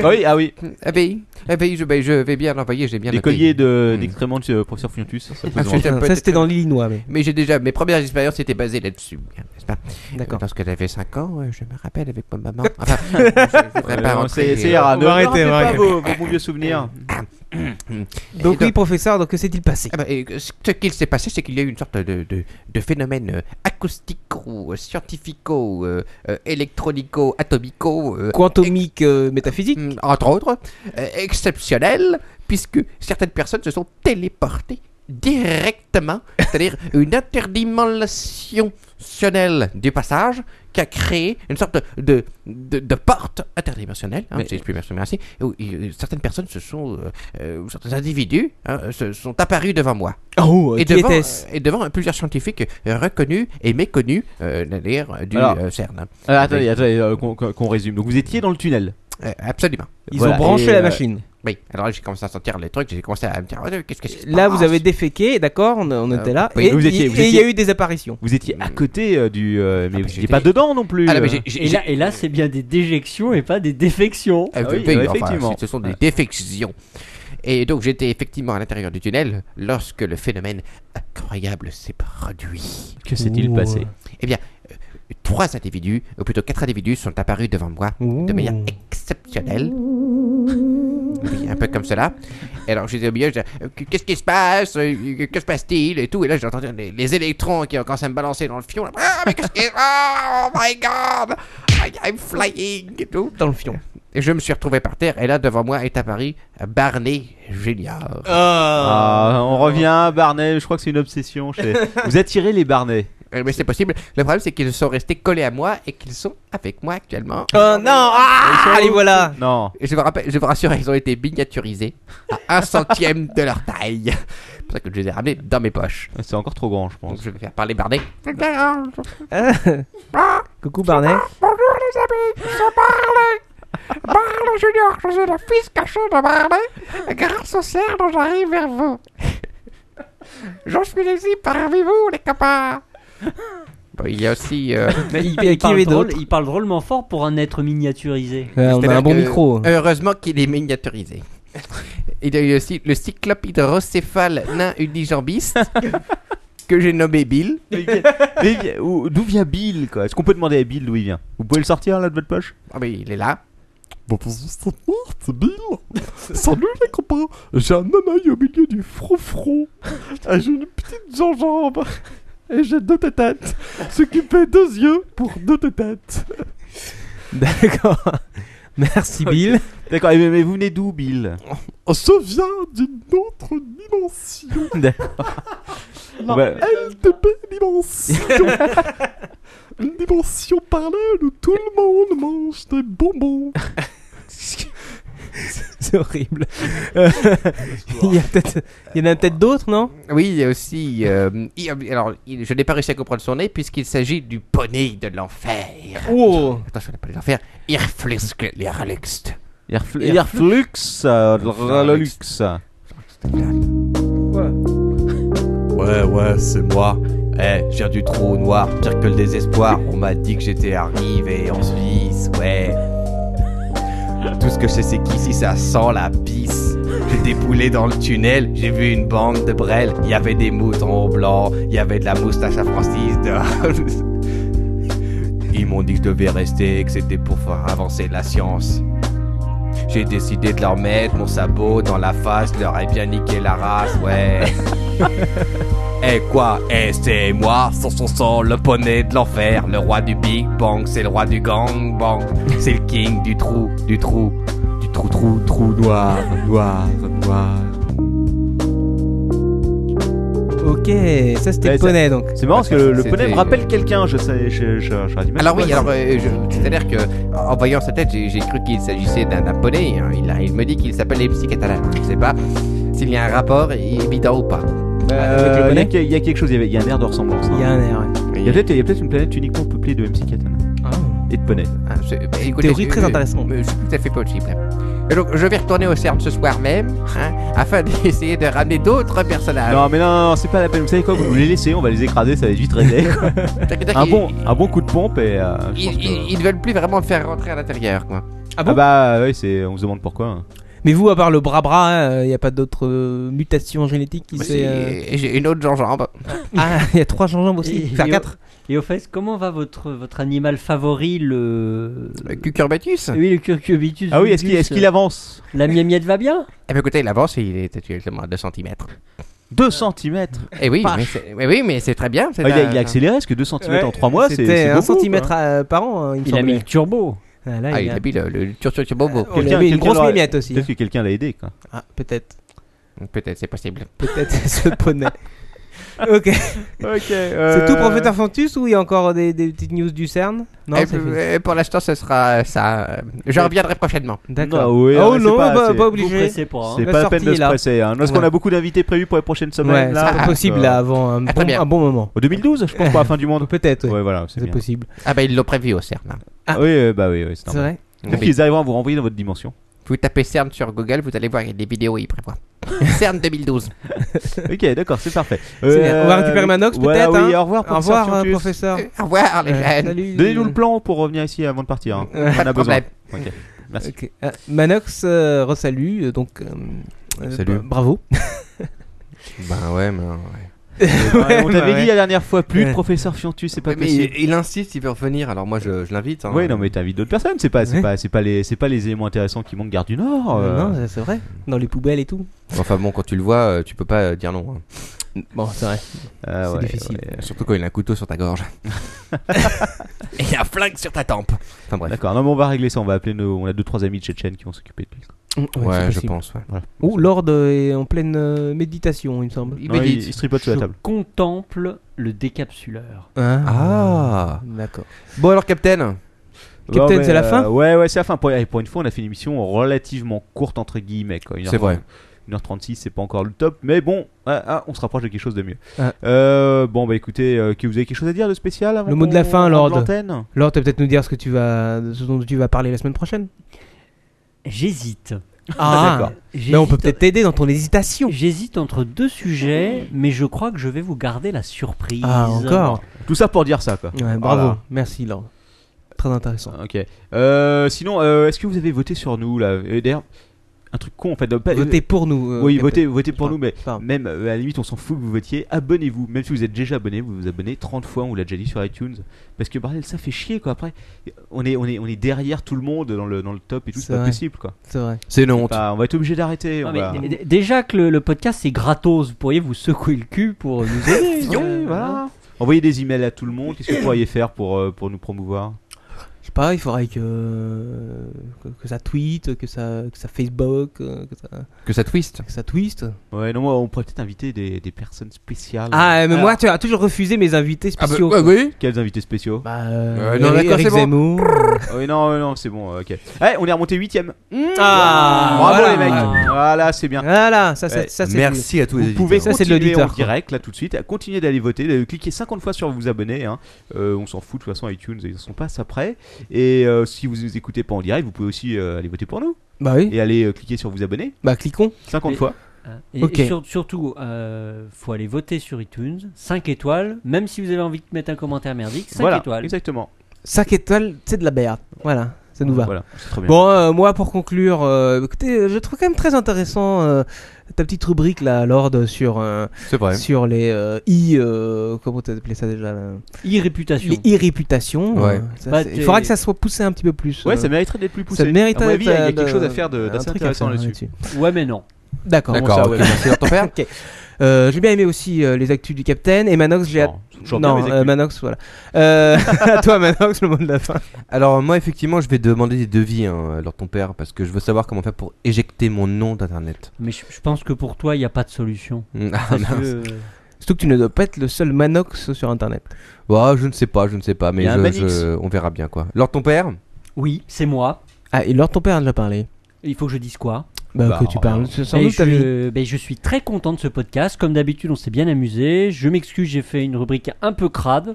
Speaker 3: Ah oui, ah oui.
Speaker 4: Ah ben, ah ben, je, ben, je vais bien l'envoyer, j'ai bien
Speaker 3: Des
Speaker 4: noté.
Speaker 3: colliers de-
Speaker 4: Hmm.
Speaker 3: d'excréments de, euh, professeur Fiontus. ça, ça peut
Speaker 4: Ah,
Speaker 3: se
Speaker 4: c'est-
Speaker 3: vendre.
Speaker 6: Putain,
Speaker 4: peut-être-
Speaker 6: ça, c'était dans l'Illinois. Mais...
Speaker 4: Mais j'ai déjà, mes premières expériences étaient basées là-dessus, hein, n'est-ce pas
Speaker 6: D'accord.
Speaker 4: Lorsque j'avais 5 ans, euh, je me rappelle avec ma maman. Enfin, je ne voudrais
Speaker 3: Ouais,
Speaker 4: pas
Speaker 3: non,
Speaker 4: rentrer.
Speaker 3: c'est- c'est
Speaker 4: euh,
Speaker 3: rare.
Speaker 6: on
Speaker 3: Ne-
Speaker 6: va
Speaker 3: ne
Speaker 6: arrêter,
Speaker 3: rappelez
Speaker 6: on va
Speaker 3: pas
Speaker 6: arrêter.
Speaker 3: vos, vos bons vieux souvenirs.
Speaker 4: et
Speaker 6: Donc, oui, professeur, donc que s'est-il passé
Speaker 4: ah ben, et que- ce qu'il s'est passé, c'est qu'il y a eu une sorte de, de, de phénomène euh, acoustico, euh, scientifico, euh, euh, électronico, atomico, euh,
Speaker 6: Quantomique euh, métaphysique
Speaker 4: Mm, entre autres, euh, exceptionnel, puisque certaines personnes se sont téléportées directement, c'est-à-dire une interdimensionnelle du passage qui a créé une sorte de, de, de porte interdimensionnelle, hein,
Speaker 6: Mais-
Speaker 4: si je puis m'exprimer ainsi, où euh, certaines personnes se sont, euh, euh, ou certains individus hein, euh, se sont apparus devant moi.
Speaker 6: Oh,
Speaker 4: et,
Speaker 6: qui
Speaker 4: devant,
Speaker 6: était-ce
Speaker 4: euh, et devant euh, plusieurs scientifiques euh, reconnus et méconnus, euh, d'ailleurs, euh, du
Speaker 3: Alors-
Speaker 4: euh, CERN.
Speaker 3: Euh, attendez, attendez, euh, qu'on qu'on- qu'on résume. Donc vous étiez dans le tunnel.
Speaker 4: Euh, absolument.
Speaker 6: Ils
Speaker 3: Voilà,
Speaker 6: ont branché
Speaker 3: et,
Speaker 6: la
Speaker 3: euh,
Speaker 6: machine.
Speaker 4: Oui, alors j'ai commencé à sentir les trucs, j'ai commencé à me dire, Oh, qu'est-ce que c'est
Speaker 6: Là, vous avez déféqué, d'accord, on, on était là.
Speaker 3: oui,
Speaker 6: et
Speaker 3: vous étiez-
Speaker 6: et-
Speaker 3: vous
Speaker 6: et il y
Speaker 3: étiez-
Speaker 6: a eu des apparitions.
Speaker 3: Vous étiez à côté euh, du. euh, mais
Speaker 4: bah,
Speaker 3: vous n'étiez
Speaker 4: j'étais-
Speaker 3: pas dedans non plus.
Speaker 4: Ah non, mais
Speaker 3: euh.
Speaker 4: j'ai- j'ai-
Speaker 5: Et là, et là, c'est bien des déjections et pas des défections.
Speaker 4: Ah,
Speaker 3: Ah oui,
Speaker 4: oui,
Speaker 3: ouais,
Speaker 4: enfin,
Speaker 3: effectivement.
Speaker 4: ce sont
Speaker 3: Ouais.
Speaker 4: des défections. Et donc j'étais effectivement à l'intérieur du tunnel lorsque le phénomène incroyable s'est produit.
Speaker 3: Que s'est-il
Speaker 6: Ouh.
Speaker 3: passé
Speaker 4: Eh bien, euh, trois individus, ou plutôt quatre individus, sont apparus devant moi de
Speaker 6: Ouh.
Speaker 4: manière exceptionnelle. Oui, un peu comme cela. Et alors j'étais au milieu, je disais, Euh, qu'est-ce qui se passe Euh, Que se passe-t-il Et tout. Et là j'entendais les, les électrons qui ont commencé à me balancer dans le fion. là. Ah, mais qu'est-ce qui. Oh my god I- I'm flying Et tout.
Speaker 6: Dans le fion.
Speaker 4: Et je me suis retrouvé par terre, et là devant moi est apparu Barney Junior.
Speaker 3: Ah, on revient à Barnet, je crois que c'est une obsession. chez- vous attirez les Barnets.
Speaker 4: Euh, Mais c'est possible. Le problème, c'est qu'ils sont restés collés à moi et qu'ils sont avec moi actuellement.
Speaker 6: Oh non Ah Allez, voilà
Speaker 3: Non.
Speaker 4: Et je vous, rappelle, je vous rassure, ils ont été miniaturisés à un centième de leur taille. C'est pour ça que je les ai ramenés dans mes poches.
Speaker 3: C'est encore trop grand, je pense.
Speaker 4: Donc je vais faire parler Barney.
Speaker 6: Ah, Coucou Barnet.
Speaker 9: Bonjour les amis, c'est Barley. Barley Junior, je suis le fils caché de Barley. Grâce au cerf, j'arrive vers vous. Je suis ici parmi vous, les copains.
Speaker 4: Bon, il y a aussi. euh,
Speaker 6: Mais il,
Speaker 5: Il
Speaker 6: qui
Speaker 5: parle,
Speaker 6: avait
Speaker 5: drôle-
Speaker 6: d'autres
Speaker 5: il parle drôlement fort pour un être miniaturisé.
Speaker 6: Euh, On a un
Speaker 4: c'est-à-dire
Speaker 6: bon
Speaker 4: que,
Speaker 6: micro.
Speaker 4: Heureusement qu'il est miniaturisé. Il y a eu aussi le cyclope hydrocéphale nain unijambiste que j'ai nommé Bill.
Speaker 3: Mais vi- où- D'où vient Bill quoi Est-ce qu'on peut demander à Bill d'où il vient Vous pouvez le sortir là de votre poche
Speaker 4: Ah, mais il est là.
Speaker 1: Bonjour, c'est Bill. Salut les copains. J'ai un œil au milieu du front-front. Et J'ai une petite gingembre. Et j'ai deux têtes. Ce qui fait deux yeux pour deux têtes.
Speaker 6: D'accord. Merci Bill.
Speaker 3: D'accord, mais, mais vous venez d'où Bill Oh,
Speaker 1: Je viens d'une autre dimension. La
Speaker 3: Ouais.
Speaker 1: LTP dimension. Une dimension parallèle où tout le monde mange des bonbons.
Speaker 6: C'est horrible. Euh, il y a peut-être- il y en a peut-être d'autres, non
Speaker 4: Oui, il y a aussi. euh, il- alors, il- je n'ai pas réussi à comprendre son nez puisqu'il s'agit du poney de l'enfer.
Speaker 6: Oh
Speaker 4: Attention, on n'a pas les enfers. Irflisk, les Ralext.
Speaker 3: Airfl- Airflux euh, Ralux.
Speaker 1: Ouais, ouais, c'est moi.
Speaker 4: Eh, je viens du trou noir, pire que le désespoir. On m'a dit que j'étais arrivé en Suisse, ouais. Tout ce que je sais, c'est qu'ici ça sent la pisse. J'ai déboulé dans le tunnel, j'ai vu une bande de brels. Il y avait des moutons blancs, il y avait de la moustache à Francis de. Ils m'ont dit que je devais rester, que c'était pour faire avancer la science. J'ai décidé de leur mettre mon sabot dans la face, leur ai bien niqué la race, ouais. Eh quoi, eh c'est moi, son son son, le poney de l'enfer, le roi du Big Bang, c'est le roi du gang bang, c'est le king du trou, du trou, du trou trou trou noir, noir, noir.
Speaker 6: Ok, ça c'était
Speaker 3: Ouais,
Speaker 6: le
Speaker 3: ça-
Speaker 6: poney donc.
Speaker 3: C'est marrant parce que le, le poney
Speaker 4: C'était-
Speaker 3: me rappelle quelqu'un, je sais, je- je- j'aurais du mal.
Speaker 4: Alors oui, alors euh, je- c'est-à-dire que en en voyant sa tête, j'ai j'ai cru qu'il s'agissait d'un d'un poney. hein. Il, a- il me dit qu'il s'appelle les psychatalanes. Je sais pas s'il y a un rapport évident ou pas.
Speaker 3: Euh,
Speaker 6: Avec le
Speaker 3: il y a
Speaker 6: poney
Speaker 3: que- il y, a quelque chose, il y avait- il y a un air de ressemblance. hein.
Speaker 6: Il y a un air. ouais.
Speaker 3: Il
Speaker 4: Euh,
Speaker 3: y a peut-être il y a peut-être une planète uniquement peuplée de MC Katana et de poney.
Speaker 4: Ah, je- bah, écoutez,
Speaker 6: Théorie
Speaker 4: je-
Speaker 6: très
Speaker 4: je-
Speaker 6: intéressante.
Speaker 4: euh, C'est tout à fait possible. Et donc, je vais retourner au CERN ce soir même, hein, afin d'essayer de ramener d'autres personnages.
Speaker 3: Non, mais non, non, non, c'est pas la peine. Vous savez quoi Vous les laissez, on va les écraser, ça va être vite réglé. quoi.
Speaker 4: Tac, tac,
Speaker 3: un,
Speaker 4: ils-
Speaker 3: bon, un bon coup de pompe et. euh, je
Speaker 4: Ils,
Speaker 3: pense que-
Speaker 4: ils- ils veulent plus vraiment me faire rentrer à l'intérieur, quoi.
Speaker 6: Ah bon
Speaker 3: Ah bah oui, c'est- on se demande pourquoi. hein.
Speaker 6: Mais vous, à part le bras-bras, hein, euh, il n'y a pas d'autres euh, mutations génétiques qui
Speaker 4: Mais
Speaker 6: s'est. euh,
Speaker 4: c'est- J'ai une autre jambe.
Speaker 6: Ah, il y a trois jambes aussi.
Speaker 5: Et-
Speaker 6: Faire
Speaker 5: et-
Speaker 6: quatre.
Speaker 5: Et au fait, comment va votre, votre animal favori, le.
Speaker 4: Cucurbatus.
Speaker 5: Oui, le curcubitus.
Speaker 3: Ah oui, est-ce qu'il
Speaker 5: vulgus.
Speaker 3: est-ce
Speaker 6: euh,
Speaker 3: qu'il avance
Speaker 5: La miette va bien
Speaker 4: Eh bien, écoutez, il avance et il est actuellement à 2 cm.
Speaker 6: euh,
Speaker 3: 2 cm
Speaker 4: Eh oui,
Speaker 3: Pache.
Speaker 4: mais c'est- mais oui, mais c'est très bien.
Speaker 6: Ah,
Speaker 4: c'est
Speaker 3: Ah, il, a,
Speaker 4: un-
Speaker 3: il a accéléré, parce que 2 cm en 3 mois, c'est.
Speaker 6: C'était
Speaker 3: c'est
Speaker 6: un
Speaker 3: beaucoup,
Speaker 6: centimètre
Speaker 3: quoi.
Speaker 6: à- par an, hein, il me
Speaker 5: Il a
Speaker 6: semblait.
Speaker 5: mis le turbo.
Speaker 6: Ah, là,
Speaker 4: Ah,
Speaker 6: il
Speaker 4: il
Speaker 6: a- Euh,
Speaker 4: a mis le, le turc sur bobo.
Speaker 6: on lui a
Speaker 3: Quelqu'un-
Speaker 6: mis une
Speaker 3: quelqu'un
Speaker 6: grosse
Speaker 3: l'aurait-
Speaker 6: mimiette aussi.
Speaker 3: Peut-être que quelqu'un l'a aidé. Quoi.
Speaker 6: Ah, peut-être.
Speaker 4: Peut-être, c'est possible.
Speaker 6: Peut-être ce poney. ok. euh,
Speaker 3: Ok.
Speaker 6: C'est tout,
Speaker 3: Euh.
Speaker 6: professeur Fantus, ou il y a encore des, des petites news du CERN Non,
Speaker 4: Eh,
Speaker 6: c'est fini.
Speaker 4: eh, pour l'instant, ce sera ça. euh, Je reviendrai prochainement.
Speaker 6: D'accord.
Speaker 3: Non, oui,
Speaker 6: Ah,
Speaker 3: ouais,
Speaker 6: oh
Speaker 3: c'est
Speaker 6: non,
Speaker 3: pas-
Speaker 6: pas, pas,
Speaker 3: c'est-
Speaker 5: Vous
Speaker 6: obligé.
Speaker 5: pressez pas. hein.
Speaker 3: C'est
Speaker 6: La
Speaker 3: pas la peine
Speaker 6: sortie
Speaker 3: de
Speaker 6: est
Speaker 3: se
Speaker 6: là.
Speaker 3: presser. Hein. Parce
Speaker 6: Ouais.
Speaker 3: qu'on a beaucoup d'invités prévus pour les prochaines
Speaker 6: Ouais,
Speaker 3: semaines.
Speaker 6: c'est
Speaker 3: là,
Speaker 6: pas
Speaker 3: donc,
Speaker 6: possible
Speaker 3: euh,
Speaker 6: là avant un
Speaker 4: Ah,
Speaker 6: bon,
Speaker 4: très bien.
Speaker 6: un bon moment.
Speaker 3: Au 2012, je pense, pour la fin du monde.
Speaker 6: Peut-être, ouais.
Speaker 3: Ouais, voilà, c'est
Speaker 6: c'est
Speaker 3: bien.
Speaker 6: possible.
Speaker 4: Ah, bah, ils l'ont prévu au CERN. hein.
Speaker 6: Ah.
Speaker 3: Oui, euh, bah oui, oui c'est
Speaker 6: C'est
Speaker 3: normal.
Speaker 6: vrai
Speaker 3: Peut-être qu'ils arriveront à vous renvoyer dans votre dimension.
Speaker 4: Vous tapez CERN sur Google, vous allez voir, il y a des vidéos, il prévoit. CERN 2012.
Speaker 3: ok, d'accord, c'est parfait. Euh,
Speaker 6: C'est bien. On va récupérer Manox,
Speaker 3: voilà,
Speaker 6: peut-être,
Speaker 3: oui,
Speaker 6: hein.
Speaker 3: Au revoir,
Speaker 6: Au
Speaker 3: professeur.
Speaker 6: revoir,
Speaker 3: Fiantus.
Speaker 6: professeur.
Speaker 4: Au revoir, les
Speaker 6: Euh,
Speaker 4: jeunes.
Speaker 6: salut.
Speaker 3: Donnez-nous le plan pour revenir ici avant de partir. hein.
Speaker 6: Euh,
Speaker 4: Pas
Speaker 3: On
Speaker 4: de
Speaker 3: a besoin.
Speaker 4: problème.
Speaker 3: Ok, merci.
Speaker 6: Ok. Ah, Manox euh, resalue, euh, donc. euh, euh,
Speaker 11: Salut.
Speaker 6: bah, Bravo.
Speaker 4: Ben ouais, mais. ouais.
Speaker 3: Ouais, on
Speaker 6: ouais,
Speaker 3: t'avait
Speaker 6: ouais.
Speaker 3: dit la dernière fois, plus de
Speaker 6: Ouais.
Speaker 3: professeur Fiantus, c'est pas
Speaker 4: Mais
Speaker 3: possible.
Speaker 4: il, il insiste, il veut revenir, alors moi je, je l'invite. hein.
Speaker 3: Oui, non, mais t'invites d'autres personnes, c'est pas, c'est
Speaker 6: Ouais.
Speaker 3: pas, c'est pas les, c'est pas les éléments intéressants qui manquent Gare du Nord. euh.
Speaker 6: Non, c'est vrai. Dans les poubelles et tout.
Speaker 4: Enfin bon, quand tu le vois, euh, tu peux pas euh, dire non. hein.
Speaker 6: Bon, c'est vrai.
Speaker 3: Ah,
Speaker 6: c'est
Speaker 3: ouais,
Speaker 6: difficile.
Speaker 3: ouais.
Speaker 4: Surtout quand il a un couteau sur ta gorge. Et il a un flingue sur ta tempe. Enfin bref.
Speaker 3: D'accord, non, mais on va régler ça. On va appeler nos, on a deux trois amis de Tchétchène qui vont s'occuper de lui.
Speaker 6: Mm,
Speaker 4: Ouais,
Speaker 6: c'est
Speaker 4: je
Speaker 6: possible.
Speaker 4: pense. ouais.
Speaker 6: Oh, Lord euh, est en pleine euh, méditation, il me semble.
Speaker 4: Il
Speaker 3: Non,
Speaker 4: médite.
Speaker 3: il, il se tripote sous la
Speaker 5: Je
Speaker 3: table.
Speaker 5: contemple le décapsuleur.
Speaker 4: Ah.
Speaker 6: D'accord.
Speaker 4: Bon alors, Captain.
Speaker 6: Captain,
Speaker 3: Bon, mais,
Speaker 6: c'est la
Speaker 3: euh,
Speaker 6: fin
Speaker 3: Ouais, ouais, c'est la fin. Pour, allez, pour une fois, on a fait une émission relativement courte entre guillemets. quoi. Une heure
Speaker 4: C'est vrai.
Speaker 3: 1h36, c'est pas encore le top, mais bon, ah, ah, on se rapproche de quelque chose de mieux.
Speaker 6: Ah.
Speaker 3: Euh, bon, bah écoutez, euh, que vous avez quelque chose à dire de spécial avant
Speaker 6: Le mot de la
Speaker 3: qu'on-
Speaker 6: fin,
Speaker 3: avant
Speaker 6: Lord.
Speaker 3: l'antenne
Speaker 6: Lord, tu vas peut-être nous dire ce, que tu vas, ce dont tu vas parler la semaine prochaine.
Speaker 5: J'hésite. Euh,
Speaker 6: Ah,
Speaker 5: J'hésite.
Speaker 6: mais on peut peut-être t'aider dans ton hésitation.
Speaker 5: J'hésite entre deux sujets, mais je crois que je vais vous garder la surprise.
Speaker 6: Ah, encore
Speaker 3: Tout ça pour dire ça, quoi.
Speaker 6: Ouais, Bravo,
Speaker 3: Voilà.
Speaker 6: merci Lord. Très intéressant.
Speaker 3: Ok. Euh, sinon, euh, est-ce que vous avez voté sur nous là Et D'ailleurs, un truc con en fait. de- pas-
Speaker 6: Votez pour nous. euh,
Speaker 3: Bah, oui,
Speaker 6: Captain.
Speaker 3: votez, votez pour
Speaker 6: Enfin,
Speaker 3: nous, mais
Speaker 6: enfin,
Speaker 3: même euh, à la limite, on s'en fout que vous votiez. Abonnez-vous, même si vous êtes déjà abonné, vous vous abonnez 30 fois, on l'a déjà dit sur iTunes. Parce que bordel, ça fait chier quoi. Après, on est, on est, on est derrière tout le monde dans le, dans le top et tout,
Speaker 6: C'est
Speaker 3: c'est pas
Speaker 6: vrai.
Speaker 3: possible quoi.
Speaker 6: C'est vrai.
Speaker 11: C'est une honte.
Speaker 3: Bah, on va être obligé d'arrêter.
Speaker 5: Non,
Speaker 3: on
Speaker 5: mais
Speaker 3: va-
Speaker 5: d- d- déjà que le, le podcast c'est gratos, vous pourriez vous secouer le cul pour nous aider.
Speaker 3: Ouais, voilà. Envoyez des emails à tout le monde. Qu'est-ce que vous pourriez faire pour, euh, pour nous promouvoir
Speaker 6: Je sais pas, il faudrait que, que, que ça tweet, que ça, que ça Facebook, euh, que ça,
Speaker 11: Que ça twist.
Speaker 6: que ça twist.
Speaker 3: Ouais, non, moi, on pourrait peut-être inviter des, des personnes spéciales.
Speaker 6: Ah, mais
Speaker 3: Alors,
Speaker 6: moi, tu as toujours refusé mes invités
Speaker 4: Ah bah,
Speaker 6: spéciaux.
Speaker 11: oui.
Speaker 3: Quels invités spéciaux
Speaker 6: Bah, euh,
Speaker 11: Ah, bah, Euh, non, d'accord,
Speaker 6: Eric
Speaker 11: c'est bon.
Speaker 6: Zemmour.
Speaker 3: Oui, non, non, c'est bon, ok. Allez, on est remonté 8ème.
Speaker 11: Mmh.
Speaker 6: Ah,
Speaker 3: Bravo
Speaker 6: voilà.
Speaker 3: les mecs. Voilà, c'est bien.
Speaker 6: Voilà, ça, c'est
Speaker 3: Ouais,
Speaker 6: ça, c'est
Speaker 11: Merci à tous
Speaker 3: Vous
Speaker 11: les
Speaker 3: pouvez
Speaker 6: Ça, c'est de
Speaker 3: continuer en
Speaker 6: l'auditeur, quoi.
Speaker 3: direct là tout de suite. Continuez d'aller voter, de cliquer 50 fois sur vous abonner. hein. Euh, on s'en fout de toute façon iTunes, ils s'en passent après. Et euh, si vous nous écoutez pas en direct, vous pouvez aussi euh, aller voter pour nous
Speaker 6: Bah oui.
Speaker 3: et aller euh, cliquer sur vous abonner
Speaker 6: Bah cliquons.
Speaker 3: 50
Speaker 5: Et-
Speaker 3: fois.
Speaker 5: Hein. Et,
Speaker 6: Ok.
Speaker 5: et sur- surtout, euh, faut aller voter sur iTunes. 5 étoiles, même si vous avez envie de mettre un commentaire merdique. 5
Speaker 3: Voilà,
Speaker 5: étoiles.
Speaker 3: exactement.
Speaker 6: 5 étoiles, c'est de la merde. Voilà, ça nous va.
Speaker 3: Voilà, c'est très bien.
Speaker 6: Bon, euh, moi pour conclure, euh, écoutez, euh, je trouve quand même très intéressant euh, ta petite rubrique là, Lord, sur, euh,
Speaker 4: C'est vrai.
Speaker 6: sur les euh, i. euh, comment t'as appelé ça déjà là
Speaker 5: E-réputation.
Speaker 6: Les irréputations.
Speaker 4: Ouais.
Speaker 6: euh, ça,
Speaker 5: Bah,
Speaker 6: c'est-
Speaker 5: t'es-
Speaker 6: il faudra que ça soit poussé un petit peu plus.
Speaker 3: Ouais,
Speaker 6: euh,
Speaker 3: ça mériterait d'être plus poussé.
Speaker 6: ça mériterait
Speaker 3: à mon avis, il y a- il y a
Speaker 6: de-
Speaker 3: quelque chose à faire de-
Speaker 6: un
Speaker 3: d'assez
Speaker 6: truc à
Speaker 3: intéressant
Speaker 6: faire
Speaker 3: là-dessus.
Speaker 5: Ouais, mais non.
Speaker 6: D'accord, bon,
Speaker 4: D'accord,
Speaker 6: ça,
Speaker 4: ok,
Speaker 6: ouais.
Speaker 4: merci d'entendre faire.
Speaker 6: Ok. Euh, j'ai bien aimé aussi euh, les actus du Capitaine et Manox, j'ai
Speaker 3: Non, c'est toujours bien, les
Speaker 6: Non,
Speaker 3: actus.
Speaker 6: euh, Manox, voilà. Euh, à toi, Manox, le mot de la fin.
Speaker 4: Alors moi effectivement je vais demander des devis hein, lors de ton père parce que je veux savoir comment faire pour éjecter mon nom d'internet.
Speaker 5: Mais je, je pense que pour toi, il n'y a pas de solution.
Speaker 4: Ah,
Speaker 5: Parce
Speaker 4: mince.
Speaker 5: que, euh,
Speaker 6: Surtout que tu ne dois pas être le seul Manox sur internet.
Speaker 4: Bah, je ne sais pas, je ne sais pas, mais
Speaker 3: Il y a un
Speaker 4: je-
Speaker 3: Manix.
Speaker 4: je- on verra bien quoi. Lors de ton père
Speaker 5: oui, c'est moi.
Speaker 6: Ah, et Lord, ton père a déjà parlé.
Speaker 5: Il faut que je dise quoi
Speaker 6: Bah,
Speaker 3: Bah,
Speaker 6: que tu
Speaker 3: euh,
Speaker 6: parles. C'est Sans
Speaker 5: Ben,
Speaker 6: doute ta vie.
Speaker 5: je, ben, je suis très content de ce podcast. Comme d'habitude, on s'est bien amusé. Je m'excuse, j'ai fait une rubrique un peu crade. Euh,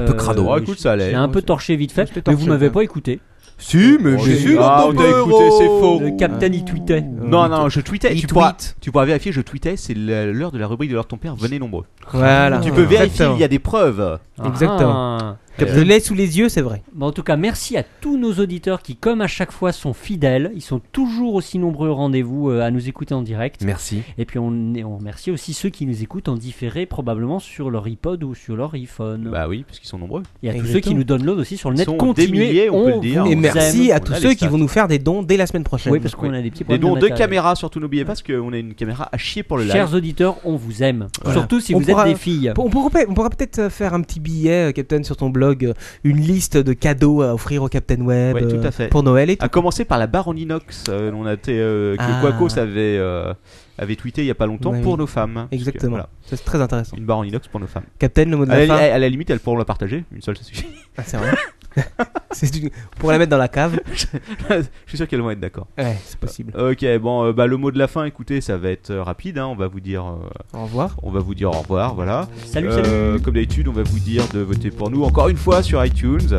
Speaker 4: Un peu crado.
Speaker 3: Oh, écoute, ça allait.
Speaker 5: J'ai un peu torché vite fait,
Speaker 6: C'était
Speaker 5: mais
Speaker 6: torché,
Speaker 5: vous m'avez
Speaker 6: ouais.
Speaker 5: pas écouté.
Speaker 4: Si, mais
Speaker 3: j'ai su, Ah, on t'a écouté, c'est faux.
Speaker 5: Le capitaine il tweetait.
Speaker 3: Non, non, non, je tweetais.
Speaker 4: Il
Speaker 3: Tu pourras,
Speaker 4: tweet.
Speaker 3: tu pourras vérifier, je tweetais, c'est la- l'heure de la rubrique de l'heure de ton père, venez nombreux.
Speaker 6: Voilà.
Speaker 3: tu peux vérifier,
Speaker 6: Ah, Exactement.
Speaker 3: il y a des preuves.
Speaker 6: Exactement.
Speaker 5: Ah.
Speaker 6: Je l'ai sous les yeux, c'est vrai.
Speaker 5: Bon, en tout cas, merci à tous nos auditeurs qui, comme à chaque fois, sont fidèles. Ils sont toujours aussi nombreux au rendez-vous euh, à nous écouter en direct.
Speaker 4: Merci.
Speaker 5: Et puis, on, et on remercie aussi ceux qui nous écoutent en différé, probablement sur leur iPod ou sur leur iPhone.
Speaker 3: Bah oui, parce qu'ils sont nombreux.
Speaker 5: et à tous
Speaker 6: exactement.
Speaker 5: ceux qui nous downloadent aussi sur le
Speaker 3: Ils
Speaker 5: net.
Speaker 3: sont des
Speaker 5: Continuez,
Speaker 3: milliers, on peut le dire.
Speaker 5: vous
Speaker 6: Et
Speaker 3: On
Speaker 6: merci
Speaker 5: aime.
Speaker 6: à
Speaker 3: on
Speaker 6: tous
Speaker 3: a
Speaker 6: ceux
Speaker 3: les
Speaker 6: qui
Speaker 3: stats.
Speaker 6: vont nous faire des dons dès la semaine prochaine.
Speaker 5: Oui, parce qu'on a des
Speaker 3: Des
Speaker 5: petits problèmes.
Speaker 3: dons de
Speaker 5: matériels.
Speaker 3: caméra, surtout n'oubliez pas, parce qu'on a une caméra à chier pour le live.
Speaker 5: Chers auditeurs, on vous aime.
Speaker 6: Voilà.
Speaker 5: Surtout si
Speaker 6: On
Speaker 5: vous
Speaker 6: pourra-
Speaker 5: êtes des filles.
Speaker 6: On pourra, peut- on pourra peut-être euh, faire un petit billet, euh, Captain, sur ton blog, euh, une liste de cadeaux à offrir au Captain Web
Speaker 3: Ouais, tout à
Speaker 6: euh,
Speaker 3: fait. Ah,
Speaker 6: pour Noël et tout.
Speaker 3: À commencer par la barre en inox euh, on a été, euh, que
Speaker 6: Ah.
Speaker 3: Quacos avait, euh, avait tweeté il y a pas longtemps
Speaker 6: Ouais,
Speaker 3: pour
Speaker 6: oui.
Speaker 3: nos femmes. Parce que,
Speaker 6: Exactement.
Speaker 3: voilà, eh.
Speaker 6: Ça, C'est très intéressant.
Speaker 3: une barre en inox pour nos femmes.
Speaker 6: Captain, le mot de
Speaker 3: À
Speaker 6: la
Speaker 3: la,
Speaker 6: fin.
Speaker 3: à la limite, elles pourront la partager, une seule ça suffit.
Speaker 6: Ah, c'est vrai. C'est une- Pour la mettre dans la cave.
Speaker 3: Je suis sûr qu'elles vont être d'accord.
Speaker 6: Ouais, c'est possible.
Speaker 3: Ok, bon, euh, bah, le mot de la fin, écoutez, ça va être euh, rapide. hein, on va vous dire, euh,
Speaker 6: Au revoir.
Speaker 3: on va vous dire au revoir, voilà.
Speaker 5: Salut,
Speaker 3: Euh,
Speaker 5: salut.
Speaker 3: Comme d'habitude, on va vous dire de voter pour nous encore une fois sur iTunes.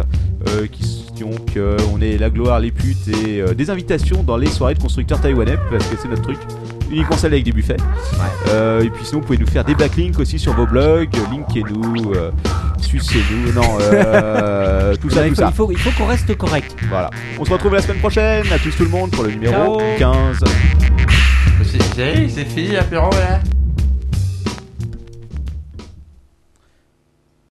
Speaker 3: euh, question que euh, on est la gloire, les putes et euh, des invitations dans les soirées de constructeurs taïwanais parce que c'est notre truc. Uniquement celle avec des buffets. Euh, et puis sinon, vous pouvez nous faire des backlinks aussi sur vos blogs, euh, linkez-nous, euh, sucez-nous, non, euh, tout ça,
Speaker 5: il
Speaker 3: tout
Speaker 5: faut,
Speaker 3: ça.
Speaker 5: il faut- il faut qu'on reste correct.
Speaker 3: Voilà. On se retrouve la semaine prochaine. À tous tout le monde pour le numéro
Speaker 5: Ciao.
Speaker 3: 15.
Speaker 2: C'est c'est- c'est fini l'apéro là